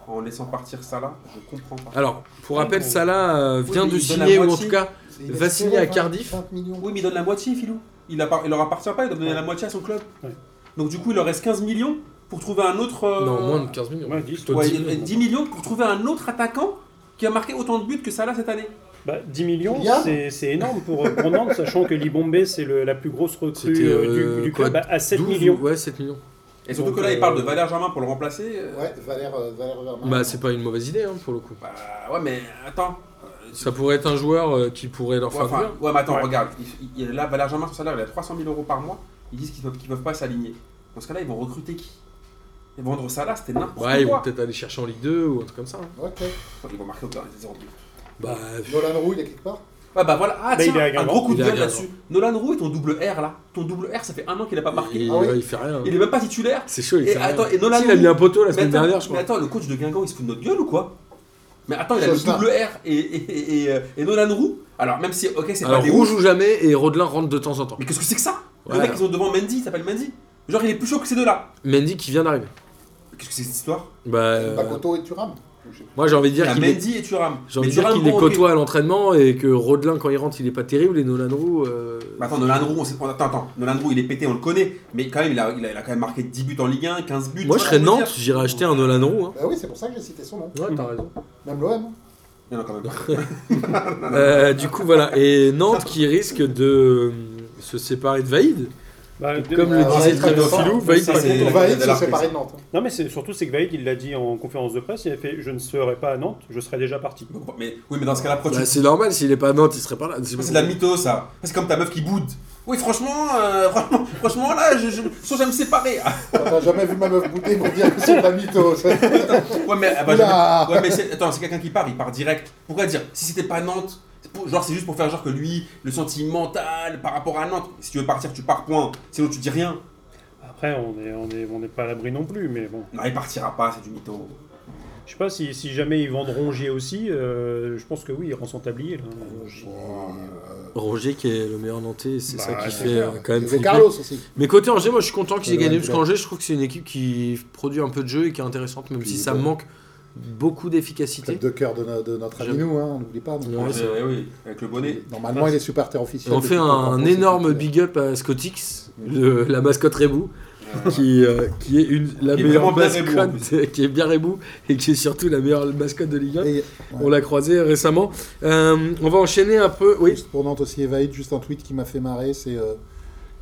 B: en laissant partir Salah, je comprends pas.
A: Alors, pour rappel,
D: Oui,
A: Salah euh,
B: oui,
A: vient
B: mais
A: de
B: il donne la
A: signer, ou en
B: moitié.
A: tout cas,
C: Il
A: va
C: est
A: signer à
C: sur
A: Cardiff.
C: 25 millions.
B: Oui, mais il donne la moitié, Philou. Il, a, il leur appartient pas, il doit donner la moitié à son club.
D: Ouais.
B: Donc du coup, il leur reste 15 millions pour trouver un autre. euh,
A: non, moins de 15 millions.
D: Ouais, dix,
A: plutôt
B: ouais,
A: 10
B: et- et
A: millions.
B: 10 millions pour trouver un autre attaquant qui a marqué autant de buts que Salah cette année.
D: Bah, 10 millions,
C: Kylian
D: c'est c'est énorme pour, pour Nantes, sachant que Libombé, c'est le- la plus grosse
A: C'était,
D: recrue euh,
A: euh,
D: du, du
A: quoi,
D: club à- à 7
A: 12
D: millions.
A: Ouais, 7 millions.
B: Et surtout
D: Donc,
B: que là,
D: euh,
B: il parle de Valère Germain pour le remplacer. euh,
C: Ouais, Valère, euh, Valère Vermaelen.
A: Bah, c'est pas une mauvaise idée, hein, pour le coup.
B: Bah ouais, mais attends. euh,
A: Ça pourrait être un joueur euh, qui pourrait leur
B: Ouais,
A: faire
B: enfin,
A: plaisir.
B: ouais, mais attends,
D: Ouais.
B: regarde. il- il- là, Valère Germain, son salaire, il a 300 000 euros par mois. Ils disent qu'ils peuvent, qu'ils peuvent pas s'aligner. Dans ce cas-là, ils vont recruter qui Et vendre ça là, c'était n'importe
A: Ouais, ils vont
B: quoi.
A: peut-être aller chercher en Ligue 2 ou un truc comme ça. hein.
C: Ok.
B: Ils vont marquer aucun des zéro but.
A: Bah,
C: Nolan Roux, il est quelque part
B: Ouais, bah voilà. Ah,
D: Bah,
B: tiens,
D: il est à
B: un
D: Guingamp.
B: gros coup de
A: Il est à
B: gueule
A: Guingamp.
B: là-dessus. Nolan Roux et ton double R là. Ton double R, ça fait un an qu'il a pas marqué.
A: Bah, il,
C: Ah oui.
A: ouais, il fait rien. hein.
B: Il est même pas titulaire.
A: C'est chaud, il
B: Et
A: fait rien.
B: attends, et Nolan
A: Si, il a
B: Roux-
A: mis un poteau la
B: mais,
A: semaine
B: attends,
A: dernière, je
B: mais
A: crois.
B: attends, le coach de Guingamp, il se fout de notre gueule ou quoi mais attends, il a le
C: Josna.
B: double R et, et, et, euh, et Nolan Roux. Alors, même si, ok, c'est pas
A: Alors,
B: des
A: Rouge joue jamais et Rodelin rentre de temps en temps.
B: Mais qu'est-ce que c'est que ça
A: Ouais.
B: Le mec, ils ont devant Mendy, il s'appelle Mendy. Genre, il est plus chaud que ces deux-là.
A: Mendy qui vient d'arriver.
B: Mais Qu'est-ce que c'est que cette histoire
A: Bah, euh,
C: Bakoto et Thuram.
A: moi j'ai envie de
B: Il y
A: dire
B: a
A: qu'il est-
B: Mendy et Thuram.
A: j'ai envie
B: Mais
A: de dire
B: Thuram,
A: qu'il les
B: bon, ok.
A: côtoie à l'entraînement et que Rodelin quand il rentre il est pas terrible et Nolan Roux. euh,
B: Mais attends, Nolan Roux, on sait- attends, attends, Nolan Roux, il est pété, on le connaît. Mais quand même, il a, il a, il a quand même marqué 10 buts en Ligue 1, 15 buts.
A: Moi je serais
B: Voilà,
A: Nantes,
B: dire.
A: j'irais acheter un Nolan Roux. hein.
C: Bah oui, c'est pour ça que j'ai cité son nom.
A: Ouais, t'as raison.
C: Même l'OM.
B: Il y en a quand même. pas.
A: Euh, du coup, voilà. Et Nantes qui risque de euh, se séparer de Vaïd.
D: Bah, de-
A: Comme
C: euh,
A: le
C: ouais,
A: disait
C: il
A: très bien
C: va-
A: Philou,
B: ça,
A: Vaïd
B: ça,
A: pas
B: c'est-
A: content.
C: On
B: la-
C: va
B: la-
C: être se
B: la-
C: séparer de Nantes.
D: Non, mais c'est- surtout, c'est que Vaïd, il l'a dit en conférence de presse, il a fait Je ne serai pas à Nantes, je serai déjà parti.
B: Donc, bon, mais, oui, mais dans ce cas-là, pourquoi
A: Bah,
B: tu-
A: c'est normal, s'il est pas à Nantes, il serait pas là.
B: C'est de la mytho, ça. C'est comme ta meuf qui boude. Oui, franchement, euh, franchement, franchement, là, je, je, je sens que me séparer. Ah,
C: On n'a jamais vu ma meuf bouter pour dire que c'est pas mytho.
B: ouais, mais, ah, bah,
C: Oula.
B: j'avais- ouais, mais c'est- attends, c'est quelqu'un qui part, il part direct. Pourquoi dire Si c'était pas Nantes, c'est pour- genre, c'est juste pour faire genre que lui, le sentimental par rapport à Nantes. Si tu veux partir, tu pars, point. Sinon, tu dis rien.
D: Après, on n'est on est, on n'est pas à l'abri non plus, mais bon.
B: Non, il partira pas, c'est du mytho.
D: Je sais pas si, si jamais ils vendent Rongier aussi, euh, je pense que oui, ils rendent son tablier. là.
C: euh,
A: Roger qui est le meilleur Nantais, c'est
C: Bah,
A: ça qui
C: c'est
A: fait
C: clair.
A: euh, quand même.
C: C'est
A: flipper.
C: Carlos aussi.
A: Mais côté Angers, moi je suis content qu'ils aient
C: Ouais,
A: gagné
C: ouais,
A: parce
C: ouais.
A: qu'Angers, je trouve que c'est une équipe qui produit un peu de jeu et qui est intéressante, même
C: Puis,
A: si ça
C: bon.
A: manque beaucoup
C: Tête
A: d'efficacité.
C: de cœur de, no- de notre ami
A: J'aime.
C: nous, hein, on n'oublie pas. donc,
A: Ouais,
C: euh,
A: c'est-
B: Eh oui, avec le bonnet.
C: Normalement, il est supporter officiel.
A: On
C: de
A: fait
C: toute
A: un,
C: la France,
A: énorme
C: c'est-
A: big up à Scotix, le- la mascotte Rebou,
B: Euh,
A: qui, euh, qui est une, la
B: Qui est
A: meilleure
B: vraiment bien Rebou, en
A: mascotte, qui est bien Rebou et qui est surtout la meilleure mascotte de Ligue 1.
C: Et
A: On l'a croisé récemment. Euh, on va enchaîner un peu. Oui,
C: Juste pour Nantes aussi Evaïd, juste un tweet qui m'a fait marrer, c'est euh,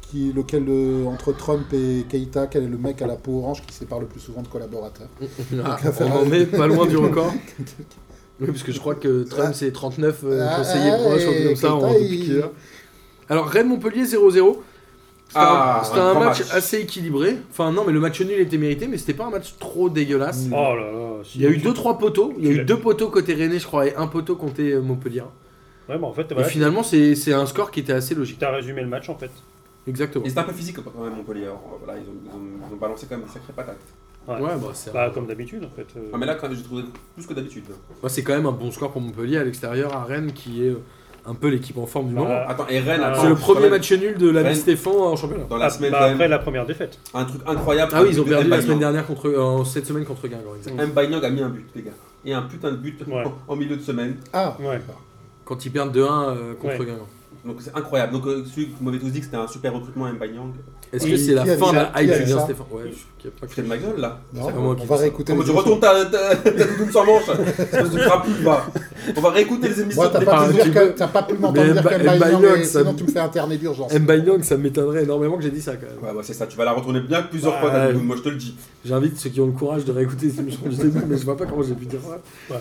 C: qui, lequel de- entre Trump et Keita, quel est le mec à la peau orange qui sépare le plus souvent de collaborateurs
A: Ah,
C: Donc,
A: on en
C: euh,
A: est pas loin du record. Oui, parce que je crois que Trump,
C: Ah.
A: c'est 39 euh,
C: Ah,
A: conseillers
C: ah,
A: proches, un truc
C: et
A: comme ça, en
C: Keita,
A: depuis
C: il-
A: qu'il est là. hein. Alors, Rennes-Montpellier 0-0. C'était
B: Ah,
A: un, c'était
B: un
A: un
B: grand
A: match,
B: match.
A: assez équilibré. Enfin, non, mais le match nul était mérité, mais c'était pas un match trop dégueulasse.
C: Mm.
D: Oh là là. si
A: Il y a eu
D: tu-
A: 2-3 poteaux. Il y a
D: tu
A: eu
D: l'as-
A: 2 poteaux côté Rennais, je crois, et un poteau côté euh, Montpellier.
D: Ouais, mais en fait,
A: Et
D: voilà,
A: finalement, c'est c'est un score qui était assez logique.
D: t'as résumé le match en fait.
A: Exactement.
B: Et c'était un peu physique quand même Montpellier. Alors, euh, Voilà, ils, ont, ils, ont, ils ont balancé quand même des sacrées patates.
D: Ouais.
A: Ouais, bah, c'est
D: Bah, comme d'habitude en fait. euh.
B: Ah, mais là, quand même, j'ai trouvé plus que d'habitude.
A: bah, c'est quand même un bon score pour Montpellier à l'extérieur, à Rennes, qui est euh, un peu l'équipe en forme du
D: Bah,
A: moment.
B: Attends, et Rennes,
D: Ah,
B: attends,
A: C'est le
B: quand
A: premier
B: même,
A: match nul de l'ami
B: Rennes-
A: Stéphane en championnat.
B: Dans la
D: Ah,
B: semaine,
D: bah,
B: quand même,
D: après la première défaite.
B: un truc incroyable.
A: Ah oui, ils ont
B: de
A: perdu la
B: Mbaye
A: semaine
B: Niang.
A: dernière contre euh, cette semaine contre Guingamp, exactement.
B: M. Banyang a mis un but, les gars. Et un putain de but
D: Ouais.
B: en, en milieu de semaine.
C: Ah,
D: Ouais.
A: Quand ils perdent 2-1 euh, contre
D: Ouais.
A: Guingamp.
B: Donc c'est incroyable. Donc euh, celui que vous m'avez tous dit que c'était un super recrutement, M. Banyang.
A: Est-ce
C: Oui,
A: que c'est la
C: qui a
A: fin
C: dit
A: de
C: ça
A: la
C: Qui
A: hype
C: a
A: du
C: dit
A: Julien
C: ça
A: Stéphane Ouais, je-
B: Tu fais de ma gueule là
C: non,
A: C'est vraiment
C: on
A: qui
C: va
A: dit ça.
C: réécouter
B: Comment
C: les
B: tu
C: émissions.
B: retournes ta, ta, ta doudoune sans manche Espèce de crapule va. On va réécouter les émissions
C: Moi, t'as
B: des
A: Ah,
C: pas, pu dire
A: tu
C: que-
A: veux-
C: t'as pas pu
A: Mais
C: m'entendre dire
A: Mba-
C: qu'elle
A: Mbaye Niang, ça-
C: sinon tu me fais interner d'urgence.
A: Mbaye Niang, ça m'étonnerait énormément que j'ai dit ça quand même.
B: Ouais, ouais, c'est ça, tu vas la retourner bien plusieurs
D: Ouais.
B: fois ta doudoune, moi je te le dis.
A: J'invite ceux qui ont le courage de réécouter ces émissions du début, mais je vois pas comment j'ai pu dire ça.
D: Ouais.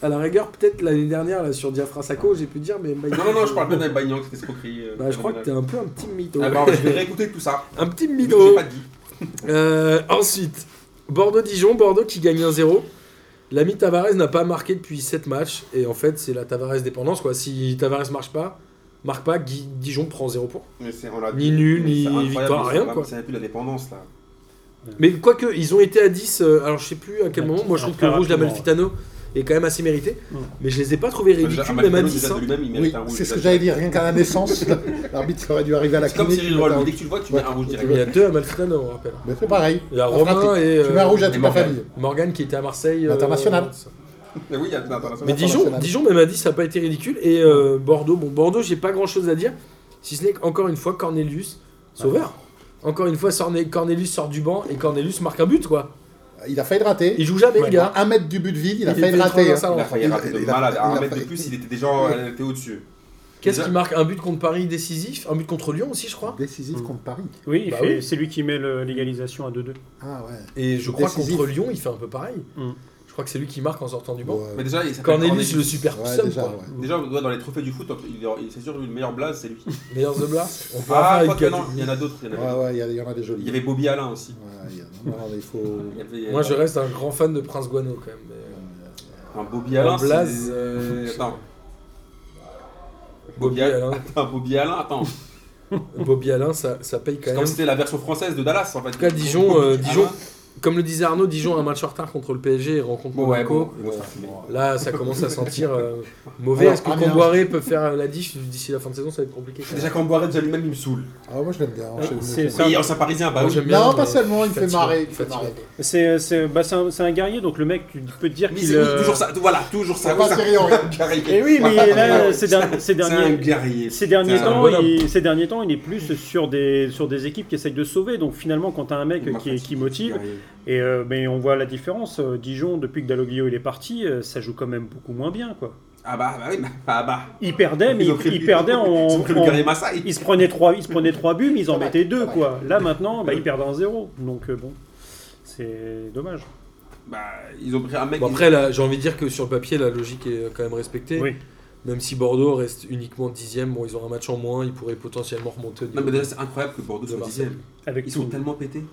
A: À la rigueur, peut-être l'année dernière là, sur Diafra Sacco, j'ai pu dire, mais Mbaye
B: Non, non, non, je parle pas d'un Bagnan, c'était escroquerie. euh,
A: Bah, je crois que t'es
B: phénoménale.
A: un peu un petit mytho.
B: Ah, bah, je vais réécouter tout ça.
A: un petit
B: Vu que J'ai
A: mytho.
B: pas dit.
A: Euh, ensuite, Bordeaux-Dijon, Bordeaux qui gagne 1-0. L'ami Tavares n'a pas marqué depuis 7 matchs. Et en fait, c'est la Tavares dépendance. Quoi. Si Tavares marche pas, marque pas, Gui- Dijon prend 0 points.
B: Mais c'est- on l'a
A: Ni
B: dit,
A: nul,
B: mais
A: ni
B: c'est incroyable,
A: victoire,
B: mais
A: rien,
B: c'est-
A: quoi.
B: C'est plus la dépendance là.
A: Mais quoique, ils ont été à 10. euh, alors, je sais plus à quel moment. Moi, je trouve que le rouge d'Amalfitano est quand même assez mérité.
D: Ouais.
A: Mais je les ai pas trouvés ridicules, même à 10. hein.
C: Oui, c'est ce que j'allais dire, rien qu'à la naissance, l'arbitre aurait dû arriver à la
B: C'est comme
C: clinique.
B: Cyril
C: il mettait un
B: Roll, dès
C: rouge.
B: que tu le vois, tu
C: Ouais.
B: mets un rouge
A: hein. Il y
B: direct.
A: a deux Amalfitano, on rappelle.
C: Mais c'est pareil.
A: Il y a
C: La
A: Romain
C: fratrie.
A: et
C: Tu mets un rouge à
A: euh,
C: toute la famille.
A: Morgane qui était à Marseille. euh,
C: International.
B: Mais oui, il y a international.
A: Mais Dijon,
C: International.
A: Dijon même a dit ça n'a pas été ridicule. Et euh, Bordeaux, bon, Bordeaux, j'ai pas grand chose à dire. Si ce n'est qu'encore une fois, Cornelius, sauveur. Encore une fois, Sorne- Cornelius sort du banc et Cornelius marque un but, quoi.
C: Il a failli le rater.
A: Il joue jamais,
D: Ouais,
A: le gars.
C: Un mètre du but vide, il a
A: Il
C: failli
A: est
C: le rater.
A: trop
C: hein.
A: dans
B: Il a failli rater de malade.
C: il
B: Un
C: a
B: mètre de
C: failli-
B: plus, il était déjà euh, était au-dessus.
A: Qu'est-ce
B: Déjà-
A: qu'il marque Un but contre Paris décisif, un but contre Lyon aussi, je crois.
C: Décisif
D: Mm.
C: contre Paris.
D: Oui, il
A: Bah
D: fait-
A: oui.
D: c'est lui qui met le- l'égalisation à 2-2.
C: Ah ouais.
A: Et je crois
C: Décisif.
A: contre Lyon, il fait un peu pareil.
D: Mm.
A: Je crois que c'est lui qui marque en sortant du banc.
C: Ouais.
B: Mais déjà, il s'appelle
A: Cornelius, le super
C: Ouais,
A: somme,
C: déjà,
A: quoi.
C: ouais.
B: Déjà, on doit dans les trophées du foot, il- il- c'est sûr, le meilleur blaze, c'est lui.
A: Meilleur Zebla. On peut
B: Ah,
A: en faire une
B: quoi que non,
A: catégorie.
B: il y en a d'autres. il y en
C: Ouais,
B: avait-
C: ouais, il y, a- il y en a des jolis.
B: Il y avait Bobby Alain aussi.
C: Ouais, il y a- non, non, il faut.
B: Il y avait- euh,
A: Moi, je reste un grand fan de Prince Guano, quand même. mais-
B: Un Bobby Alain.
A: Un blaze,
B: c'est-
A: euh,
B: Attends.
A: Bobby
B: Bobby
A: Alain,
B: Attends, Bobby Alain, attends.
A: Bobby Alain, ça, ça paye quand
B: C'est
A: même.
B: comme si c'était la version française de Dallas en fait. En
A: tout cas, Dijon, euh, Dijon, Comme le disait Arnaud, Dijon a un match en retard contre le PSG et rencontre
B: Bon, ouais,
A: Monaco.
B: bon, bon, ça fait-
A: Là, ça commence à sentir euh, mauvais.
C: Alors,
A: Est-ce que
C: Amiens.
A: Comboiré peut faire la dish d'ici la fin de saison Ça va être compliqué. quand même.
B: Déjà, quand Boiret, déjà lui-même, il me saoule.
C: Ah, moi je l'aime bien.
D: Ah,
C: je l'aime
D: c'est-
C: bien.
D: c'est-
B: Oui, ancien parisien, bah
A: Moi,
B: oui.
A: j'aime bien, euh,
C: Non, pas
A: mais
C: seulement, il me fait
A: fatigant,
C: marrer. il me fait
A: fatigant.
C: marrer.
D: C'est c'est- bah, c'est un, c'est un guerrier, donc le mec, tu peux te dire
B: Mais
D: qu'il.
B: c'est oui,
D: euh,
B: toujours ça, voilà, toujours ça.
C: C'est pas
B: oui,
C: Thierry Henry.
B: un guerrier.
D: Eh oui, mais là, ces, derni- ces
B: C'est un
D: derniers,
B: guerrier.
D: ces, derniers
B: C'est un
D: temps,
A: bonhomme.
D: il, ces derniers temps, il est plus sur des, sur des équipes qui essayent de sauver. Donc finalement, quand tu as un mec qui, qui motive,
B: Guerrier.
D: et, euh, mais on voit la différence. euh, Dijon, depuis que Daloglio il est parti, euh, ça joue quand même beaucoup moins bien. quoi.
B: Ah bah, bah oui, bah, bah, bah.
D: Ils perdaient, Eh, mais
B: Ils
D: ils,
B: ont pris-
D: ils perdaient en.
B: Ils ont pris le
D: en-
B: guerrier Maasai.
D: ils se prenaient trois, ils se prenaient trois buts, mais ils en
C: Ça va,
D: mettaient
C: ça
D: deux,
C: va.
D: quoi. Là maintenant, bah, ils perdent un zéro, donc euh, bon, c'est dommage.
B: Bah, ils ont pris un mec.
A: Bon, après, là, j'ai envie de dire que sur le papier, la logique est euh, quand même respectée.
D: Oui.
A: Même si Bordeaux reste uniquement dixième, bon, ils ont un match en moins, ils pourraient potentiellement remonter. au
B: Non,
A: niveau.
B: mais déjà, c'est incroyable que Bordeaux
A: De
B: soit
A: Marseille.
B: dixième.
D: Avec
B: Ils sont
D: tout.
B: tellement pétés.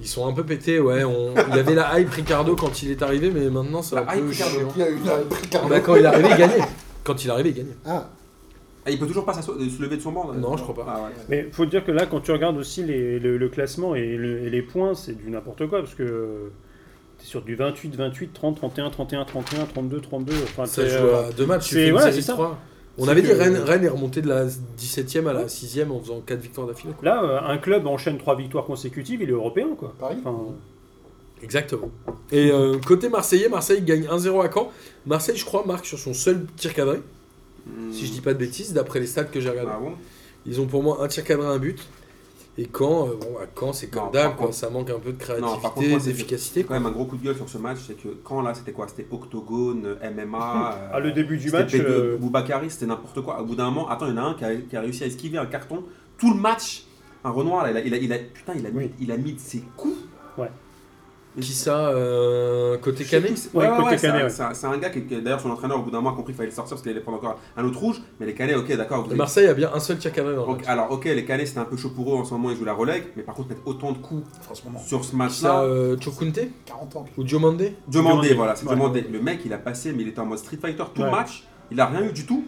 A: Ils sont un peu pétés, ouais. on- Il y avait la hype Ricardo quand il est arrivé, mais maintenant, c'est un
B: La
A: peu
B: hype Ricardo.
A: chiant.
C: Qui a eu la-
A: Bah, quand il est arrivé, il gagnait. Quand il est arrivé, il gagnait.
C: Ah,
B: Ah, il peut toujours pas s'asso- euh, se lever de son banc là.
A: Non, je crois pas.
B: Ah, ouais.
D: Mais faut dire que là, quand tu regardes aussi les- le, le classement et, le- et les points, c'est du n'importe quoi parce que. euh, t'es- T'es sur du 28, 28, 30, 31, 31, 31, 32, 32. Enfin,
A: Ça
D: t'es,
A: joue
D: euh,
A: à deux matchs, tu
D: c'est-
A: fais une
D: ouais,
A: série
D: c'est
A: de
D: ça.
A: trois. On
D: C'est
A: avait dit
D: que-
A: Rennes, Rennes est remontée de la 17ème à la 6ème en faisant 4 victoires d'affilée. quoi.
D: Là, euh, un club enchaîne trois victoires consécutives, il est européen, quoi.
C: Paris
D: Enfin,
A: Exactement. Et euh, côté marseillais, Marseille gagne 1-0 à Caen. Marseille, je crois, marque sur son seul tir cadré, si je dis pas de bêtises, d'après les stats que j'ai regardé.
B: Ah bon
A: Ils ont pour moi un tir cadré, un but. Et Caen, euh, bon, à Caen, c'est
B: Non,
A: comme
B: par
A: d'hab, quoi.
B: contre-
A: Ça manque un peu de
B: Non, par contre,
A: créativité,
B: moi, c'est-
A: d'efficacité.
B: quand
A: quoi.
B: même un gros coup de gueule sur ce match, c'est que quand là c'était quoi C'était octogone, MMA. euh,
D: à Ah, le début du
B: c'était
D: match,
B: P2,
D: euh,
B: Boubakari, c'était n'importe quoi. Au bout d'un moment, attends, il y en a un qui a, qui a réussi à esquiver un carton tout le match. Un Renoir, là, il a, il a- il a- putain, il a,
D: Oui.
B: mis, il a mis de ses coups.
A: Qui ça euh, Côté
B: Je sais
A: Canet
B: plus, c'est-
D: Ouais,
B: Ouais,
D: côté
B: ouais, ouais, c'est
D: Canet,
B: un-
D: ouais.
B: c'est un, c'est un gars qui, qui- d'ailleurs, son entraîneur, au bout d'un moment, a compris qu'il fallait le sortir parce qu'il allait prendre encore un autre rouge. Mais les Canets, ok, d'accord. vous avez-
A: Marseille a bien un seul tir cadré dans le
B: Ok,
A: match.
B: alors, ok, les Canets, c'était un peu chaud pour eux en ce moment, ils jouent la relègue. Mais par contre, mettre autant de coups
C: Franchement,
B: sur ce
A: Qui ça
B: match-là.
A: euh, Chokunte
C: 40 ans.
A: Ou Diomande
B: Demandé,
D: Diomandé.
B: voilà, c'est
D: Ouais.
B: Diomandé. Le mec, il a passé, mais il était en mode Street Fighter tout le
D: Ouais.
B: match. Il a rien eu du tout.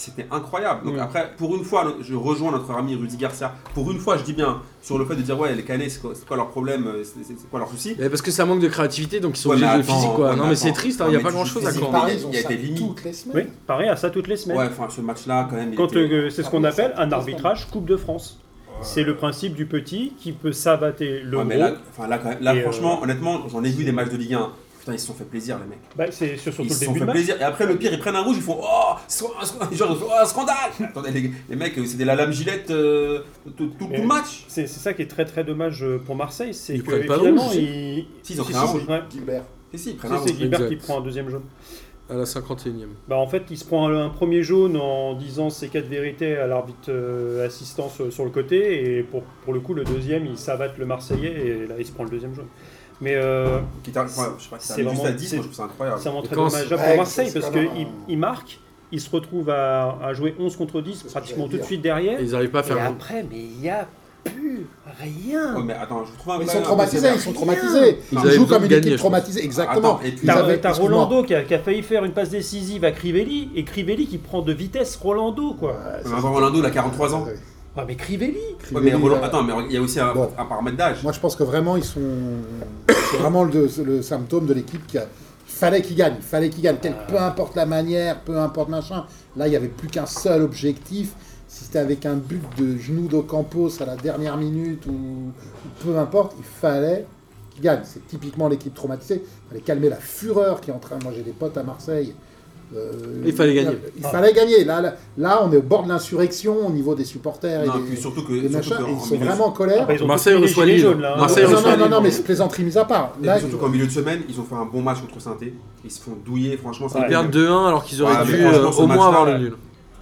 B: C'était incroyable. Donc
A: Ouais.
B: après, pour une fois, je rejoins notre ami Rudy Garcia. Pour une fois, je dis bien sur le fait de dire ouais, les Canets, c'est quoi, c'est quoi leur problème, euh, c'est c'est- c'est quoi leur souci.
A: Eh, Parce que ça manque de créativité, donc ils sont
B: Ouais,
A: obligés
B: mais
A: de
B: attends,
A: physique, quoi.
B: ouais,
A: non,
B: mais
A: mais c'est
B: attends.
A: triste, hein,
B: Ouais,
A: il n'y a
B: mais
A: pas
B: tu-
A: grand chose
B: tu
A: à
B: sais
A: Caen.
B: pas-
C: Paris, ils ont
B: il y a
C: ça
B: des limites.
C: toutes les
D: oui,
C: semaines.
D: pareil, à ça toutes les semaines.
B: Ouais, enfin, ce match-là, quand même. il
D: Quand
B: était-
D: euh, c'est ce qu'on appelle un arbitrage Coupe de France. C'est le principe du petit qui peut sabater le
B: Ouais, Ah, mais
D: gros.
B: là, enfin, là, quand même- là,
D: Et, euh,
B: franchement, honnêtement, j'en ai vu des matchs de Ligue 1. Putain, ils se sont fait plaisir, les mecs.
D: Bah, c'est sur- surtout
B: Ils
D: le
B: se sont fait
D: début de match.
B: plaisir. Et après, le pire, ils prennent un rouge, ils font Oh, sc- sc- genre, ils font, Oh, scandale Attendez, les, les mecs, c'était la lame gilette euh, tout, tout- tout
D: Et-
B: le match.
D: C'est c'est ça qui est très très dommage euh, pour Marseille, c'est
A: Ils
D: que
A: prennent pas de
D: finalement
A: rouge,
D: ils.
B: Si, ils ont
D: Si,
B: pris un
D: si,
B: rouge.
D: ouais.
C: Gilbert.
B: Si, si, ils prennent
D: Si,
B: un
D: c'est
B: rouge.
D: Gilbert qui
A: Exact.
D: prend un deuxième jaune.
A: À la 51ème.
D: Bah, en fait, il se prend un, un premier jaune en disant ses quatre vérités à l'arbitre euh, assistant sur, sur le côté, et pour, pour le coup, le deuxième, il savate le Marseillais, et là, il se prend le deuxième jaune. Mais euh,
B: Qui t'a- ouais, je sais pas, si ça
D: C'est
B: met juste
D: vraiment-
B: à 10, moi, je trouve ça incroyable.
D: ça montre
A: Et quand
D: dommageable
C: c'est-
D: pour
C: Ouais,
D: Marseille,
C: c'est
D: parce
C: quand
D: qu'il
C: même un-
D: il marque, il se retrouve à, à jouer 11 contre 10,
C: C'est ce que
D: pratiquement
C: j'allais
D: tout de
C: dire.
D: suite derrière,
A: Ils n'arrivent pas à
D: et
A: faire un-
D: après, mais il n'y a plus rien.
C: Oh,
B: Ouais, Oh, Ah, bah, mais attends, je trouve un
C: Mais Ils
B: vrai-
C: sont
B: un
C: traumatisés,
B: peu
C: ils sont
D: Rien.
C: traumatisés.
B: Ils
C: Ils,
A: avaient
C: jouent
A: besoin
C: comme
A: de
C: une
A: gagner, je
C: équipe
A: pense.
C: traumatisée, exactement.
B: Attends, et puis-
C: Ils
D: T'as
C: avaient-
D: t'as
C: excuse-moi.
D: Rolando qui a, qui a failli faire une passe décisive à Crivelli, et Crivelli qui prend de vitesse Rolando, quoi.
C: Ouais,
B: Mais avant Rolando, il a 43 ans.
C: Ouais.
D: Ah, mais Crivelli
B: Ouais, mais
C: Crivelli,
B: Roland-
C: là,
B: attends, mais il y a aussi un,
C: Bon.
B: un paramètre d'âge.
C: Moi, je pense que vraiment, ils sont. C'est vraiment le, le symptôme de l'équipe qui a. Fallait qu'il gagne, fallait qu'il gagne. Quel- Peu importe la manière, peu importe machin. Là, il n'y avait plus qu'un seul objectif. Si c'était avec un but de genou d'Ocampos à la dernière minute ou ou peu importe, il fallait qu'il gagne. C'est typiquement l'équipe traumatisée. Il fallait calmer la fureur qui est en train. Moi, j'ai des potes à Marseille. Euh,
A: Il fallait gagner.
C: Il fallait gagner. Là, là, là, on est au bord de l'insurrection au niveau des supporters et
B: Non,
C: des-
B: puis surtout que.
C: des
B: surtout
C: machins.
B: qu'en-
C: Et
B: en
C: Ils sont
B: milieu-
C: vraiment en colère.
D: Ah, bah, ils ont
A: Marseille
D: tous pris les
A: reçoit
D: gilets
A: Lille.
D: jaunes, là, hein.
A: Marseille
C: non,
A: reçoit
C: non, non,
A: Lille.
C: non, mais c'est plaisanterie mise à part.
B: et puis
C: Là,
B: surtout
C: ils-
B: qu'en milieu de semaine, ils ont fait un bon match contre Saint-Etienne. Ils se font douiller, franchement. c'est
D: Ouais.
A: Ils perdent 2-1 alors qu'ils auraient
B: Ah, mais
A: dû
B: franchement,
A: euh,
B: ce
A: au moins
B: match-là,
A: avoir le
B: là,
A: nul.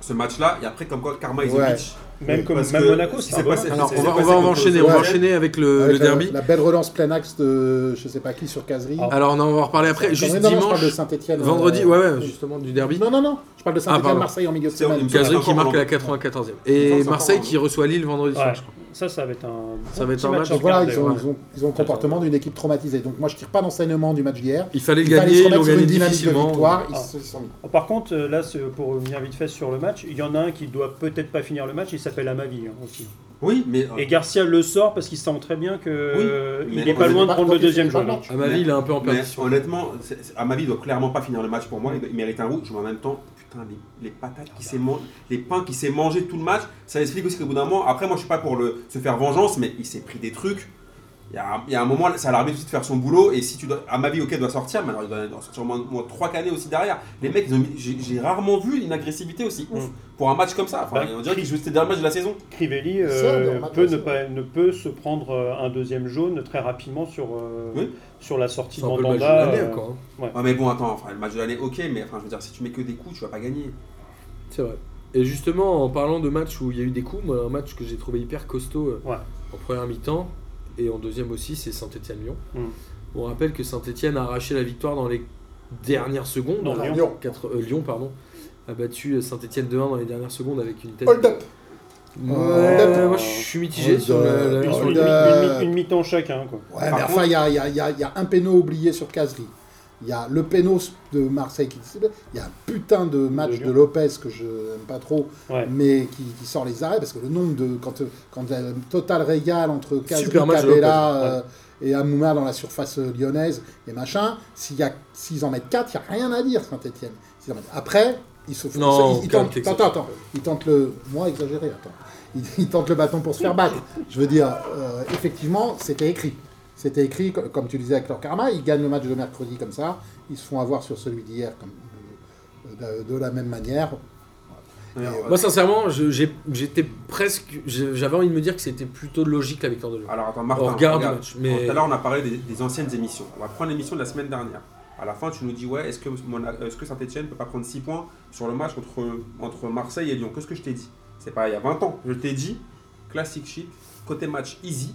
B: Ce match-là, et après, comme quoi, Karma is
C: Ouais.
B: a bitch.
D: Même comme
B: Parce
D: même
B: que
D: Monaco,
B: ce qui
D: c'est un
B: s'est
D: bon
B: passé-
D: match.
A: Alors,
B: c'est-
A: on
B: c'est
A: va, on
B: passé
A: va
B: contre
A: enchaîner, on
B: Saint-Etienne.
A: va enchaîner avec le,
C: avec
A: le
C: la-
A: derby.
C: La, belle relance plein axe de je sais pas qui sur Casery. Ah,
A: Alors, non, on va en reparler après. Juste
C: Non, non, non, je parle de
A: dimanche,
C: Saint-Étienne.
A: vendredi,
C: euh,
A: ouais, ouais, justement, du derby. Ah,
C: Non, non, non, je parle de
A: pardon.
C: Saint-Étienne-Marseille en milieu de
B: C'est au-
C: semaine.
B: me
A: Casery
B: semble
A: qui marque
B: encore
A: la 94e.
B: Il me
A: Et
B: semble
A: Marseille
B: encore
A: qui reçoit Lille vendredi soir,
D: Ouais.
A: je crois.
D: Ça, ça va être un.
A: Ça va être
D: petit
A: un match.
D: à
C: Donc voilà,
D: regarder,
C: ils ont,
D: ouais.
C: ils, ont, ils ont le comportement d'une équipe traumatisée. Donc moi, je tire pas d'enseignement du match d'hier.
A: Il fallait le
C: Il fallait
A: gagner,
C: se
A: ils l'ont
C: remettre sur
A: gagné
C: une dynamique de
A: difficilement.
C: victoire. Ils
D: Ah.
C: se ils sont mis.
D: Par contre, euh, là, c'est- pour revenir vite fait sur le match, il y en a un qui doit peut-être pas finir le match, il s'appelle Amavi hein, aussi.
B: Oui, mais. euh,
D: Et Garcia le sort parce qu'il sent très bien que euh,
B: Oui, mais
D: il n'est
B: on
D: pas
B: faisait
D: loin de
C: pas-
D: prendre
C: quand
D: le
C: il faisait
D: deuxième
C: pas
D: jaune.
C: le
D: hein.
C: match.
A: À ma vie, il est un peu en
B: Mais
A: perdition.
B: honnêtement, c'est- c'est- à ma vie, il doit clairement pas finir le match pour moi. Il, doit- il mérite un rouge, mais en même temps, putain, les, les patates qui s'est mangé, les pains qui s'est mangé tout le match, ça explique aussi qu'au bout d'un moment, après, moi, je suis pas pour le, se faire vengeance, mais il s'est pris des trucs. Il y a, il y a un moment, c'est à l'arbitre aussi de faire son boulot. Et si tu dois, à ma vie, ok, il doit sortir, mais alors il doit il doit sortir au moins, au moins trois canets aussi derrière. Les mecs, ils ont mis- j'ai j'ai rarement vu une agressivité aussi ouf
D: Mm.
B: pour un match comme ça. Enfin,
D: Bah,
B: on dirait qu'ils jouent c'était le dernier match de la saison.
D: Crivelli euh,
C: Ça, dans le match
D: peut,
C: aussi.
D: ne pas, ne peut se prendre euh, un deuxième jaune très rapidement sur, euh,
B: Oui.
D: sur la sortie
A: C'est
D: de
A: un peu le match de
D: Mandanda.
A: l'année,
D: euh,
A: quoi. hein.
B: Ouais, mais bon, attends, enfin, le match de l'année, ok, mais enfin, je veux dire, si tu mets que des coups, tu vas pas gagner.
A: C'est vrai. Et justement, en parlant de matchs où il y a eu des coups, moi, un match que j'ai trouvé hyper costaud euh,
D: Ouais.
A: en première mi-temps et en deuxième aussi, c'est Saint-Etienne-Lyon.
D: Mm.
A: On rappelle que Saint-Etienne a arraché la victoire dans les dernières secondes.
D: Non,
A: Alors,
C: Lyon.
A: quatre- euh, Lyon, pardon, a battu euh, Saint-Etienne 2-1 dans les dernières secondes avec une tête.
C: Hold up
A: Ouais,
C: Hold
A: moi
D: up.
A: je suis mitigé
C: Hold
A: sur la- la-
C: up.
D: Une,
A: sur
D: une-
A: les-
D: une-
C: Euh,
D: une- une mi-temps chacun. Quoi.
C: Ouais,
B: Par
C: mais enfin, il y a, il y a- il y a- il y a un péno oublié sur Casery. Il y a le péno de Marseille qui Il y a un putain de match
D: De
C: de,
D: Lyon.
C: Lopez que je n'aime pas trop,
D: Ouais.
C: mais qui, qui sort les arrêts parce que le nombre de. Quand, quand il y a un total régal entre Casery,
A: Super match de
C: Cabella euh, et Amouma dans la surface euh, lyonnaise et machin, s'il y a- s'ils en mettent 4, il n'y a rien à dire, Saint-Etienne. Après, ils se font.
A: Non,
C: ils- ils
A: calme,
C: tentent-
A: t'exagères.
C: attends, attends, ils tentent le. Moi, exagéré, attends. Ils, ils tentent le bâton pour se faire battre. Je veux dire, euh, effectivement, c'était écrit. C'était écrit, co- comme tu disais avec leur karma, ils gagnent le match de mercredi comme ça, ils se font avoir sur celui d'hier comme, euh, de- de la même manière.
B: Alors,
A: Moi, sincèrement, je- j'ai- j'étais presque. je- J'avais envie de me dire que c'était plutôt logique la victoire de Lyon.
B: euh, Alors attends, Martin,
A: On regarde le match, mais-
B: Tout à l'heure, on a parlé des, des anciennes émissions. On va prendre l'émission de la semaine dernière. À la fin, tu nous dis ouais, est-ce que, Saint-Etienne ne peut pas prendre 6 points sur le match entre, entre Marseille et Lyon Qu'est-ce que je t'ai dit C'est pas il y a 20 ans. Je t'ai dit, classique shit, côté match easy,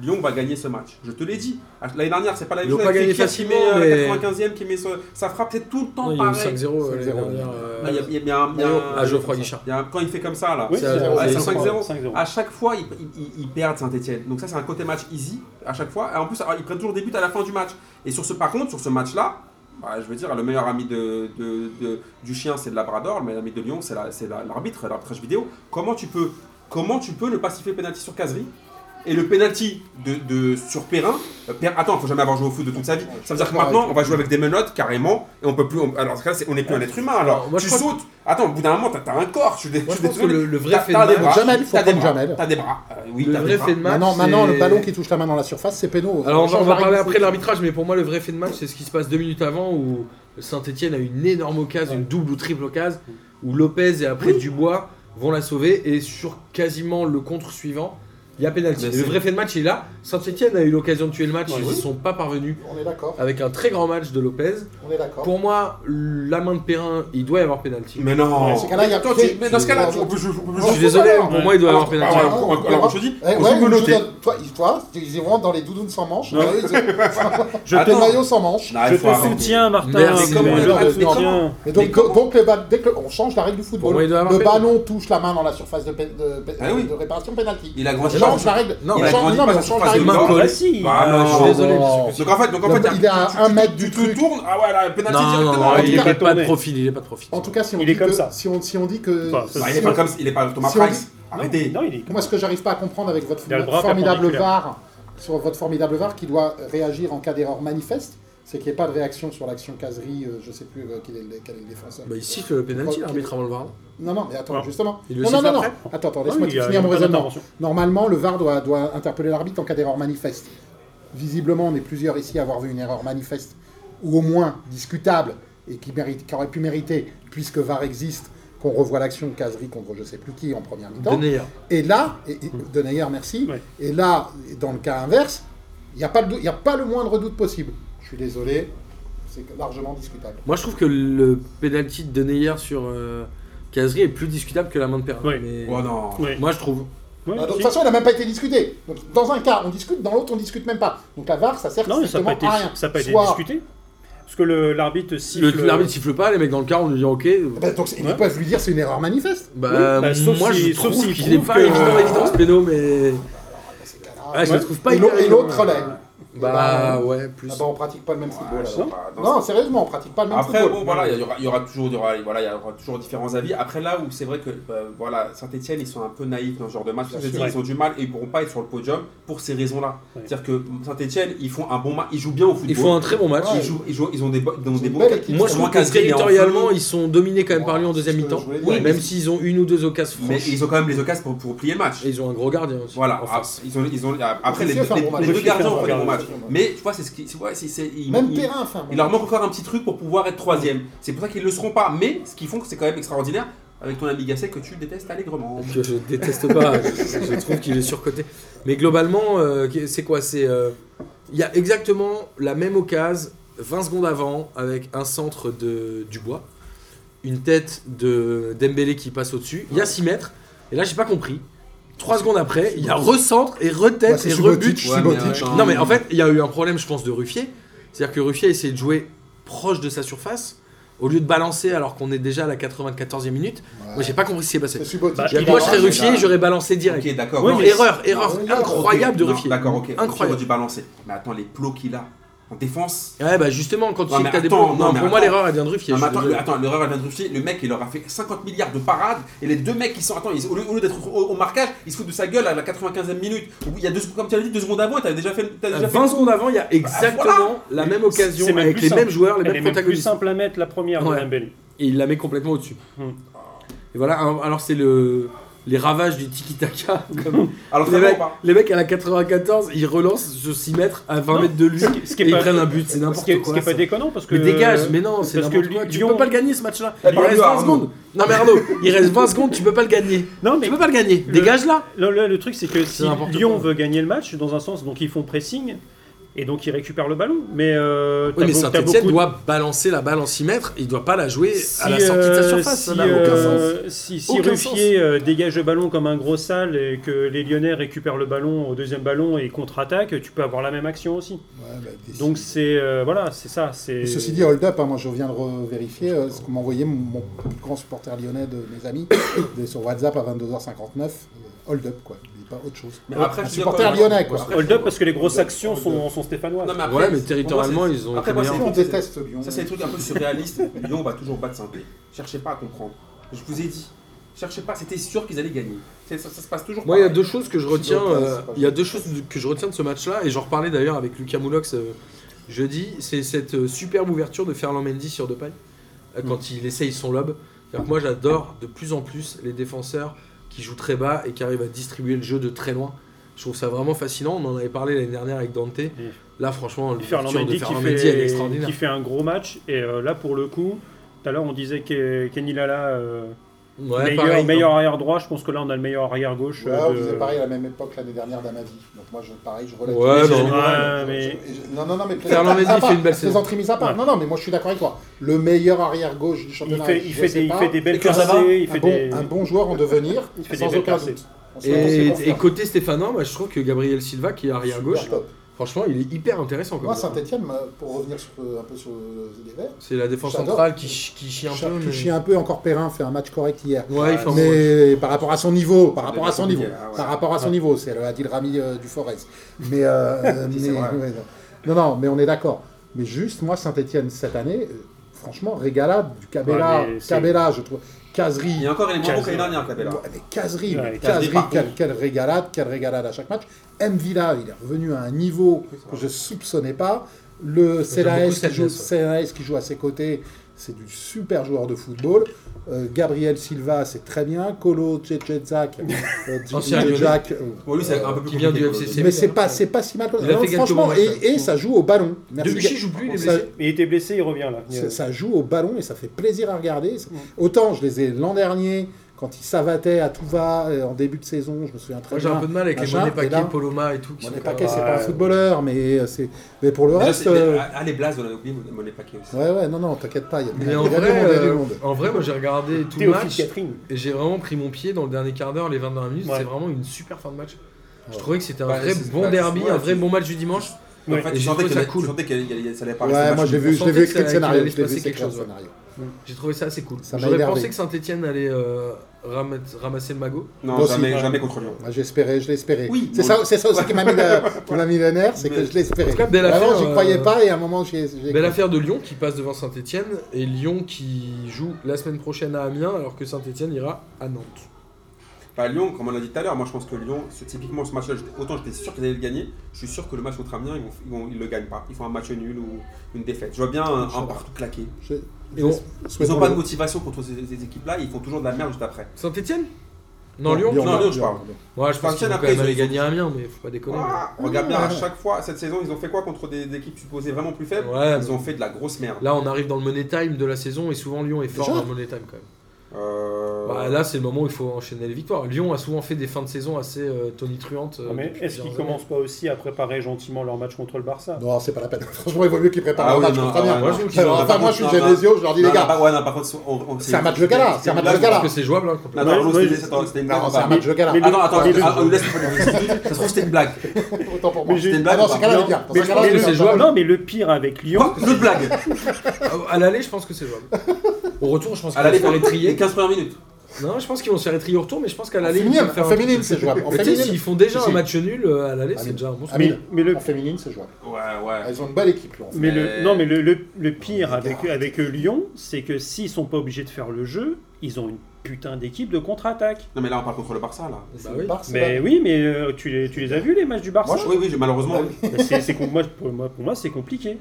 B: Lyon va gagner ce match. Je te l'ai dit. L'année dernière, c'est pas la même
A: Ils l'ont
B: chose
A: pas
B: avec
A: gagné
B: Fekir
A: facilement,
B: qui met euh,
A: mais-
B: 95e, qui met ce- sa frappe. C'est tout le temps
A: Non, il y a eu
B: pareil.
A: 5-0 euh,
C: 5-0,
A: l'année dernière, euh,
B: Ah, Il y a- il y a bien un- il y a un-
A: à Geoffroy Guichard.
B: il y a un- Quand il fait comme ça, là.
D: Oui,
A: Ah, C'est
D: c'est
A: à-
B: à
D: c'est
B: 5-0.
D: 5-0.
B: À chaque fois, ils, ils- ils perdent Saint-Etienne. Donc ça, c'est un côté match easy. À chaque fois, Et en plus, alors, ils prennent toujours des buts à la fin du match. Et sur ce, par contre, sur ce match-là, bah, je veux dire, le meilleur ami de, de- de- du chien, c'est le Labrador. Le meilleur ami de Lyon, c'est la- c'est la- l'arbitre, l'arbitrage vidéo. Comment tu peux, comment tu peux ne pas siffler penalty sur Casery et le penalty de, de- sur Perrin, euh, Perrin- attends, faut jamais avoir joué au foot de toute sa vie. Ça veut dire que maintenant, on va jouer avec des menottes carrément, et on peut plus. on- alors, dans ce cas-là, c'est- on n'est plus un être humain. Alors,
A: Alors, moi, je
B: tu
A: crois
B: sautes. Attends, au bout d'un moment, t'as t'as un corps. Tu, dé-
A: Moi,
B: tu
A: je pense que
B: détruis-
A: le, le vrai
B: T'as-
A: fait
B: t'as
A: de
B: des
A: match.
B: bras.
C: Jamel, faut
B: T'as des
C: prendre
B: bras.
C: Jamel.
B: T'as des bras. Euh, oui,
A: Le
B: t'as
A: vrai
B: des bras.
A: fait de match.
C: Maintenant, maintenant,
A: c'est-
C: le ballon qui touche la main dans la surface, c'est péno.
A: Alors, on va- on
C: change
A: va
C: la
A: parler
C: règle.
A: après de l'arbitrage, mais pour moi, le vrai fait de match, c'est ce qui se passe deux minutes avant où Saint-Etienne a une énorme occasion, une double ou triple occasion, où Lopez et après Dubois vont la sauver et sur quasiment le contre suivant. Il y a pénalty.
B: Mais
A: Le
B: c'est-
A: vrai fait de match est là. Saint-Etienne a eu l'occasion de tuer le match.
D: Ouais,
A: ils ne
D: oui.
A: sont pas parvenus
C: On est d'accord,
A: avec un très grand match de Lopez.
C: on est d'accord.
A: Pour moi, la main de Perrin, il doit y avoir pénalty.
B: Mais non.
D: Ouais,
C: Dans ce cas-là, il y a-
B: Attends, tu- mais dans ce cas-là,
C: tu-
B: on peut jouer- on peut
A: Je suis
B: jouer-
A: désolé,
C: alors,
A: pour moi, il doit y
B: Alors,
A: avoir
B: bah,
A: pénalty.
B: ouais, alors, alors, je dis,
C: Eh
B: on
C: ouais,
B: peut
C: je
B: noter.
C: donne- toi, toi, ils rentrent dans les doudounes sans manche.
D: Non.
C: Ouais, ils-
D: Je
C: Les
B: Attends.
D: te,
C: maillots sans manche.
B: Non,
D: je
B: il
D: te
B: faut arrêter.
D: soutiens, Martin.
A: Merci,
D: mais
B: mais
D: je
B: comment-
D: te
B: mais comment-
D: soutiens.
C: Et donc,
B: Mais comment-
C: donc le ba- dès que le- on change la règle du
A: Pour moi,
C: football,
A: il doit y avoir
C: le
A: pénalty.
C: ballon touche la main dans la surface de, pé- de, pé-
B: Ah oui.
C: de réparation pénalty.
B: Il a
C: On
B: grandi. pas-
C: change la règle.
A: Non, mais
C: il
B: il a
C: change-
B: grandi
C: non,
B: pas
C: mais on
B: sur
C: change
B: face
C: la
B: de
C: règle.
A: main
B: goal.
A: collée.
D: Bah si.
B: Bah, non,
A: Je suis désolé.
C: Oh.
A: parce que-
B: Donc en fait, donc en
C: Le-
B: fait,
C: il est à
B: tu-
C: un
B: tu-
C: mètre
B: tu-
C: du
B: tu
C: truc.
B: tournes, ah ouais, la
A: Non,
B: pénalty
A: non, non,
B: directement.
D: en
A: il
D: tout
A: n'est
D: cas,
A: pas de
D: tourné.
A: profil, il est pas de profil.
C: En tout cas, si on,
D: Il
C: dit,
D: est comme
C: que-
D: ça.
C: si on, si on dit que.
D: Enfin, ça,
B: Bah, il
C: si
B: est pas
C: on-
B: comme il est pas Thomas
C: Si on
B: Price. Arrêtez.
D: Non, il est.
C: Moi, ce que j'arrive pas à comprendre avec votre
D: Il a le bras
C: formidable
D: perpendiculaire.
C: VAR, sur votre formidable VAR qui doit réagir en cas d'erreur manifeste, c'est qu'il n'y ait pas de réaction sur l'action caserie, euh, je sais plus euh, quel est le, quel est le défenseur.
A: Bah, il siffle le pénalty, l'arbitre avant le voir.
C: Non, non, mais attends,
D: Non.
C: justement.
A: Il le
C: non, non,
A: siffle
C: non, non.
A: après
C: Attends, attends,
D: Ah
C: laisse-moi
D: oui, il y a-
C: finir
D: il y a
C: mon
D: pas
C: raisonnement.
D: d'intervention.
C: Normalement, le VAR doit, doit interpeller l'arbitre en cas d'erreur manifeste. Visiblement, on est plusieurs ici à avoir vu une erreur manifeste, ou au moins discutable, et qui, mérite, qui aurait pu mériter, puisque VAR existe, qu'on revoie l'action de Casery contre je sais plus qui en première mi-temps.
A: Denayer.
C: Et là, et, et- de Neuer, merci.
D: Hmm. Ouais.
C: Et là, dans le cas inverse, il n'y a, pas le dou- il y a pas le moindre doute possible. Je suis désolé, c'est largement discutable.
A: Moi, je trouve que le penalty de Neyer sur euh, Kazri est plus discutable que la main de Perrin.
D: Oui.
A: Mais-
B: Oh non.
D: Oui.
A: Moi, je trouve.
D: Ouais,
C: Ah, de
D: si.
C: toute façon, elle n'a même pas été discutée. Donc, dans un cas, on discute, dans l'autre, on discute même pas. Donc la VAR, ça sert
D: Non, mais ça n'a
C: strictement
D: pas été,
C: à rien.
D: ça a pas été
C: Soit-
D: discuté. Parce que le- l'arbitre siffle. euh,
A: Le- L'arbitre siffle pas, les mecs dans le car, on lui dit ok.
C: Eh ben, donc, c'est- ils
D: Ouais.
C: peuvent lui dire c'est une erreur manifeste.
A: Bah,
D: bah, sauf
A: moi,
D: si-
A: je
D: sauf
A: trouve
D: s'il
A: qu'il est
D: trouve
A: pas
D: que-
A: évident, évident ce péno, mais. Ouais, je le
D: Ouais.
A: trouve pas
C: Et l'autre-
A: hyper
C: et l'autre
A: évident.
C: relève.
A: Bah, ouais, plus.
C: Là-bas, on pratique pas le même football.
B: Ouais,
C: alors.
B: non, bah, dans ce-
C: Non, sérieusement, on pratique pas le même
B: Après,
C: football.
B: bon, voilà, il y aura, il y aura toujours, il y aura- voilà, il y aura toujours différents avis. Après, là où c'est vrai que euh, voilà, Saint-Etienne, ils sont un peu naïfs dans ce genre de match.
C: Bien
B: Je te
C: sûr.
B: dis, ils ont du mal et ils ne pourront pas être sur le podium pour ces raisons-là.
D: Ouais.
B: C'est-à-dire que Saint-Etienne, ils font un bon match, ils jouent bien au football.
A: Ils font un très bon match.
C: Ouais.
B: Ils, jouent- ils jouent- ils ont des, bo- ils ont
C: C'est
B: des
C: une
B: bons
C: belle
B: quatre-
C: équipe.
A: Moi, je
B: Moi,
A: trouve que
B: Kazri, il est en
A: territorialement,
B: feu.
A: ils sont dominés quand même par lui en
C: C'est ce
A: deuxième
C: que
A: mi-temps.
C: je voulais dire.
A: Oui,
C: Mais-
A: Même s'ils ont une ou deux occasions
B: Mais
A: franches.
B: ils ont quand même les occasions pour, pour plier le match.
A: Et ils ont un gros gardien aussi.
B: Voilà,
A: en
B: ah,
A: face.
B: ils ont, ils ont, après les,
C: Officier, c'est un
B: les-
C: bon match.
B: les deux
D: Officier,
B: gardiens
D: c'est un
B: ont fait des
D: bon
B: bons
D: match.
B: matchs. Mais tu vois, c'est ce qui. c'est- ouais, c'est- c'est- ils-
C: Même
B: ils-
C: terrain, enfin.
B: Il leur manque encore un petit truc pour pouvoir être troisième. C'est pour ça qu'ils ne le seront pas. Mais ce qu'ils font, c'est quand même extraordinaire avec ton ami Gasset que tu détestes allègrement.
A: que je déteste pas, je, je trouve qu'il est surcoté. Mais globalement, euh, c'est quoi C'est euh, il y a exactement la même occasion 20 secondes avant avec un centre de Dubois, une tête de Dembélé qui passe au-dessus. Il y a 6 mètres et là j'ai pas compris. 3 secondes après, il y a recentre et
C: Bah,
A: retête
C: c'est
A: et rebut.
C: Subotic,
B: Ouais, mais euh,
C: Subotic.
B: attends.
A: Non mais en fait, il y a eu un problème je pense de Ruffier, c'est-à-dire que Ruffier a essayé de jouer proche de sa surface au lieu de balancer alors qu'on est déjà à la 94e minute. Moi j'ai pas compris ce qui s'est passé.
C: C'est Subotic.
D: Bah,
A: Il y a-
D: Il
A: moi,
D: est
A: je serais
B: là,
A: Ruffier,
B: là.
A: j'aurais balancé direct.
B: Ok, d'accord.
D: Ouais,
B: Non,
A: Non,
D: mais-
B: mais-
A: erreur, erreur
C: Non,
A: incroyable de
B: Non,
A: Ruffier.
B: D'accord, ok.
A: Incroyable.
B: Incroyable. du balancer. Mais attends, les plots qu'il a. en défense.
A: Ouais, bah justement, quand tu
B: Ouais,
A: sais que
B: mais
A: t'as des
B: attends,
A: bons-
B: non,
A: Non,
B: mais
A: pour moi,
B: attends.
A: l'erreur, elle vient de Ruffier.
B: Non,
A: je
B: mais
A: suis
B: attends, le,
A: désolé.
B: attends, l'erreur elle vient de Ruffier. Le mec, il leur a fait 50 milliards de parades. Et les deux mecs, ils sont. Attends, ils- au lieu, au lieu d'être au, au marquage, ils se foutent de sa gueule à la 95e minute. Où il y a deux, secondes- comme tu l'as dit, deux secondes avant, t'avais déjà fait. t'as déjà fait
A: 20 secondes avant, il y a exactement la
D: Mais
A: même
D: Bah, c'est-
A: occasion
D: c'est même
A: avec
D: plus
A: les
D: simple.
A: mêmes joueurs, les
D: Elle est
A: mêmes
D: même plus
A: protagonistes.
D: simple à mettre la première
A: Ouais.
D: de Dembélé.
A: Et il la met complètement au-dessus.
D: Hmm.
A: Et voilà, un- alors c'est le. Les ravages du tiki-taka.
D: Hmm.
A: comme-
B: Alors,
A: les,
B: très
A: mecs,
B: bon, pas.
A: les mecs à la 94, ils relancent sur 6 mètres à 20
D: Non,
A: mètres de lui.
D: Ce
A: Et ils prennent un but, c'est
D: ce
A: n'importe
D: qui est-
A: quoi.
D: Ce qui est pas
A: ça.
D: déconnant parce que.
A: Mais dégage, mais non, c'est
D: parce
A: n'importe
D: que
A: quoi. Tu
D: Lyon- ben,
A: peux pas le gagner ce match-là.
B: Eh,
A: Il
B: parle-lui
A: reste
B: à
A: 20
B: Arnaud.
A: secondes. Non mais Arnaud, il reste 20 secondes, tu peux pas le gagner.
D: Non, mais
A: Tu peux pas le gagner. Dégage là.
D: Là, là, le truc, c'est que si
A: n'importe
D: Lyon
A: quoi.
D: veut gagner le match, dans un sens, donc ils font pressing et donc ils récupèrent le ballon. Mais, euh,
A: Oui,
D: t'as
A: mais
D: beau- t'as
A: Saint-Etienne
D: beaucoup de-
A: doit balancer la balle en 6 mètres, il doit pas la jouer à la
D: Si,
A: sortie de sa
D: euh,
A: surface.
D: Si,
A: ça n'a aucun sens.
D: euh, si, si
A: Aucun
D: Ruffier euh, dégage le ballon comme un gros sale et que les Lyonnais récupèrent le ballon au deuxième ballon et contre-attaque, tu peux avoir la même action aussi.
C: Ouais, bah, des-
D: Donc c'est euh, voilà, c'est ça.
C: Mais
D: C'est
C: Ceci dit, hold up, hein, moi je viens de revérifier euh, ce que m'envoyait mon, mon plus grand supporter lyonnais de mes amis de- sur WhatsApp à 22h59. euh, Hold up, quoi. Mais pas autre chose.
B: Mais après,
C: Un
B: je suis
C: supporter
B: d'accord.
C: lyonnais, quoi.
B: Après,
D: hold up parce que les grosses
C: Hold up,
D: actions
C: hold up.
D: sont, sont stéphanoises.
B: Non, mais après,
A: Ouais, mais
B: pour moi,
A: territorialement,
B: c'est-
A: ils ont
B: Après,
A: été
B: moi,
A: meilleurs.
C: on
B: c'est- c'est-
C: déteste Lyon.
B: Ça, c'est des trucs un peu surréalistes. Lyon va toujours battre Saint-Pé. Cherchez pas à comprendre. Je vous ai dit. Cherchez pas, c'était sûr qu'ils allaient gagner. C'est- Ça, ça se passe toujours
A: Moi, il y a
B: pareil.
A: deux choses que je retiens.
C: dois pas,
A: euh,
C: c'est pas
A: Il y a deux choses que je retiens de ce match-là, et j'en reparlais d'ailleurs avec Lucas Moulox euh, jeudi. C'est cette euh, superbe ouverture de Ferland Mendy sur Depay
D: Mm.
A: euh, quand il essaye son lob. C'est-à-dire que Moi, j'adore de plus en plus les défenseurs qui jouent très bas et qui arrivent à distribuer le jeu de très loin. Je trouve ça vraiment fascinant. On en avait parlé l'année dernière avec Dante. Là, franchement,
D: Mm. Ferland
A: l'ouverture de
D: Mendy qui
A: Ferland
D: fait,
A: Mendy, elle est extraordinaire.
D: qui fait un gros match et euh, là pour le coup, tout à l'heure on disait que Kenny Lala euh,
A: Ouais,
D: meilleur,
A: pareil,
D: meilleur arrière droit, je pense que là on a le meilleur arrière gauche.
C: Ouais,
D: euh,
C: on
D: de-
C: faisait pareil à la même époque l'année dernière d'Amadi. Donc moi, je, pareil, je relève.
A: Ouais,
C: Mais je-
A: non.
D: Ouais,
C: je-
D: mais-
C: je- je- Non, non, non, mais
A: Ferland Mendy
C: Ah, pas-
A: fait une belle saison.
C: plaisanterie mise à part.
D: Ouais.
C: Non, non, mais moi, je suis d'accord avec toi. Le meilleur arrière-gauche du
D: il
C: championnat.
D: fait, il
C: je
D: fait
C: sais
D: des, il
C: pas.
D: fait des belles
B: Et Kurzawa,
D: percées, il
C: un
D: fait
C: bon,
D: des.
C: un bon joueur en devenir,
D: Il fait des
C: sans
D: belles
C: aucun
D: percées.
C: doute. On se- on se
A: Et,
C: confirme.
A: et côté Stéphanois, bah, je trouve que Gabriel Silva, qui est arrière gauche,
C: Super top.
A: franchement, il est hyper intéressant. comme
C: Moi,
A: joueur.
C: Saint-Etienne, pour revenir sur- un peu sur euh, les Verts,
A: C'est la défense
C: J'adore.
A: centrale qui, ch- qui chie un
C: Cha-
A: peu.
C: qui
A: mais-
C: chie un peu encore Perrin fait un match correct hier.
A: Ouais, il fait un bon-
C: Mais par rapport à son niveau, par rapport à son
B: compliqué,
C: niveau,
B: là, ouais.
C: par rapport à son niveau, c'est le Adil Rami euh, du Forest. Mais, euh,
B: Si,
C: mais-
B: c'est vrai.
C: ouais, non. non, non, mais on est d'accord. Mais juste, moi, Saint-Etienne cette année, euh, franchement, régalade du Cabella,
D: Ouais, mais c'est-
C: Cabella, je trouve, Caserie.
B: Il y a encore les mots
D: Quasi.
B: que l'année dernière, Capella.
C: Ouais, mais Casery,
D: Ouais,
C: mais
B: Casery,
C: Casery,
B: par
C: quelle,
B: contre.
C: quelle régalade, quelle régalade à chaque match. M. Villa, il est revenu à un niveau
B: Oui, c'est
C: que
B: vrai.
C: je soupçonnais pas. Le Celaes
A: beaucoup
C: qui, joue-
A: Celaes,
C: Celaes qui joue à ses côtés, c'est du super joueur de football. Euh, Gabriel Silva, c'est très bien. Colo Tchetchezak, euh,
A: Ancien
C: Djibril
A: Lyonnais.
C: Jack, euh,
B: Bon, lui, c'est un peu plus
A: Qui vient
B: compliqué,
A: du
B: quoi.
A: FCC.
C: mais c'est pas, c'est pas si mal.
A: Il a
C: Non,
A: fait quelques bons
C: franchement,
A: matchs, là.
C: et, et ça joue au ballon. Merci.
A: Debuchy joue plus, il est
C: Ça-
A: blessé.
D: Il était blessé, il revient là. Euh,
C: ça, ça joue au ballon et ça fait plaisir à regarder.
D: Mm.
C: C'est- Autant je les ai l'an dernier, quand ils savataient à tout va euh, en début de saison, je me souviens très
A: Moi, j'ai
C: bien.
A: un peu de mal avec les
C: machin,
A: Monet
C: et là,
A: Paquet, Poloma et tout. qui
C: Monet
A: sont
C: Paquet,
A: pas-
C: c'est pas un
D: Ouais.
C: footballeur, mais, euh, c'est... mais pour le
B: Déjà,
C: reste.
B: c'est-
C: euh,
B: mais, Ah, les Blazes, on a oublié Monet Paquet aussi.
C: Ouais, ouais, non, non, t'inquiète pas, il y a,
A: Mais en
C: il y a du
A: vrai,
C: monde, il y a du
A: euh,
C: monde.
A: en vrai, moi j'ai regardé tout le
D: Théophile
A: match
D: Catherine.
A: et j'ai vraiment pris mon pied dans le dernier quart d'heure, les 20 dernières minutes.
D: Ouais.
A: C'est vraiment une super fin de match. Je
C: Ouais.
A: trouvais que c'était un
B: Bah,
A: vrai
B: c'est-
A: bon
B: bah,
A: derby,
B: ouais,
A: un vrai
B: c'est-
A: bon match du dimanche.
B: En
D: Ouais.
B: fait,
A: Et
B: tu
A: j'ai
B: sentais
A: trouvé
B: qu'il
A: ça
B: allait-
A: cool.
B: tu sentais qu'il allait- ça allait pas rester
C: Ouais,
B: un
C: moi
B: match
C: j'ai
B: nul.
C: vu, je l'ai
A: sentait
C: vu
A: que ça-
C: écrire le
A: qu'il
C: scénario.
A: allait se
C: Je l'ai
A: passer
C: vu
A: quelque
C: écrire le
A: chose, ouais.
C: scénario.
A: J'ai trouvé ça assez cool.
C: Ça m'a
A: J'aurais
C: énervé.
A: pensé que Saint-Etienne allait euh, ramet- ramasser le magot.
B: Non,
C: Moi aussi,
B: jamais
C: ouais.
B: jamais contre Lyon.
C: Moi, J'espérais, je l'espérais.
B: Oui,
C: c'est
B: bon.
C: ça, c'est ça aussi qui m'a mis, la, qui m'a mis le nerf, c'est que
B: Mais-
C: je l'espérais.
A: En tout cas, belle
C: Vraiment,
A: affaire,
C: j'y
A: euh,
C: croyais pas et à un moment, j'ai. j'ai-
A: Belle affaire Ben, de Lyon qui passe devant Saint-Etienne et Lyon qui joue la semaine prochaine à Amiens alors que Saint-Etienne ira à Nantes.
B: Bah, Lyon, comme on l'a dit tout à l'heure, moi je pense que Lyon, c'est typiquement ce match-là, j'étais- autant j'étais sûr qu'ils allaient le gagner, je suis sûr que le match contre Amiens, ils, vont, ils, vont- ils le gagnent pas. Ils font un match nul ou une défaite. Je vois bien un,
C: Je sais
B: un
C: pas.
B: partout claqué.
C: je-
A: Et on-
B: Ils
C: souhaitons
B: n'ont pas
C: le-
B: de motivation contre ces, ces équipes-là, ils font toujours de la merde juste après.
A: Saint-Etienne Non, Lyon
B: Non, Lyon, je parle.
A: Ouais, je pense qu'ils
B: Saint-Étienne,
A: vont quand
B: après,
A: même
B: ils ont-
A: aller gagner à Amiens, mais faut pas déconner.
B: Ah, regarde bien,
C: Ouais.
B: à chaque fois, cette saison, ils ont fait quoi contre des, des équipes supposées vraiment plus faibles
A: Ouais,
B: Ils ont fait de la grosse merde.
A: Là, on arrive dans le money time de la saison et souvent Lyon est fort
C: Déjà
A: dans le money time quand même.
B: Euh,
A: Bah, là, c'est le moment où il faut enchaîner les victoires. Lyon a souvent fait des fins de saison assez euh, tonitruantes. euh,
D: Non, Ah, mais
A: depuis
D: est-ce qu'ils
A: plusieurs
D: commencent pas aussi à préparer gentiment leur match contre le Barça
C: Non, c'est pas la peine. Franchement, il vaut mieux qu'ils préparent
B: Ah
C: un
B: oui,
C: match
B: non,
C: contre
B: ah
C: Amiens.
B: ouais,
A: Moi, je trouve qu'ils
C: Alors,
B: ont-
C: Euh, enfin, moi, je suis
B: non, non.
C: Genesio, je leur dis,
B: non,
C: les
B: non,
C: gars,
B: bah, ouais, non, par contre, on- on-
C: C'est un match de gala, c'est un match de
A: années.
C: gala.
A: Parce que c'est jouable, hein, complètement.
B: Non, non, non,
D: Ouais,
B: c'était-
D: je-
B: attends, c'était une blague.
C: non, c'est
B: bah,
C: un match de gala.
D: mais-
B: Ah non, attends,
D: Mais-
B: attends, ah, on laisse pas les Ça se trouve, c'était une blague.
C: Autant pour moi.
D: Mais j'ai-
B: C'était une
C: Ah
B: blague.
C: non,
B: ou
C: c'est
B: pas
C: galère, les gars.
D: mais-
C: C'est galère,
A: mais
C: les
A: c'est
C: gars.
A: jouable.
D: Non, mais le pire avec Lyon,
B: Quoi L'autre blague
A: À l'aller, Ah, je pense que c'est jouable. Au retour, je pense
B: À
A: qu'il va
B: l'aller,
A: falloir les
B: les
A: trier.
B: 15 premières minutes.
A: Non, je pense qu'ils vont se faire étrier au retour, mais je pense qu'à
C: En
A: l'aller, ils
C: féminine,
A: vont faire
C: en
A: un-
C: féminine, c'est jouable. En
A: Mais tu sais,
C: féminine,
A: s'ils font déjà
C: Si,
A: un
C: si.
A: match nul euh, à l'aller,
C: Ah,
A: c'est
C: mais-
A: déjà un bon
C: ah,
A: score.
C: mais-
D: Mais, mais le,
C: en féminine, c'est jouable.
B: Ouais, ouais.
C: Elles ont une belle équipe, là, en fait.
D: mais
B: Mais-
D: le, non, mais le, le- le pire
C: Mais
D: avec,
C: regarde.
D: avec Lyon, c'est que s'ils sont pas obligés de faire le jeu, ils ont une putain d'équipe de contre-attaque.
B: Non, mais là, on parle contre le Barça, là.
A: Bah
C: C'est
A: oui.
C: le Barça.
D: Mais oui, mais euh, tu, les, tu les as vus les matchs du Barça Bah,
C: Moi,
B: Oui, oui, j'ai- malheureusement.
C: Ouais.
B: oui.
D: C'est- c'est com- moi, pour moi, pour moi, c'est compliqué.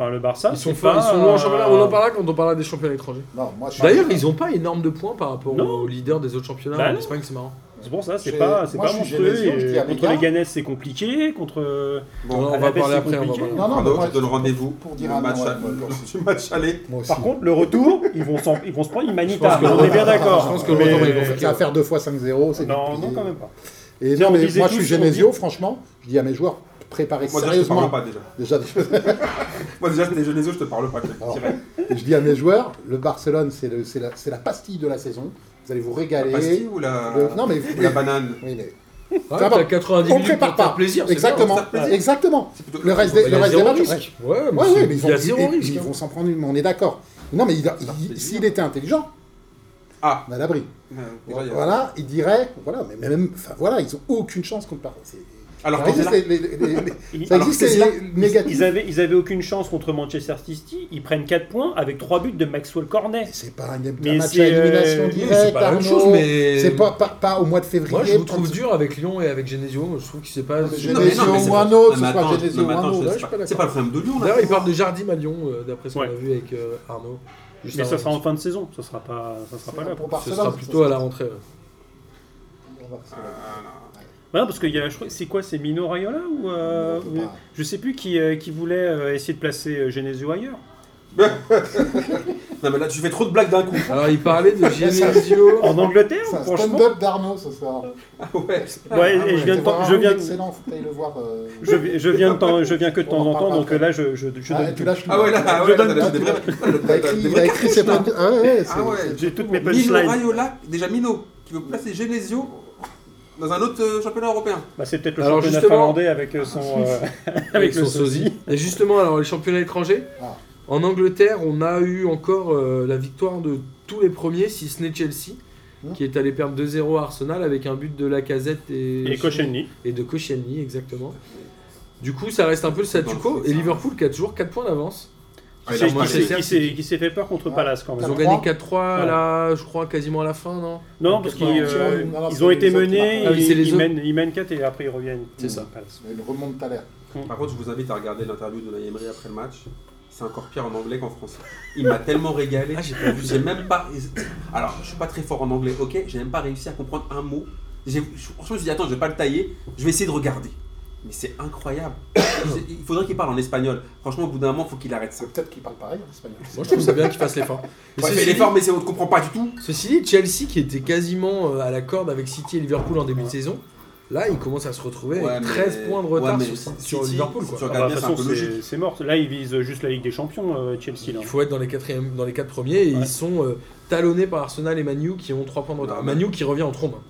D: Enfin, le Barça,
A: Ils sont
D: c'est
A: forts, ils
D: pas-
A: sont loin en championnat. On en parlera quand on parlera des championnats étrangers.
C: Non, moi, je-
A: D'ailleurs, ils ont pas énorme de points par rapport
D: Non.
A: aux leaders des autres championnats.
D: Bah
A: en
D: non.
A: Espagne, c'est marrant.
D: C'est pour ça, c'est
C: J'ai-
D: pas, c'est
C: moi,
D: pas
C: je suis
D: monstrueux.
C: Genesio, je
D: Et,
C: dis à
D: euh,
C: mes
D: contre les
C: gars-
D: Ganes, c'est compliqué. Contre.
A: Non,
B: Bon,
A: on
D: à
A: va
D: la
A: parler
D: baisse, c'est
A: après. On va
D: compliqué.
A: parler.
C: Non, non,
B: Arnaud,
C: mais moi,
B: je te donne rendez-vous
C: pour
B: pour
C: dire
B: dire
C: à
B: match,
C: Arnaud,
B: à-
C: ouais, moi aussi.
B: du match aller.
C: Moi aussi.
D: Par contre, le retour, ils vont, s'en- ils vont se prendre une manita.
A: Je pense que
D: On est bien d'accord.
A: je pense que le
D: Mais-
A: retour, ils vont faire-
C: Ça va faire deux fois 5-0, c'est
D: Non,
C: vite plié.
D: non, quand même pas.
C: Et
D: Tiens,
C: non,
D: on
C: mais
D: disait
C: moi,
D: tous,
C: je suis
D: on
C: Genesio, franchement, je dis à mes joueurs, préparez
B: Moi, déjà, je te parle
C: sérieusement.
B: pas, déjà.
C: Déjà,
B: Moi, déjà, les Genesio, je te parle pas. je te
C: Alors,
B: dirais.
C: je dis à mes joueurs, le Barcelone, c'est le- c'est la, c'est la pastille de la saison. Vous allez vous régaler.
B: Pastille ou la...
C: Le- non, mais,
B: ou la banane
C: Oui, mais-
A: Ouais,
C: Ça va.
A: t'as 90
C: on
A: minutes
C: prépare
A: pour te
C: pas.
A: faire plaisir. c'est
B: bien,
C: exactement,
B: on se fait plaisir.
C: exactement.
B: C'est plutôt-
C: Le reste
A: bien.
C: des,
A: Il y
C: le
A: a
C: reste des
A: zéro
C: matchs,
A: risque. Ouais, mais
C: ouais, ouais,
A: c'est-
C: mais
A: il
C: ils,
A: y
C: ont-
A: a zéro
C: ils-
A: risque.
C: ils
A: hein.
C: vont s'en prendre une, mais on est d'accord. Non, mais il a- il- s'il était intelligent,
B: Ah.
C: on a l'abri.
B: Euh, déjà, il y a-
C: Voilà, il dirait, voilà, mais même, enfin voilà, ils ont aucune chance contre Paris. C'est-
B: Alors,
C: ça
B: quand t'es là,
C: existe, les- les- les- les-
D: Ils-
C: ça
D: alors,
C: existe les,
D: c'est-
C: les
D: ils,
C: négatifs.
D: ils avaient, ils avaient aucune chance contre Manchester City. Ils prennent 4 points avec 3 buts de Maxwell Cornet.
C: C'est pas un, un
D: Mais
C: match à
D: c'est, euh,
C: élimination
D: oui,
A: Oui,
C: directe.
A: C'est pas la même
C: Arnaud.
A: chose,
B: euh,
A: mais.
C: C'est pas, pas, pas au mois de février.
A: Moi, je vous trouve
C: trente-
A: dur avec Lyon et avec Genesio. Moi, Je trouve qu'il sait pas.
C: mais
A: D'ailleurs,
B: Non, mais
C: Genesio
B: non, mais c'est
C: ou
B: pas-
C: un autre,
B: Non, mais
C: ce soir,
B: attends,
C: Genesio
B: non, mais
C: ou un
B: attends,
C: autre.
B: c'est
A: Ouais, je suis
B: pas-
A: pas
B: C'est pas le problème de Lyon, là.
A: il parle de Jardim à Lyon, euh, d'après ce qu'on
D: Ouais.
A: a vu avec euh, Arnaud. Juste
D: Mais
A: avant.
D: ça sera en fin de saison. Ça sera pas, ça sera pas là.
C: Pour
A: Ce
C: Barcelone,
A: sera
C: ça
A: plutôt à la rentrée. ouais.
C: pour Barcelone.
D: Bah non, parce qu'il y a, je crois- c'est quoi, c'est Mino Raiola ou euh,
C: On peut pas.
D: je sais plus qui, euh, qui voulait euh, essayer de placer euh, Genesio ailleurs.
B: Non, mais là, tu fais trop de blagues d'un coup.
A: Alors, il parlait de Genesio.
D: En Angleterre,
C: C'est un
D: franchement.
C: stand-up Ah, d'Arnaud ce soir.
B: Ouais.
D: Ouais, et je viens de,
C: voir
D: je
C: Arnaud,
D: viens de-
C: Excellent, faut aller le voir. euh,
D: je, vi- je viens de temps- je viens que de
C: On en
D: temps en temps,
C: parlera
D: donc
C: après.
D: euh, là je, je, je
C: Ah,
D: donne
C: tu
D: tout.
C: lâches
B: Ah ouais, là, bah, ah
D: Je
B: ouais, là,
D: donne
B: là,
D: pas
B: j'ai des vrais-
C: Il a écrit,
B: des
C: il a
B: vrais
C: écrit ses
B: cartouches, là.
C: points. Ah ouais, c'est-
B: Ah ouais.
D: J'ai toutes mes
B: Mino
D: punchlines.
B: Raiola, déjà Mino, qui veut placer Genesio dans un autre euh, championnat européen.
D: Bah, c'est peut-être le
A: Alors,
D: championnat
A: justement-
D: finlandais avec euh,
C: Ah,
D: son euh, avec le sosie.
A: Et justement, alors les championnats étrangers.
C: Ah.
A: En Angleterre, on a eu encore euh, la victoire de tous les premiers, si ce n'est Chelsea,
C: Hmm.
A: qui est allé perdre 2-0 à Arsenal avec un but de la casette et,
D: Et Koscielny.
A: et de Koscielny, exactement. Du coup, ça reste un peu le
B: C'est
A: statu
B: dans le
A: quo.
B: foot,
A: Et
B: ça.
A: Liverpool qui a toujours 4 points d'avance.
D: Qui
B: Ouais,
D: s'est-
B: là,
A: moi,
D: qui s'est-
A: c'est-
D: qui s'est- qui s'est fait peur contre
C: Ah.
D: Palace quand
A: Ils
D: même.
A: ont
C: 4-3.
A: gagné 4-3
D: Ouais.
A: là, je crois, quasiment à la fin, non
D: Non, parce qu'ils
C: Non,
D: euh,
C: non, non,
D: ils
C: c'est
D: ont
C: les
D: été
C: autres qui
D: menés,
A: marquent. Ah oui, c'est
D: ils,
A: les
D: ils
A: autres.
D: mènent, ils mènent 4 et après ils reviennent.
A: C'est ça.
D: Palace.
C: Il remonte à l'air.
B: Par contre, je vous invite à regarder l'interview de Naïmri après le match. C'est encore pire en anglais qu'en français. Il m'a tellement régalé.
A: Ah, j'ai pas vu ça.
B: J'ai même pas. Alors, je suis pas très fort en anglais, ok J'ai même pas réussi à comprendre un mot. J'ai- je- Franchement, je me suis dit, attends, je vais pas le tailler, je vais essayer de regarder. Mais c'est incroyable. il faudrait qu'il parle en espagnol. Franchement, au bout d'un moment, faut qu'il arrête ça.
C: Peut-être qu'il parle pareil en espagnol.
A: Moi, je trouve ça bien qu'ils fassent l'effort. Mais
B: Ouais,
A: ceci
B: fait
A: dit-
B: l'effort, mais c'est- on ne comprend pas du tout.
A: Ceci dit, Chelsea qui était quasiment euh, à la corde avec City et Liverpool en début de saison, là il commence à se retrouver
B: Ouais,
A: avec
B: mais-
A: 13 points de retard
B: ouais, mais
A: sur, sur
B: City,
A: Liverpool.
B: si
A: quoi.
B: tu
D: Ah
B: regardes
D: bah, de
B: bien,
D: toute
B: c'est un
D: façon,
B: peu logique.
D: c'est c'est mort. Là, ils visent juste la Ligue des Champions, euh, Chelsea. Là.
A: Il faut être dans les, quatrièmes, dans les 4 premiers et
D: Ouais.
A: ils sont euh, talonnés par Arsenal et Manu qui ont 3 points de retard.
B: Non, mais-
A: Manu qui revient en trombe. hein.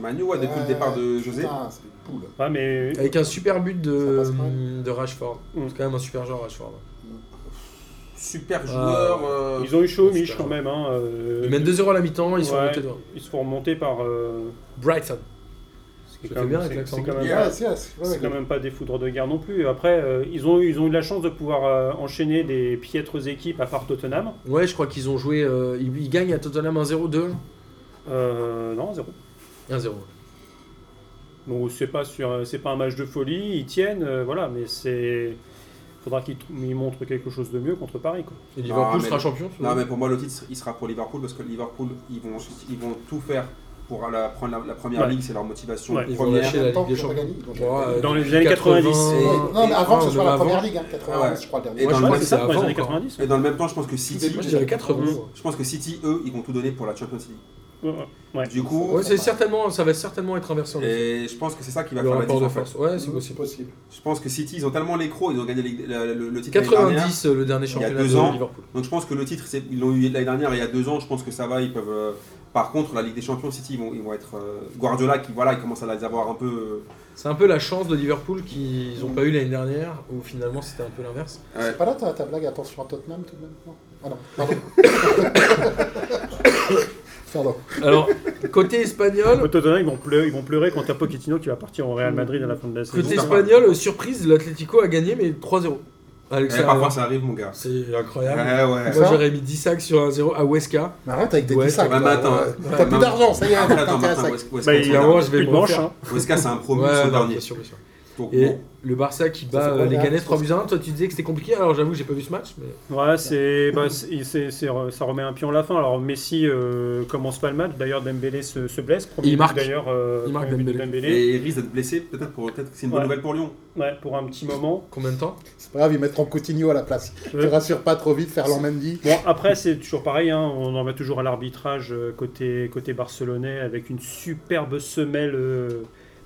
B: Manu, ouais, depuis le départ de José.
C: Putain, c'est une poule.
A: Ah,
D: Ouais, mais
A: Avec un super but
C: Ça
A: de,
C: passe quand même.
A: de Rashford.
D: Mm.
A: C'est quand même un super joueur Rashford. Ah.
B: Super joueur. euh,
D: ils ont eu chaud, Mich,
A: Super.
D: quand même. Hein, euh,
A: Ils mènent 2-0 à la mi-temps, ils sont
D: Ouais.
A: remontés devant.
D: ils se font remonter par. euh,
A: Brighton.
D: ce qui est
A: Je
D: quand
A: fais
D: même-
A: bien avec
D: c'est-
A: l'accent
D: c'est quand
A: anglais.
D: même-
B: Yeah.
C: Ouais, c'est- c'est- ouais,
D: C'est quand
C: ouais.
D: même pas des foudres de guerre non plus. Après, euh, ils, ont eu, ils ont eu la chance de pouvoir euh, enchaîner des piètres équipes à part Tottenham.
A: Ouais, je crois qu'ils ont joué. euh, ils, ils gagnent à Tottenham 1-0, 2-1.
D: Euh, non, zéro.
A: 1-0.
D: Donc c'est pas sur, c'est pas un match de folie. Ils tiennent, euh, voilà. Mais c'est, faudra qu'ils trou- ils montrent quelque chose de mieux contre Paris, quoi.
A: Et Liverpool
B: Ah, mais-
A: sera champion.
B: Non, mais pour moi, le titre, il sera pour Liverpool parce que Liverpool, ils vont, ils vont tout faire pour la, prendre la, la première
D: Ouais.
B: ligue, c'est leur motivation
D: Ouais.
A: Ils vont
B: première.
A: lâcher la
C: Tant
A: Ligue des
C: qu'ils ont
A: Champions.
C: gagné, ils ont
A: Bon,
C: gagné.
A: euh,
D: Dans les
A: depuis
D: années
A: 80, euh,
D: 90,
C: Ouais, Non, mais avant que ce
A: même
C: soit la
A: avant.
C: première ligue, hein, 91, je crois, le dernier.
B: Et
D: Ouais,
A: Ah,
B: dans
D: je
B: le
D: crois
B: match,
D: que c'est ça,
A: c'est
D: dans les
A: avant
D: années
A: encore.
D: 90.
B: Et dans le même temps, je pense que City,
A: Moi, je dirais 91.
B: je pense que City, eux, ils vont tout donner pour la Champions League.
D: Ouais, ouais. Ouais.
B: Du coup,
A: Ouais, c'est certainement, ça va certainement être inversé en effet.
B: et je pense que c'est ça qui va
A: le
B: faire la
A: rapport de
B: différence. en fait. Mm.
A: force. Ouais, c'est
C: C'est
A: possible.
C: possible.
B: Je pense que City, ils ont tellement les crocs, ils ont gagné les- la- le, le titre l'année dernière.
A: 90, euh, le dernier championnat
B: deux
A: de
B: ans.
A: Liverpool.
B: Donc je pense que le titre, c'est- ils l'ont eu l'année dernière, il y a deux ans, je pense que ça va, ils peuvent... euh, Par contre, la Ligue des Champions, City, ils vont, ils vont être... euh, Guardiola, qui, voilà, il commence à les avoir un peu... euh,
A: C'est un peu la chance de Liverpool qu'ils n'ont pas eu l'année dernière, où finalement c'était un peu l'inverse.
C: C'est pas là ta, ta blague, attention à Tottenham tout de même non Ah non, pardon. Pardon.
G: Alors,
A: Côté espagnol,
D: Tottenham, ils vont, pleurer, ils vont pleurer quand t'as Pochettino qui va partir au Real Madrid à la fin de la saison. Bah,
A: côté espagnol, surprise, l'Atlético a gagné, mais 3-0. à
B: Eh,
A: l'extérieur.
B: Parfois ça arrive, mon gars.
A: C'est
B: Ouais,
A: incroyable.
B: ouais.
A: Moi,
C: Ça
A: j'aurais mis 10 sacs sur 1-0 à Huesca.
C: Mais arrête avec des
A: Ouais,
C: petits sacs.
B: bah,
C: là.
B: attends,
C: Euh,
B: ouais,
C: T'as
B: bah,
C: plus d'argent, ça y est,
B: Après, attends,
C: t'as un
B: Martin,
C: sac.
B: Wes- Wesca,
D: Bah, il
B: c'est
D: y a
B: un
D: un
B: dernier.
A: je vais
D: plus de
A: me
D: manche.
A: refaire.
D: hein.
B: Wesca, c'est un promu,
A: Ouais,
B: c'est le
A: non,
B: dernier.
A: bien sûr, bien sûr.
B: Donc,
A: Et
B: bon.
A: le Barça qui
C: Ça,
A: bat euh,
C: c'est pas
A: les
C: grave,
A: Ganes
C: je
A: 3
C: pense.
A: buts à 1. Toi, tu disais que c'était compliqué, alors j'avoue, j'ai pas vu ce match. Mais...
D: Ouais, c'est, bah, c'est- c'est- c'est re- ça remet un pied en la fin. Alors Messi euh, commence pas le match. D'ailleurs, Dembélé se, se blesse. Premier
G: Il
D: but
G: marque.
D: D'ailleurs, euh,
G: Il marque
D: premier but de Dembélé.
B: Et il risque d'être blessé, peut-être pour peut-être que c'est une bonne
D: Ouais.
B: nouvelle pour Lyon.
D: Ouais, pour un petit moment.
A: Combien de temps
C: C'est pas grave, ils mettront Coutinho à la place.
D: Ouais.
C: Tu rassures pas trop vite, Ferland Mendy.
D: Bon, après, c'est toujours pareil. hein, On en va toujours à l'arbitrage euh, côté, côté barcelonais avec une superbe semelle euh,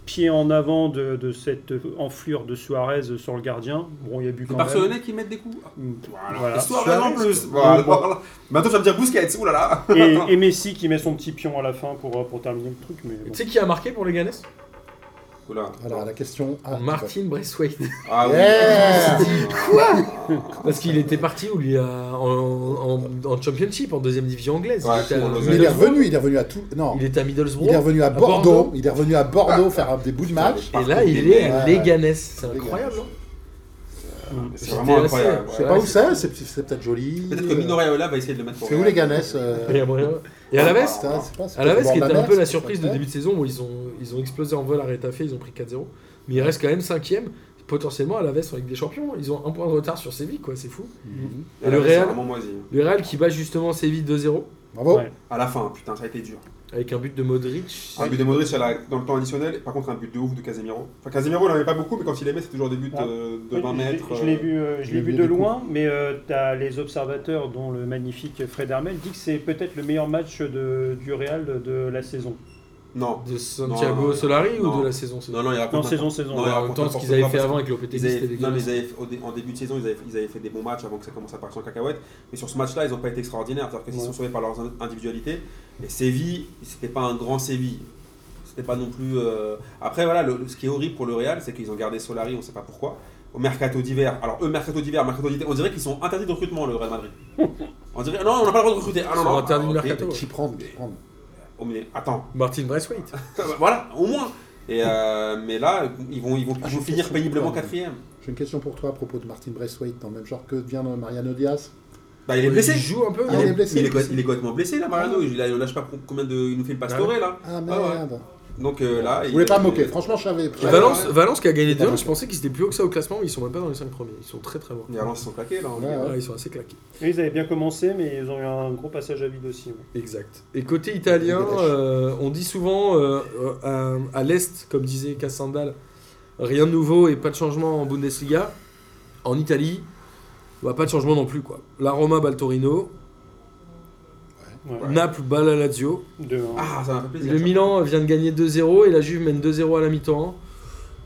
D: pied en avant de, de cette enflure de Suarez sur le gardien. Bon, il y a but
B: Les
D: quand même.
B: Barcelonais qui mettent des coups. Ah,
D: Voilà.
B: Histoire en plus. Voilà,
D: Bon, bon.
B: voilà. Maintenant, tu vas me dire Bousquet, ouh là là.
D: Mm. Et, et Messi qui met son petit pion à la fin pour, euh, pour terminer le truc. Mais bon.
A: Tu sais qui a marqué pour les Ganes
B: Oula.
C: Alors la question. ah,
A: Martin Braithwaite.
B: Ah oui.
C: Yeah.
A: Parce qu'il était parti où lui, à- euh, en, en- en Championship, en deuxième division anglaise.
B: Ouais,
A: il, était
B: on
A: à,
B: le
C: Mais il est
B: Middlesbrough.
C: revenu, il est revenu à tout. Non,
A: il était à Middlesbrough.
C: il est revenu à
A: Bordeaux.
C: Bordeaux. Il est revenu à Bordeaux faire un- des bouts de match.
A: Et là, il est à
C: Ouais, ouais.
A: Léganès. C'est
C: Léganès.
A: incroyable, hein. non
B: C'est
A: C'était
B: vraiment incroyable.
A: assez-
C: Je
B: ouais.
C: sais pas où c'est, c'est c'est peut-être joli.
B: Peut-être que Mino Raiola va essayer de le mettre pour
C: C'est où
B: Real.
C: les Ganesses euh,
A: Et à moyen- et à la veste
C: putain, c'est pas- c'est
A: à la
C: peut-être
A: veste,
C: au
A: qui
C: bord
A: était
C: de
A: un peu
C: mer,
A: la
C: c'est
A: surprise
C: pas
A: de
C: vrai.
A: début de saison où ils ont, ils ont explosé en vol à Rétafé, ils ont pris 4-0. Mais ils restent quand même 5ème, potentiellement à la veste en Ligue des Champions. Ils ont un point de retard sur Séville, quoi, c'est fou.
C: Mhm.
B: Et
A: Le
B: là, c'est
A: Real.
B: vraiment moisi.
A: Le Real qui bat justement Séville 2-0
C: Bravo.
D: Ouais.
B: À la fin, putain, ça a été dur.
A: avec un but de Modric.
B: Un but de Modric à la- dans le temps additionnel, par contre un but de ouf de Casemiro. Enfin Casemiro il en avait pas beaucoup, mais quand il aimait c'est toujours des buts
D: Ah.
B: euh, de
D: Oui,
B: 20
D: je l'ai-
B: mètres.
D: Je
B: euh,
D: l'ai vu, euh, je l'ai
C: le
D: vu
C: milieu
D: de
C: des
D: loin, mais tu as les observateurs, dont le magnifique Fred Hermel, dit que c'est peut-être le meilleur match de, du Real de, de la saison.
B: Non,
A: De Santiago
B: Non, non,
A: Solari
B: non.
A: ou de la saison saison
B: non, non, il
D: Non,
B: raconte.
D: saison, saison.
B: Non,
D: ouais.
A: En même temps, ce qu'ils avaient fait avant avec Lopetegui,
B: Ils avaient-
A: c'était
B: non, mais
A: dégueulasse.
B: ils avaient- au dé- en début de saison, ils avaient, ils avaient fait des bons matchs avant que ça commence à partir en cacahuète. Mais sur ce match-là, ils n'ont pas été extraordinaires. C'est-à-dire qu'ils
D: Ouais.
B: sont sauvés par leurs in- individualités. Et Séville, c'était pas un grand Séville. C'était pas non plus. euh, Après, voilà, le- le- ce qui est horrible pour le Real, c'est qu'ils ont gardé Solari, on sait pas pourquoi. Au mercato d'hiver. Alors, eux, mercato d'hiver, mercato d'hiver, on dirait qu'ils sont interdits de recrutement, le Real Madrid. On dirait. Non, on n'a pas le droit de recruter. Ah, non,
A: Ils sont
B: non.
A: interdits de
B: ok.
A: mercato.
C: Qui prendre, qui prendre.
B: Oh, mais attends.
A: Martin Braithwaite.
B: voilà, au moins. Et euh, mais là, ils vont, ils vont,
C: Ah,
B: ils vont
C: je
B: finir
C: sais
B: péniblement
C: pourquoi.
B: quatrième.
C: J'ai une question pour toi à propos de Martin Braithwaite, dans le même genre que devient Mariano Diaz.
B: Bah, il est
A: Il
B: blessé.
A: joue un peu.
C: Ah,
A: non
C: il est blessé.
B: Il est, il est complètement blessé là, Mariano. Il, là, il lâche pas combien de. Il nous fait le pastoré là.
C: Ah
B: ouais.
C: merde.
B: Donc euh, là.
C: Je
B: il-
C: voulais pas me
B: il-
C: moquer, franchement, je savais.
A: Et Valence,
B: ouais.
A: Valence qui a gagné
C: C'est pas
A: 2-1,
C: mal.
A: je pensais qu'ils étaient plus haut que ça au classement, mais ils sont même pas dans les 5 premiers. Ils sont très très loin.
B: Les Irlandais se sont claqués là. on
C: Ouais,
B: dit.
A: Ouais, ils sont assez claqués.
D: Et ils avaient bien commencé, mais ils ont eu un gros passage à vide aussi. ouais.
A: Exact. Et côté italien, euh, on dit souvent euh, euh, à, à l'Est, comme disait Cassandal, rien de nouveau et pas de changement en Bundesliga. En Italie, bah, pas de changement non plus. quoi. La Roma bat le Torino,
D: Ouais.
A: Naples bat la Lazio,
D: De-
B: Ah, ça m'a fait plaisir.
A: le
B: ça.
A: Milan vient de gagner 2-0 et la Juve mène 2-0 à la mi-temps.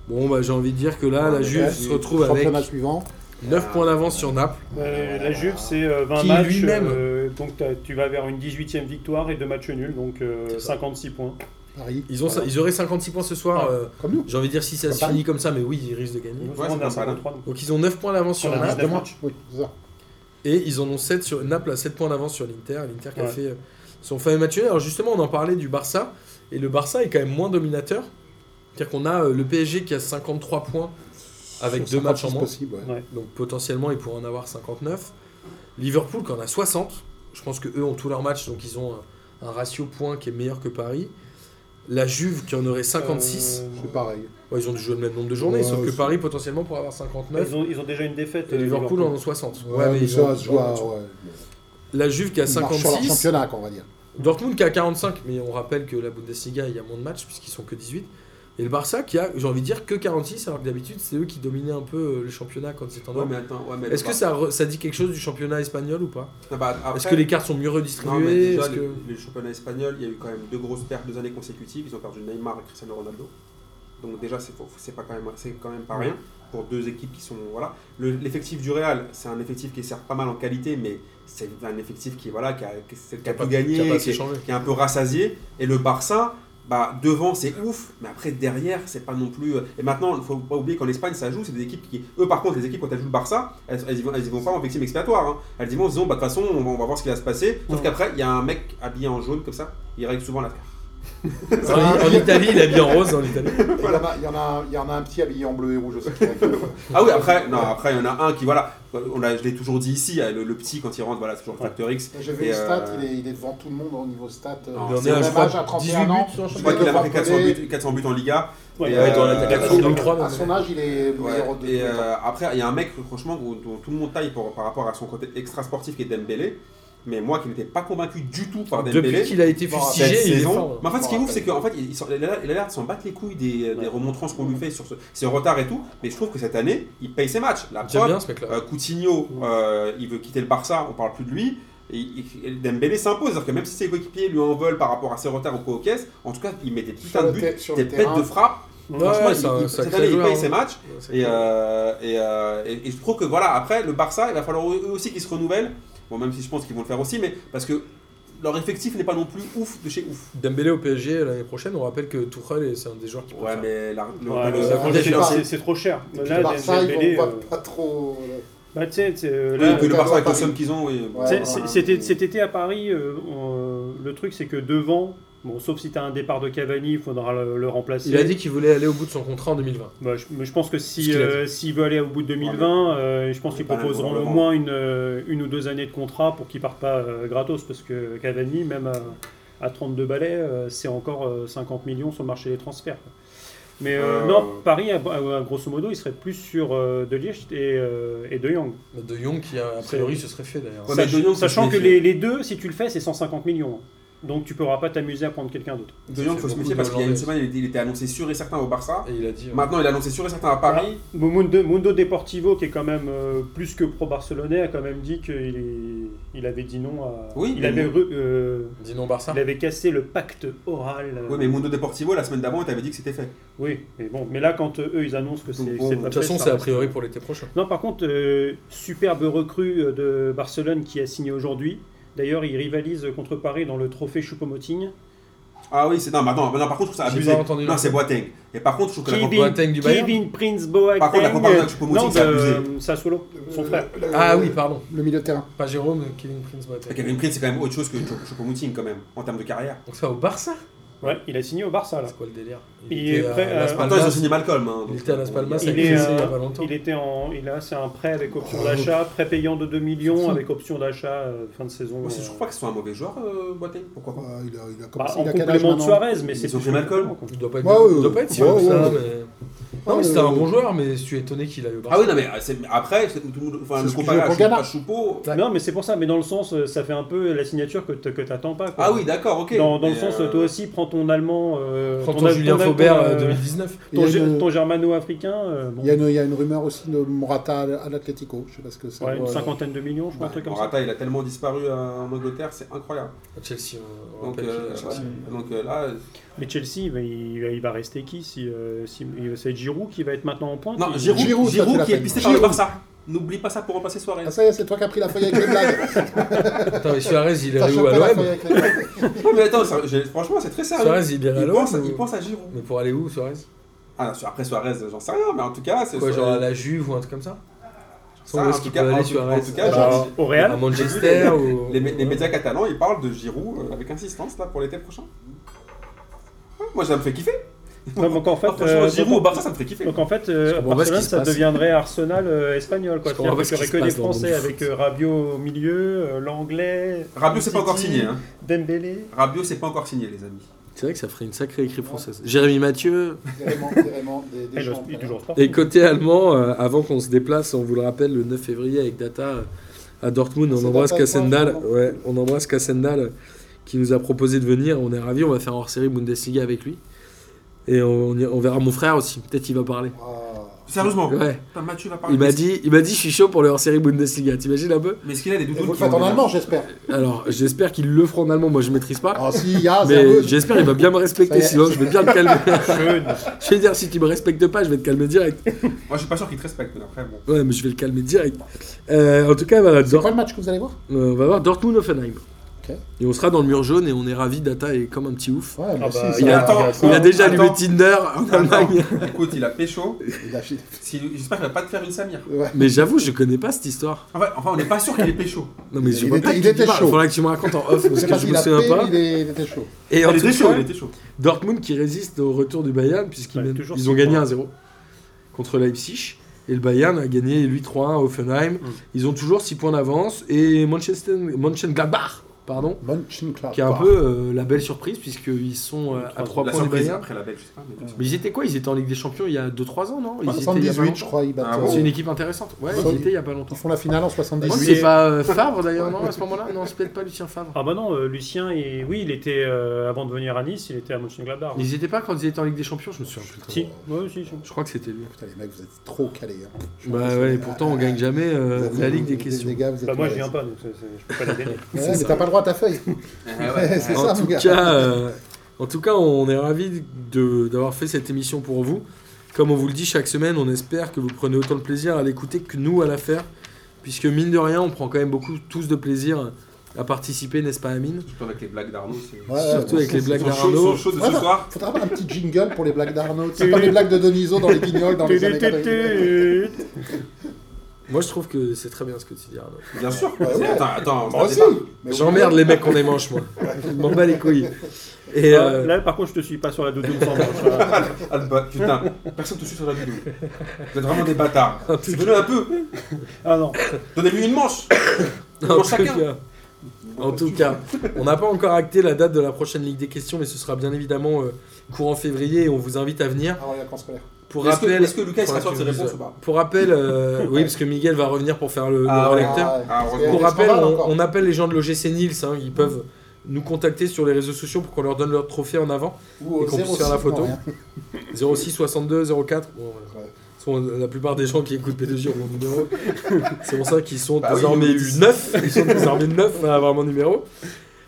A: Bon, bah, j'ai envie de dire que là,
B: Ouais,
A: la
B: mais
A: Juve
B: ouais,
A: se retrouve avec
C: Championnat suivant.
A: 9 points d'avance sur Naples.
D: Euh, la Juve, c'est euh, 20
A: Qui
D: matchs.
A: lui-même-
D: euh, donc t'as- tu vas vers une 18e victoire et deux matchs nuls, donc euh,
A: C'est ça.
D: 56 points.
C: Paris.
A: Ils, ont,
C: Voilà.
A: ils auraient 56 points ce soir.
D: Ouais.
A: euh,
C: Comme nous.
A: j'ai envie de dire si ça se
C: Pas mal.
A: finit comme ça, mais oui, ils risquent de gagner.
D: Nous,
B: c'est
D: on est à
B: pas mal, hein.
D: 53, donc.
A: Donc ils ont 9 points d'avance sur
D: Voilà.
A: Naples.
C: Deux matchs. Oui, c'est ça.
A: Et ils en ont 7 sur Naples a 7 points d'avance sur l'Inter, l'Inter qui a
D: Ouais.
A: fait euh, son fameux match nul. Alors justement, on en parlait du Barça et le Barça est quand même moins dominateur. C'est-à-dire qu'on a euh, le PSG qui a 53 points avec
C: Sur
A: deux matchs en
C: 56
A: moins.
C: possible, ouais.
A: Donc potentiellement, ils pourraient en avoir 59. Liverpool qui en a 60. Je pense que eux ont tous leurs matchs donc ils ont un, un ratio point qui est meilleur que Paris. La Juve qui en aurait 56.
D: Euh,
C: C'est pareil.
A: Ouais, ils ont dû jouer le même nombre de journées,
C: Ouais,
A: sauf que
C: c'est-
A: Paris potentiellement pourrait avoir 59.
D: bah, ils, ont, ils ont déjà une défaite.
A: Et
D: euh,
A: Liverpool en a 60.
C: Ouais, mais
A: ils ont-
C: ça se joue à.
A: ils ont-
C: ouais.
A: La Juve qui a
C: Ils marchent sur leur
A: 56.
C: championnat, quoi, on va dire.
A: Dortmund qui a 45, mais on rappelle que la Bundesliga, il y a moins de matchs puisqu'ils sont que 18. Et le Barça qui a, j'ai envie de dire, que 46, alors que d'habitude, c'est eux qui dominaient un peu euh, le championnat quand c'était en
B: Ouais,
A: Europe.
B: mais attends, ouais, mais
A: Est-ce
B: bah,
A: que ça, re- ça dit quelque chose du championnat espagnol ou pas
B: ah, bah, après-
A: Est-ce que les cartes sont mieux
B: Non, mais
A: redistribuées
B: déjà,
A: Est-ce
B: le,
A: que-
B: le championnat espagnol, il y a eu quand même deux grosses pertes, deux années consécutives. Ils ont perdu Neymar et Cristiano Ronaldo. Donc déjà, c'est faux- c'est pas quand même, c'est quand même pas rien pour deux équipes qui sont voilà. Le- L'effectif du Real, c'est un effectif qui sert pas mal en qualité, mais c'est un effectif qui voilà qui a, qui a- qui a
A: Pas-
B: tout
A: qui a pas
B: gagné,
A: assez
B: qui est,
A: changé.
B: qui est un peu rassasié. Et le Barça, bah, devant c'est ouf, mais après derrière c'est pas non plus. euh, Et maintenant, il faut pas oublier qu'en Espagne ça joue, c'est des équipes qui. Eux par contre, les équipes quand elles jouent le Barça, elles, elles, y, vont, elles y vont pas en victime expiatoire. hein. Elles y vont en se disant, bah de toute façon, on va, on va voir ce qui va se passer. Sauf
A: Ouais.
B: qu'après, il y a un mec habillé en jaune comme ça, il règle souvent l'affaire.
E: En, en Italie, il est bien rose en Italie.
F: Et Il y, en a- il y en a un- il y en a un petit habillé en bleu et rouge aussi. qui est-
B: Ah oui, après, non, après, il y en a un qui, voilà, on l'a- je l'ai toujours dit ici, le, le petit quand il rentre, voilà, c'est toujours le facteur X.
F: J'ai vu
B: Et,
F: les stats,
B: euh,
F: il, est, il est devant tout le
C: hein,
F: monde au niveau stats. euh,
B: Non,
F: c'est
E: on est à,
F: le
E: je
F: même
E: crois,
F: âge, à
E: 18
F: 31
E: buts
F: ans.
E: sur un
B: Je
E: championnat.
B: crois qu'il a
F: Devoir
B: marqué 400
F: coller.
B: buts, 400 buts en Liga.
D: Ouais, bah,
B: Et,
D: ouais,
B: euh,
D: dans l'attaque.
E: Quatre sous, donc trois,
F: à
E: donc.
F: son âge, il est
B: Ouais,
F: meilleur de
B: et
F: tous les temps.
B: euh, après, il y a un mec, franchement, dont, dont tout le monde taille pour- par rapport à son côté extra sportif qui est Dembélé. Mais moi qui n'étais pas convaincu du tout par Dembélé.
E: Depuis qu'il a été
F: Bon,
E: fustigé,
B: cette
E: il est
B: saison.
E: fort.
B: Mais en fait, ce qui est
F: Je m'en
B: ouf, c'est qu'en fait, il, il sort- il a il a l'air de s'en battre les couilles des, des
D: Ouais.
B: remontrances qu'on lui fait sur ce, ses retards et tout. Mais je trouve que cette année, il paye ses matchs. La
E: J'aime
B: preuve,
E: bien ce mec-là.
B: euh, Coutinho, euh, il veut quitter le Barça, on parle plus de lui. Et, et- et Dembélé s'impose, c'est-à-dire que même si ses coéquipiers lui en veulent par rapport à ses retards ou quoi aux caisses, en tout cas, il met des putains de
F: le
B: buts,
F: ter- sur
B: des
F: le
B: pètes
F: terrain.
B: de frappe.
D: bah,
B: Franchement,
E: Ouais,
B: il-
E: c'est un
B: il- cette
E: sacré
B: année, il
E: joueur,
B: paye
E: hein.
B: ses matchs. Et, euh, et, euh, et- et je trouve que voilà, après, le Barça, il va falloir eux aussi qu'ils se renouvellent. Bon, même si je pense qu'ils vont le faire aussi, mais parce que leur effectif n'est pas non plus ouf de chez ouf.
E: Dembélé au PSG l'année prochaine, on rappelle que Tuchel est- c'est un des joueurs qui peut
B: Ouais,
E: faire.
B: mais la, le,
D: Ouais,
B: le-
D: mais
B: le-
D: ça,
B: le-
D: quand
B: le-
D: j'ai-
F: Barça-
D: bah, c'est- C'est trop cher.
F: Et puis
D: Là,
F: le Barça,
D: Dembélé,
F: ils vont
D: euh,
F: pas, pas trop.
D: bah, tu sais, c'est, euh,
B: le-
D: là,
B: que le
F: le
B: Barça avec le
F: Paris.
B: somme qu'ils ont. et-
F: Ouais,
D: C'est-
F: ouais.
D: c'est- C'était cet été à Paris, euh, on- le truc c'est que devant, bon, sauf si tu as un départ de Cavani, il faudra le, le remplacer.
E: Il a dit qu'il voulait aller au bout de son contrat en 2020.
D: Bah, je, mais je pense que
E: Ce
D: si,
E: qu'il a
D: euh, s'il veut aller au bout de 2020, euh, je pense
B: on
D: qu'ils
B: est pas là
D: proposeront
B: pour le
D: au
B: moment.
D: moins une, euh, une ou deux années de contrat pour qu'il parte pas euh, gratos parce que Cavani, même à, à 32 balais, euh, c'est encore euh, 50 millions sur le marché des transferts. quoi. Mais euh,
B: Euh,
D: non, Paris, à- à- grosso modo, il serait plus sur euh, De Ligt et, euh, et De Jong.
E: Mais De Jong, qui a, a priori se serait fait d'ailleurs.
B: Ouais, mais
D: Sach-
B: De Jong, ça,
D: sachant
B: je
D: que
B: l'ai fait.
D: les, les deux, si tu le fais, c'est 150 millions. Donc tu pourras pas t'amuser à prendre quelqu'un d'autre.
B: De Jong,
E: Ça
B: faut
E: fait
B: se méfier
E: beaucoup
B: parce qu'il y a
E: de
B: une semaine, il, il était annoncé sûr et certain au Barça.
E: Et il a dit. euh,
B: Maintenant, il est annoncé sûr et certain à Paris.
D: Mundo, Mundo Deportivo, qui est quand même euh, plus que pro-barcelonais, a quand même dit qu'il est- il avait dit non à.
B: Oui,
D: il
B: mais
D: avait,
B: bon.
D: re- euh,
E: Dis non Barça.
D: il avait cassé le pacte oral.
B: Oui, mais Mundo Deportivo, la semaine d'avant, il t'avait dit que c'était fait.
D: Oui, mais bon. Mais là, quand euh, eux, ils annoncent que c'est
B: Bon,
D: c'est
B: de
D: pas
E: De
D: fait,
E: toute façon,
D: ça
E: c'est a
D: reste-
E: priori pour l'été prochain.
D: Non, par contre, euh, superbe recrue euh, de Barcelone qui a signé aujourd'hui. D'ailleurs, il rivalise contre Paris dans le trophée Choupo-Moting.
B: Ah oui, c'est. Non, maintenant, maintenant, par contre, je trouve ça
E: J'ai
B: abusé.
E: pas entendu
B: Non,
E: le-
B: c'est Boateng. Et par contre, je trouve que la
E: Kevin- Boateng du Bayern.
D: Kevin Prince Boateng.
B: Par contre, la comparaison avec Choupo-Moting,
D: Non,
B: c'est abusé. Euh,
D: de- euh, Sassuolo, son frère.
E: Ah oui, pardon.
C: Le milieu de terrain.
E: Pas Jérôme, mais Ah, Kevin Prince Boateng.
B: Kevin Prince, c'est quand même autre chose que Choupo-Moting, quand même, en termes de carrière.
E: Donc ça au Barça
D: Ouais, il a signé au Barça là.
E: C'est quoi le délire
D: Il est prêt à-
E: Las
D: En
B: Attends, ils ont
E: Palmas.
B: signé Malcolm. hein,
E: Il
B: donc,
E: était à Las
B: on-
E: Palmas
D: Il
E: avec
D: est,
E: Chelsea il y a
D: euh,
E: pas longtemps.
D: Il était en, il a, c'est un prêt avec option d'achat, prêt payant de 2 millions avec option d'achat euh, fin de saison.
B: Moi, c'est-
D: euh,
B: je crois que ce soit un mauvais joueur, euh, Boateng. Pourquoi pas
C: Euh, il a, il a
D: bah,
C: commencé
D: en
C: il a quel âge
D: complément de
C: maintenant
D: Suarez, mais
B: Ils
D: c'est
B: ont
D: plus
B: fait Malcolm.
D: complément, quoi.
E: Il doit pas être,
C: Ouais, ouais,
E: il doit pas être si
C: ouais,
E: haut que ça,
C: ouais.
E: mais. Non, mais
C: Ouais,
E: c'était
C: euh,
E: un bon joueur, mais je suis étonné qu'il aille au Barça.
B: Ah oui, non, mais euh, c'est- mais après, c'est- tout le monde- enfin,
C: C'est
B: le
C: ce que
B: comparer
C: joue
B: à
C: pour
B: Chou-
C: Ghana.
B: à Choupo.
D: Non, mais c'est pour ça. Mais dans le sens, euh, ça fait un peu la signature que t- que t'attends pas. quoi.
B: Ah oui, d'accord, ok.
D: Dans, dans le
B: Mais,
D: sens,
B: euh,
D: toi aussi, prends ton allemand, euh,
E: Prends
D: ton,
E: ton
D: al-
E: Julien
D: ton al-
E: Faubert
D: ton,
E: euh,
D: euh,
E: 2019.
D: ton,
C: Il y a une-
D: ge- ton germano-africain, euh, bon,
C: Il y, a une, il y a une rumeur aussi de Morata à l'Atlético. Je sais pas ce que c'est.
D: ouais, une
C: Ouais.
D: cinquantaine de millions, je crois, un truc comme ça.
B: Morata, il a tellement disparu euh, en Angleterre, c'est incroyable.
E: À Ah, Chelsea, on- on
B: Donc,
E: rappelle qu'il
B: euh,
E: est à Chelsea.
B: donc euh, là, euh,
D: Mais Chelsea, il va- il, va- il va rester qui si, euh, si- c'est Giroud qui va être maintenant en pointe.
B: non,
D: il-
B: Giroud,
C: Giroud,
B: Giroud,
C: ça, tu l'as
B: qui est
C: fait.
B: pisté par le
C: Giroud.
B: Barça. N'oublie pas ça pour remplacer Suarez.
C: Ah ça y est, c'est toi qui as pris la feuille avec les blagues.
E: Attends, mais Suarez, il est
C: T'as
E: allé où
C: chopé
E: à
C: la
E: l'OM
C: feuille avec les blagues.
B: Non, mais attends, ça- j'ai- franchement, c'est très sérieux.
E: Suarez, il est allé à
B: Il
E: l'OM
B: pense, il
E: ou-
B: pense à Giroud.
E: Mais pour aller où, Suarez
B: Ah, non, sur- après Suarez, euh, j'en sais rien, mais en tout cas, c'est.
E: Quoi, genre à
B: Suarez-
E: la Juve ou un truc comme ça
B: Ça,
E: Où
B: en
E: est-ce
B: tout
E: qu'il
B: cas,
E: peut
B: en
E: aller
B: tout-
E: Suarez
B: en tout cas,
D: Bah,
B: genre-
D: au
E: À
D: Real.
E: Manchester ou.
B: Les, mé- les médias catalans, ils parlent de Giroud euh, avec insistance là pour l'été prochain. Ouais, moi, ça me fait kiffer.
D: Non, donc en fait,
B: Ah, franchement,
D: euh,
B: Giroud
D: donc-
B: au Barça, ça me fait kiffer.
D: Donc en fait, euh,
E: Je comprends pas
D: Barcelone,
E: ce qui se
D: ça
E: passe.
D: deviendrait Arsenal euh, espagnol. Quoi.
E: Je comprends pas
D: C'est-à-dire qu'il
E: ce
D: n'y aurait
E: qui
D: que
E: se
D: des
E: passe dans le
D: Français
E: monde du
D: avec
E: foot.
D: euh, Rabiot au milieu, euh, l'anglais.
B: Rabiot, c'est pas encore
D: Titi,
B: signé. Hein.
D: Dembélé. Eh
B: Rabiot, c'est pas encore signé, les amis.
A: C'est vrai que ça ferait une sacrée écrit française. Jérémy Mathieu,
F: Des Raymond- des Raymond- des- des
D: Et Eh, le-
F: gens,
D: ben, il est toujours sportif.
A: Et côté allemand, euh, avant qu'on se déplace, on vous le rappelle, le 9 février avec Data euh, à Dortmund, on
F: C'est
A: embrasse
F: Data Sport,
A: Kassendal.
F: vraiment.
A: Ouais, on embrasse Kassendal euh, qui nous a proposé de venir. On est ravis, on va faire hors série Bundesliga avec lui. Et on, y- on verra mon frère aussi, peut-être il va parler.
F: Ah.
B: Sérieusement,
A: Ouais.
B: Putain, Mathieu va parler.
A: Il m'a dit, il m'a dit, je suis chaud pour le hors série Bundesliga. T'imagines un peu
B: Mais est-ce qu'il a des
F: Et
B: doudous
F: vous le faites en allemand, j'espère.
A: Alors, j'espère qu'il le fera en allemand. Moi, je maîtrise pas,
C: Alors Ah, si, il y a,
A: mais
C: zéro.
A: j'espère qu'il va bien me respecter.
C: Ça y est.
A: Sinon, je vais bien le calmer.
D: Schön.
A: je vais dire, si tu me respectes pas, je vais te calmer direct.
B: Moi, je suis pas sûr qu'il te respecte, mais après, bon.
A: Ouais, mais je vais le calmer direct. Euh, en tout cas, voilà,
C: C'est
A: Dor-
C: quoi le match que vous allez voir
A: euh, on va voir Dortmund Offenheim.
C: Ok. Ok.
A: Et on sera dans le mur jaune et on est ravis. Data est comme un petit ouf.
C: Ouais,
D: Ah
C: bah, si,
D: bah,
C: ça
A: il
C: va,
A: a-
C: ça va, ça
A: Il a
C: va.
A: déjà allumé
B: Attends.
A: Tinder en Allemagne.
B: Écoute, il a pécho.
C: Il a-
B: Si- J'espère qu'il va pas te faire une Samir.
C: Ouais.
A: Mais j'avoue, je connais pas cette histoire.
B: Enfin, enfin, on n'est pas sûr qu'il est pécho.
A: Non, mais je
C: Il
A: vois
C: était-
A: pas de
C: il
A: qui tu
C: était
A: parles.
C: chaud.
A: Faudra que tu me racontes en off parce
C: C'est
A: que
C: parce
A: je
C: qu'il
A: me
C: a
A: souviens
C: payé,
A: pas.
C: il est- il était chaud.
A: Et en
B: Il était
A: tout
B: chaud, il
A: cas,
B: était chaud.
A: Dortmund qui résiste au retour du Bayern puisqu'ils
D: Ouais,
A: mènent-
D: toujours
A: ils ont
D: six
A: gagné
D: points.
A: 1-0 contre Leipzig. Et le Bayern a gagné 8-3-1 à Offenheim.
D: Mm.
A: Ils ont toujours 6 points d'avance. Et Manchester, Mönchengladbach, pardon,
C: Mönchengladbach.
A: qui est un peu euh, la belle surprise puisqu'ils sont euh, à
D: La
A: 3
B: La
A: points du
B: surprise
A: Bayern.
B: après la belle, je sais pas. mais-
A: Mais ils étaient quoi Ils étaient en Ligue des Champions il y a 2-3 ans, non Ils
C: En
A: étaient il y a pas
C: 78, je
A: longtemps.
C: crois, ils battent.
B: Ah
C: euh,
B: bon
A: C'est une équipe intéressante. Ouais,
C: Ouais.
A: ils étaient il y a pas longtemps.
C: Ils font la finale en 78.
A: Oh, c'est pas euh, Favre d'ailleurs, non, à ce moment-là Non, c'est peut-être pas Lucien Favre.
D: Ah bah non, euh, Lucien, et... oui, il était, euh, avant de venir à Nice, il était à Mönchengladbach.
A: Ils étaient pas quand ils étaient en Ligue des Champions, je me souviens plus.
D: Si, ouais, si, si.
A: Je crois que c'était lui.
C: Putain, les mecs, vous êtes trop calés. hein. Je pense
A: Ah Bah
C: que-
A: ouais, et pourtant on gagne jamais euh,
C: Vous êtes-
A: la Ligue des
C: vous êtes
A: questions.
C: Les gars, vous êtes
D: Bah, moi, je
C: malades.
D: viens pas, donc c'est- c'est- je peux pas l'aider.
C: Ouais,
A: C'est
C: mais
A: ça.
C: t'as pas le droit à ta feuille.
B: Ah ouais.
C: Ouais, c'est
A: En
C: ça,
A: tout
C: mon gars.
A: cas, euh, en tout cas, on est ravis de- d'avoir fait cette émission pour vous. Comme on vous le dit chaque semaine, on espère que vous prenez autant de plaisir à l'écouter que nous à la faire. Puisque mine de rien, on prend quand même beaucoup tous de plaisir à participer, n'est-ce pas Amine
B: Surtout avec les blagues d'Arnaud. c'est-
C: Ouais, ouais,
A: Surtout
C: bon,
A: avec les
C: c'est-
A: blagues
B: Ils sont chauds-
A: d'Arnaud.
B: ils sont chauds de
C: Ouais,
B: ce
C: bah,
B: soir.
C: Faudra pas un petit jingle pour les blagues d'Arnaud. C'est pas les blagues de Deniso dans les guignols dans les années 80.
A: Moi je trouve que c'est très bien ce que tu dis Arnaud.
B: Bien sûr.
C: Ouais, ouais.
B: Attends, attends. on
C: Moi
B: se
C: aussi.
B: fait
C: Mais
A: J'emmerde les mecs qu'on les mange moi. Je m'en bats les couilles. Et
D: Ah,
A: euh,
D: Là, par contre, je te suis pas sur la doudoune sans manche, là.
B: pas. Ah, le ba- Putain, personne te suit sur la vidéo. Vous êtes vraiment des bâtards. Donnez un peu.
D: Ah non,
B: Donnez-lui une manche. Une
A: En tout,
B: manche chacun.
A: cas, en tout cas, on n'a pas encore acté la date de la prochaine Ligue des questions, mais ce sera bien évidemment euh, courant février et on vous invite à venir.
C: Avant les vacances scolaires.
A: Pour
B: Est-ce que,
A: rappel,
B: est-ce que Lucas il sera
A: Faudra
B: sûr de ses
A: que tu me
B: réponses
A: dises.
B: ou pas
A: pour rappel euh, oui, parce que Miguel va revenir pour faire le, le
B: Ah, ouais.
A: relecteur.
C: Ah,
B: Ah,
C: Il y a
B: heureusement.
A: Pour
C: des
A: rappel,
C: scandales
A: on,
C: encore.
A: on appelle les gens de l'OGC Nils, hein, ils peuvent nous contacter sur les réseaux sociaux pour qu'on leur donne leur trophée en avant.
C: Ou
A: Et qu'on puisse faire la
C: 06,
A: photo.
C: non, rien.
A: 06 62 04. Bon, voilà.
C: Ouais.
A: Ce sont la plupart des gens qui écoutent P2J ont mon numéro. C'est pour ça qu'ils sont
B: Bah oui,
A: désormais
B: ils nous disent.
A: 9. Ils sont désormais 9 à avoir mon numéro.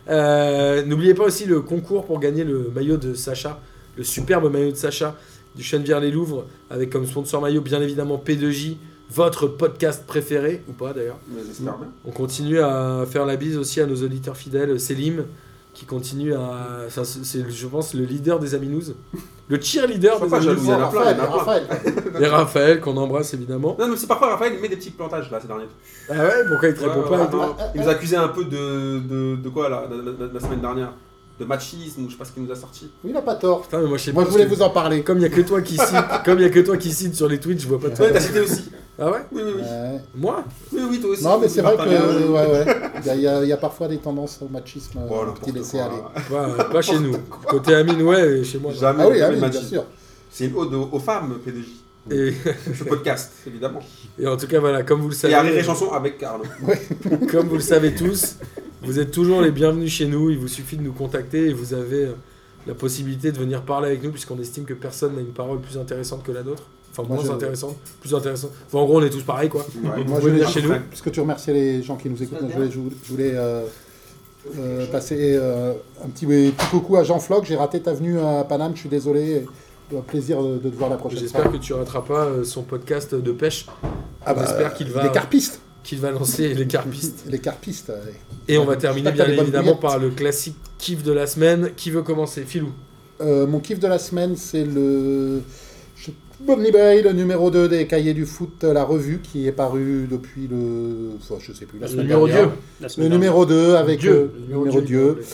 A: Euh, N'oubliez pas aussi le concours pour gagner le maillot de Sacha, le superbe maillot de Sacha du Chenevière-les-Louvres, avec comme sponsor maillot bien évidemment P2J, votre podcast préféré, ou pas d'ailleurs.
B: Mais j'espère bien.
A: On continue à faire la bise aussi à nos auditeurs fidèles, Selim, qui continue à. enfin, c'est, c'est, je pense, le leader des Aminouz. Le cheerleader
B: Sois
A: des
B: pas
A: Aminouz.
B: jaloux, Il y en a plein, il y en a
C: Raphaël,
B: plein.
C: Raphaël.
A: Et Raphaël, qu'on embrasse évidemment.
B: Non, mais c'est parfois Raphaël, il met des petits plantages là ces derniers temps.
A: Ah ouais, pourquoi il te répond
B: Ouais,
A: pas
B: ouais,
A: et tout
B: attends, Il nous accusait un peu de, de, de quoi là, la, la- la semaine dernière De machisme ou je sais pas ce qu'il nous a sorti.
C: Oui, il a pas tort.
A: Putain, mais moi je sais
C: Moi,
A: pas.
C: je voulais
A: parce
C: vous en parler.
A: que- Comme il y a que toi qui cite, comme il y a que toi qui cite sur les tweets, je vois pas
B: Toi,
A: toi.
B: il t'a cité aussi.
A: Ah ouais
B: Oui, oui, oui.
C: Ouais.
A: Moi
B: Oui, oui, toi aussi.
C: Non, mais c'est vrai que.
B: Martin Guérin.
C: euh, ouais, ouais. Il y a- il y, a- il y a parfois des tendances au machisme euh,
B: Oh,
C: un
B: n'importe
C: petit laisser aller.
B: quoi.
A: Pas, pas chez nous. Côté Amine, ouais, et chez moi. non.
B: Jamais,
C: Ah oui,
B: jamais
C: ah
B: de
C: oui, bien
B: machisme.
C: sûr.
B: C'est une ode aux, aux femmes, PDJ.
A: Et,
B: Ce podcast, évidemment.
A: et en tout cas, voilà, comme vous le
B: Et Harry
A: savez,
B: Chanson avec Carlo.
A: comme vous le savez tous, vous êtes toujours les bienvenus chez nous. Il vous suffit de nous contacter et vous avez euh, la possibilité de venir parler avec nous, puisqu'on estime que personne n'a une parole plus intéressante que la nôtre. Enfin,
C: Moi,
A: moins
C: je-
A: intéressante, plus intéressante. Enfin, en gros, on est tous pareils, quoi.
B: Ouais.
C: Moi,
A: pouvez
C: je voulais,
A: venir chez nous.
C: puisque tu remerciais les gens qui nous écoutent, je voulais, je voulais- je voulais, euh, euh, passer euh, un petit, petit coucou à Jean Floch. J'ai raté ta venue à Paname, je suis désolé. Euh, Plaisir de de te voir la prochaine fois.
A: J'espère que tu rateras pas euh, son podcast de pêche.
C: Ah bah,
A: j'espère qu'il va-
C: Les carpistes.
A: qu'il va lancer les carpistes.
C: Les carpistes. euh, allez.
A: Et on va terminer bien
C: J'espère que t'as des bonnes
A: évidemment
C: bouillettes.
A: par le classique kiff de la semaine. Qui veut commencer Filou.
C: Euh, mon kiff de la semaine, c'est le. je- Bonne Libéry, le numéro 2 des Cahiers du Foot, la revue qui est parue depuis le. enfin, je sais plus, la
A: Le
C: semaine
A: numéro
C: dernière.
A: 2.
D: la semaine
C: Le
D: dernière.
C: numéro 2 avec. euh,
A: Dieu. Le numéro
C: numéro
A: Dieu.
C: Dieu.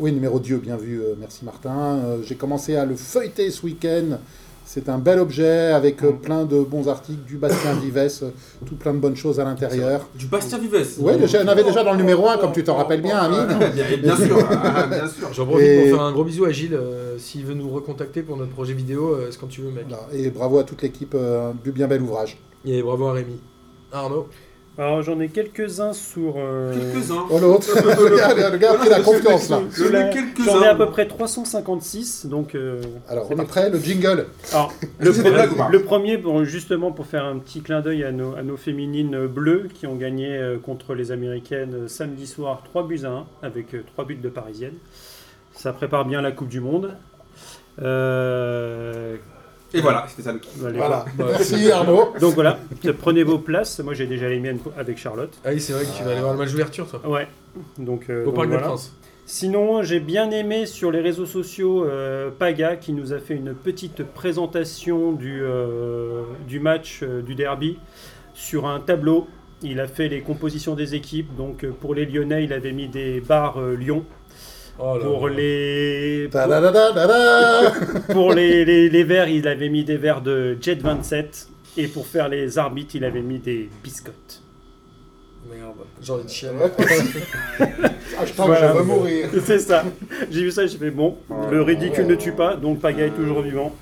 C: Oui, numéro Dieu, bien vu, euh, merci Martin. Euh, J'ai commencé à le feuilleter ce week-end. C'est un bel objet avec
A: Mm.
C: euh, plein de bons articles, du Bastien Vives, euh, tout plein de bonnes choses à l'intérieur.
B: Du Bastien Vives. Oh,
C: Ouais, déjà- j'en avais déjà dans le numéro 1, comme tu t'en rappelles bien, Amine.
B: Bien, bien sûr, ah, bien sûr.
A: J'en profite
C: Et-
A: pour faire un gros bisou à Gilles. euh, S'il veut nous recontacter pour notre projet vidéo, euh, c'est quand tu veux, mec.
C: Voilà. Et bravo à toute l'équipe euh, du bien bel ouvrage.
A: Et bravo à Rémi. Arnaud.
D: Alors, j'en ai quelques-uns sur. euh,
B: Quelques-uns.
C: Oh l'autre, regarde, regarde, il a confiance là.
B: J'en ai
D: J'en ai à peu
B: quelques-uns.
D: près 356, donc. euh,
C: Alors
D: c'est parti.
C: après, le jingle.
D: Alors,
B: Le
D: le,
B: premier blague ou pas
D: premier, le premier, bon, justement, pour faire un petit clin d'œil à nos, à nos féminines bleues qui ont gagné euh, contre les Américaines euh, samedi soir 3 buts à 1 avec 3 buts de Parisiennes. Ça prépare bien la Coupe du Monde. Euh,
B: Et voilà, c'était ça le kiff.
D: Allez,
C: Voilà.
A: Bah,
C: Merci Arnaud.
D: voilà. Donc voilà, prenez vos places. Moi j'ai déjà les miennes avec Charlotte.
A: Ah oui, c'est vrai que tu vas aller voir le match d'ouverture, toi.
D: Ouais. Donc, euh,
A: Au
D: donc
A: Parc des
D: voilà.
A: Princes.
D: Sinon, j'ai bien aimé sur les réseaux sociaux euh, Paga qui nous a fait une petite présentation du, euh, du match euh, du derby sur un tableau. Il a fait les compositions des équipes. Donc euh, pour les Lyonnais, il avait mis des barres euh, Lyon.
A: Oh là
D: Pour
A: là.
D: les pour,
C: Ta-da-da-da-da-da.
D: pour les, les, les verts, il avait mis des verts de Jet 27. Et pour faire les arbitres, il avait mis des biscottes.
A: Merde, j'ai envie de chialer.
H: Ah, je pense
D: Voilà.
H: que je vais mourir.
D: C'est ça. J'ai vu ça, j'ai fait bon, le ridicule ne tue pas, donc Paga est toujours vivant.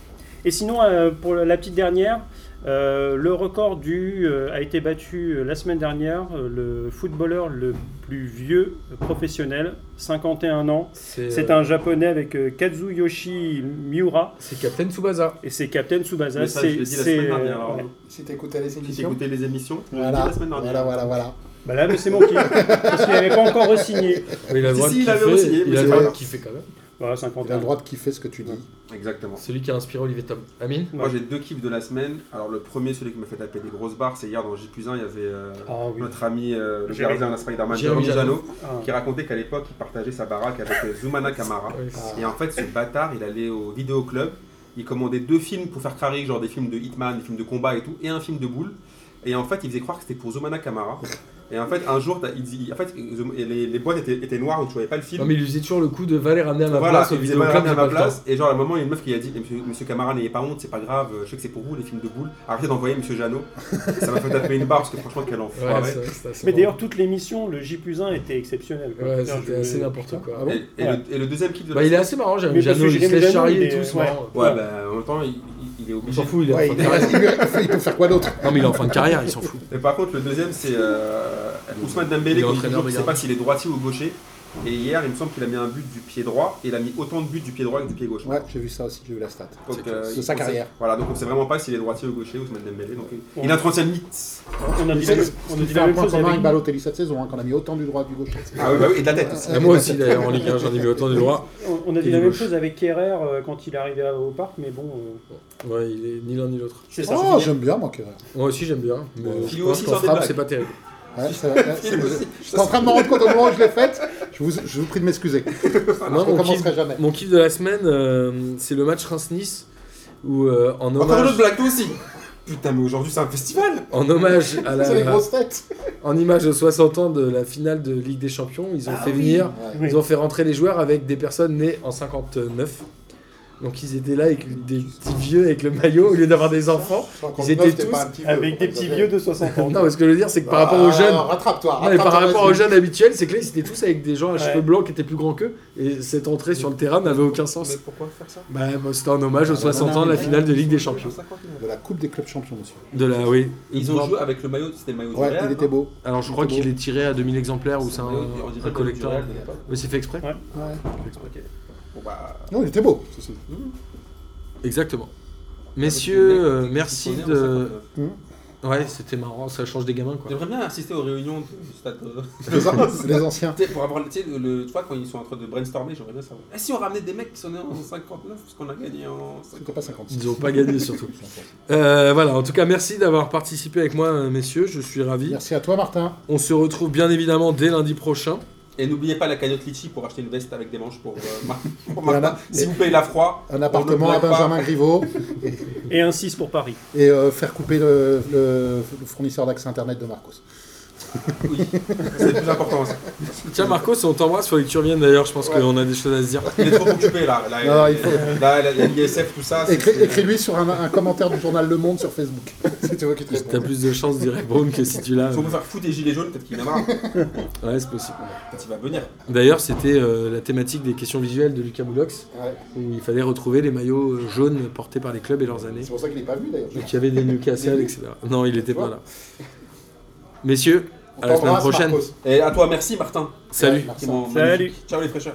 D: Et sinon, euh, pour la petite dernière, euh, le record du euh, a été battu euh, la semaine dernière. euh, le footballeur le plus vieux professionnel, 51 ans.
A: C'est
D: C'est
A: euh,
D: un japonais avec euh, Kazuyoshi Miura
A: c'est Captain Tsubasa.
D: et c'est Captain Tsubasa.
B: Mais ça, je
D: C'est
B: l'ai dit la
D: c'est,
B: semaine dernière.
D: euh,
B: alors.
D: ouais.
H: Si t'écoutais les
B: Si
H: émissions.
B: t'écoutais les émissions, je l'ai dit
C: Voilà,
B: la semaine dernière.
C: voilà, voilà, voilà.
D: Bah là, mais c'est mon kiff parce qu'il n'avait pas encore re-signé.
A: Mais il a le
B: Si,
A: droit
B: si, il
A: de
B: avait
A: kiffer.
B: re-signé, mais
A: il a
B: c'est
A: le
B: pas
A: droit de
B: grave.
A: kiffer quand même.
D: Voilà,
C: Tu as
D: 51.
C: le droit de kiffer ce que tu dis.
B: Exactement.
A: C'est lui qui a inspiré Olivier Tom. Amine
B: Moi j'ai deux kiffs de la semaine. Alors le premier, celui qui m'a fait taper des grosses barres, c'est hier dans J1, il y avait euh,
D: Ah oui.
B: notre ami euh, le
D: Jérémy.
B: gardien de la Spider-Man,
A: Jérémy
B: Jérémy Jano,
D: Ah.
B: qui racontait qu'à l'époque il partageait sa baraque avec euh, Zoumana Kamara.
A: Ouais.
C: Ah.
B: Et en fait, ce bâtard, il allait au vidéoclub, il commandait deux films pour faire carrer, genre des films de Hitman, des films de combat et tout, et un film de boule. Et en fait, il faisait croire que c'était pour Zoumana Kamara. Et en fait, un jour, t'as- il dit- en fait, Zoum- et les, les boîtes étaient, étaient noires, donc tu voyais pas le film.
A: Non, mais il usait toujours le coup de va les ramener à ma
B: Voilà,
A: place au
B: il faisait mal
A: vidéoclub,
B: ramener à
A: j'ai
B: ma
A: pas le temps.
B: place. Et genre, à un moment, il y a une meuf qui a dit eh, Monsieur, monsieur Camara, n'ayez pas honte, c'est pas grave, je sais que c'est pour vous, les films de boules. Arrêtez d'envoyer Monsieur Jeannot. ça m'a fait taper une barre parce que franchement, quel
A: Ah Ouais,
B: enfoiré.
A: c'est vrai, c'était assez
D: Mais
A: marrant.
D: d'ailleurs, toute l'émission, le J plus 1 était exceptionnel. quoi.
A: Ouais,
D: Putain,
A: c'était
D: je-
A: assez n'importe quoi.
C: Ah bon
B: et, et
D: Ouais.
B: le, et le deuxième clip de la
A: Bah, il est assez marrant, j'aime
D: Mais parce
A: Jeannot,
D: que
A: il se
D: Jérémy
A: laisse
D: Jeannot, il
A: charrier et
D: est-
A: tout, c'est
D: euh, ouais.
A: marrant.
B: Ouais, bah en même temps, il, il- il est
A: On
B: obligé.
A: s'en fout, il est
C: Ouais,
A: en fin
C: il,
A: de carrière.
C: il peut faire quoi d'autre
A: Non, mais il est en fin de carrière, il s'en fout.
B: Et par contre, le deuxième, c'est euh, Ousmane
A: Il est
B: Dembélé, qui dit
A: entraîneur
B: toujours
A: de
B: qu'il sait
A: garde.
B: pas s'il est droitier ou gaucher. Et hier, il me semble qu'il a mis un but du pied droit, et il a mis autant de buts du pied droit que du pied gauche.
C: Ouais, j'ai vu ça aussi, j'ai vu la stat.
B: Donc, euh,
C: c'est
B: il-
C: sa
B: on sait-
C: carrière.
B: Voilà, donc on sait vraiment pas s'il est droitier ou gaucher, Ousmane Dembélé. Donc, euh,
D: On-
B: il a un 30e mythe.
D: On a dit, la- on a dit
C: C'est
D: la
C: un
D: même
C: point
D: chose
C: commun avec
D: avec nous.
C: Balotelli cette saison, hein, qu'on a mis autant du droit que du gauche.
B: Ah oui, bah oui, et de la tête.
A: Et moi aussi, d'ailleurs, en Ligue 1, j'en ai vu autant de droits.
D: On- On a dit
A: Et
D: la
A: du
D: même
A: gauche.
D: chose avec Kerrer euh, quand il est arrivé au parc, mais bon, euh,
A: Ouais, il est ni l'un ni l'autre.
D: c'est ça.
C: Oh, j'aime bien, moi, Kerrer.
A: Moi aussi, j'aime bien. Mais
C: Ouais.
A: je
B: Il est
A: pense
B: aussi
A: qu'en
B: sorti de
A: frappe,
B: bac.
A: c'est pas terrible.
C: Ouais, c'est vrai, c'est-
B: Il est aussi-
C: J'étais en train de m'en rendre compte au moment où je l'ai faite. Je vous, je vous prie de m'excuser.
A: Moi,
C: Ah, je
A: mon
C: recommencerai
A: kiff,
C: jamais.
A: mon kiff de la semaine, euh, c'est le match Reims-Nice, où euh, en
B: Encore une autre
A: hommage,
B: blague, toi aussi Putain, mais aujourd'hui c'est un festival
A: en hommage à
C: C'est les
A: la,
C: grosses têtes.
A: en image aux 60 ans de la finale de Ligue des Champions, ils ont
C: Ah
A: fait venir,
D: Oui.
A: ils ont fait rentrer les joueurs avec des personnes nées en 59. Donc ils étaient là avec des petits vieux avec le maillot au lieu d'avoir des enfants. Ils étaient tous
D: Avec des petits vieux de 60 ans.
A: Non, mais ce que je veux dire, c'est que par rapport
C: Bah,
A: aux jeunes,
C: Ah, Rattrape-toi.
A: Non, mais par
C: rattrape-toi,
A: rapport
C: vas-y.
A: aux jeunes habituels, c'est que là, ils étaient tous avec des gens à cheveux
D: Ouais.
A: blancs qui étaient plus grands qu'eux, et cette entrée sur le terrain n'avait aucun sens.
B: pourquoi faire ça
A: Bah, moi, c'était en hommage aux
C: Ah, bah,
A: 60
C: non,
A: ans de la
C: mais-
A: finale de Ligue des Champions.
C: De la Coupe des clubs champions, monsieur.
A: De la, oui.
B: Ils ont joué avec le maillot, c'était le maillot du
C: Ouais,
B: Real,
C: il était beau.
A: Alors, je crois
C: beau.
A: qu'il est tiré à 2000 exemplaires
B: non
A: ou c'est
B: Le maillot, on dirait
A: un,
B: le
A: un collector.
B: maillot du Real de l'époque.
A: Oui, c'est fait exprès.
C: Ouais.
B: Ok. Bon bah, hmm.
C: Non, il était beau.
A: Exactement.
B: avec
A: Messieurs,
B: Ah, le mec
A: euh,
B: qui- qui
A: merci
B: tournait en
A: de.
B: 59.
A: Ouais, c'était marrant, ça change des gamins quoi.
B: J'aimerais bien assister aux réunions du stade. euh,
C: Les, an- les anciens.
B: tu sais, pour avoir, tu sais, le, le- tu vois, quand ils sont en train de brainstormer, j'aimerais bien savoir. Et si on ramenait des mecs qui sont nés en 59, parce qu'on a gagné en
C: C'était pas
B: 59
C: 56.
A: Ils ont pas gagné surtout. Euh, voilà, en tout cas, merci d'avoir participé avec moi, euh, messieurs, je suis ravi.
C: Merci à toi, Martin.
A: On se retrouve bien évidemment dès lundi prochain.
B: Et n'oubliez pas la cagnotte Litchi pour acheter une veste avec des manches pour, euh, Mar- pour
C: Voilà.
B: Martin. Si vous payez la froid,
C: Un appartement à
B: blague pas.
C: Benjamin Griveaux
D: Et un 6 pour Paris.
C: et euh, faire couper le, le- le fournisseur d'accès internet de Marcos.
B: oui, c'est le plus important. ça.
A: Tiens, Marcos, on t'embrasse, faut que tu reviennes d'ailleurs, je pense
C: Ouais.
A: qu'on a des choses à se dire.
B: Il est trop occupé là. là,
C: Non,
B: euh,
C: il faut-
B: là, la- la- l'ISF, tout ça. c'est-
C: Écris-
B: c'est-
C: Écris-lui sur un, un commentaire du journal Le Monde sur Facebook. C'est toi qui te
A: T'as
C: réponds.
A: plus de chances d'y répondre que si tu l'as.
B: Si on peut faire foutre des gilets jaunes, peut-être qu'il viendra. Peut-être
A: Ouais, c'est possible.
B: il va venir.
A: D'ailleurs, c'était euh, la thématique des questions visuelles de Lucas Boulox,
H: Ouais.
A: où il fallait retrouver les maillots euh, jaunes portés par les clubs et leurs années.
H: C'est pour ça qu'il est pas venu d'ailleurs.
A: Donc il y avait des Newcastle, etc. Non, il était pas là. Messieurs,
H: On
A: à la semaine
H: t'embrasse,
A: prochaine.
H: Marcos.
B: Et à toi, merci Martin.
A: Salut.
B: Qui m'ont-
D: Salut.
B: Ciao les fraîcheurs.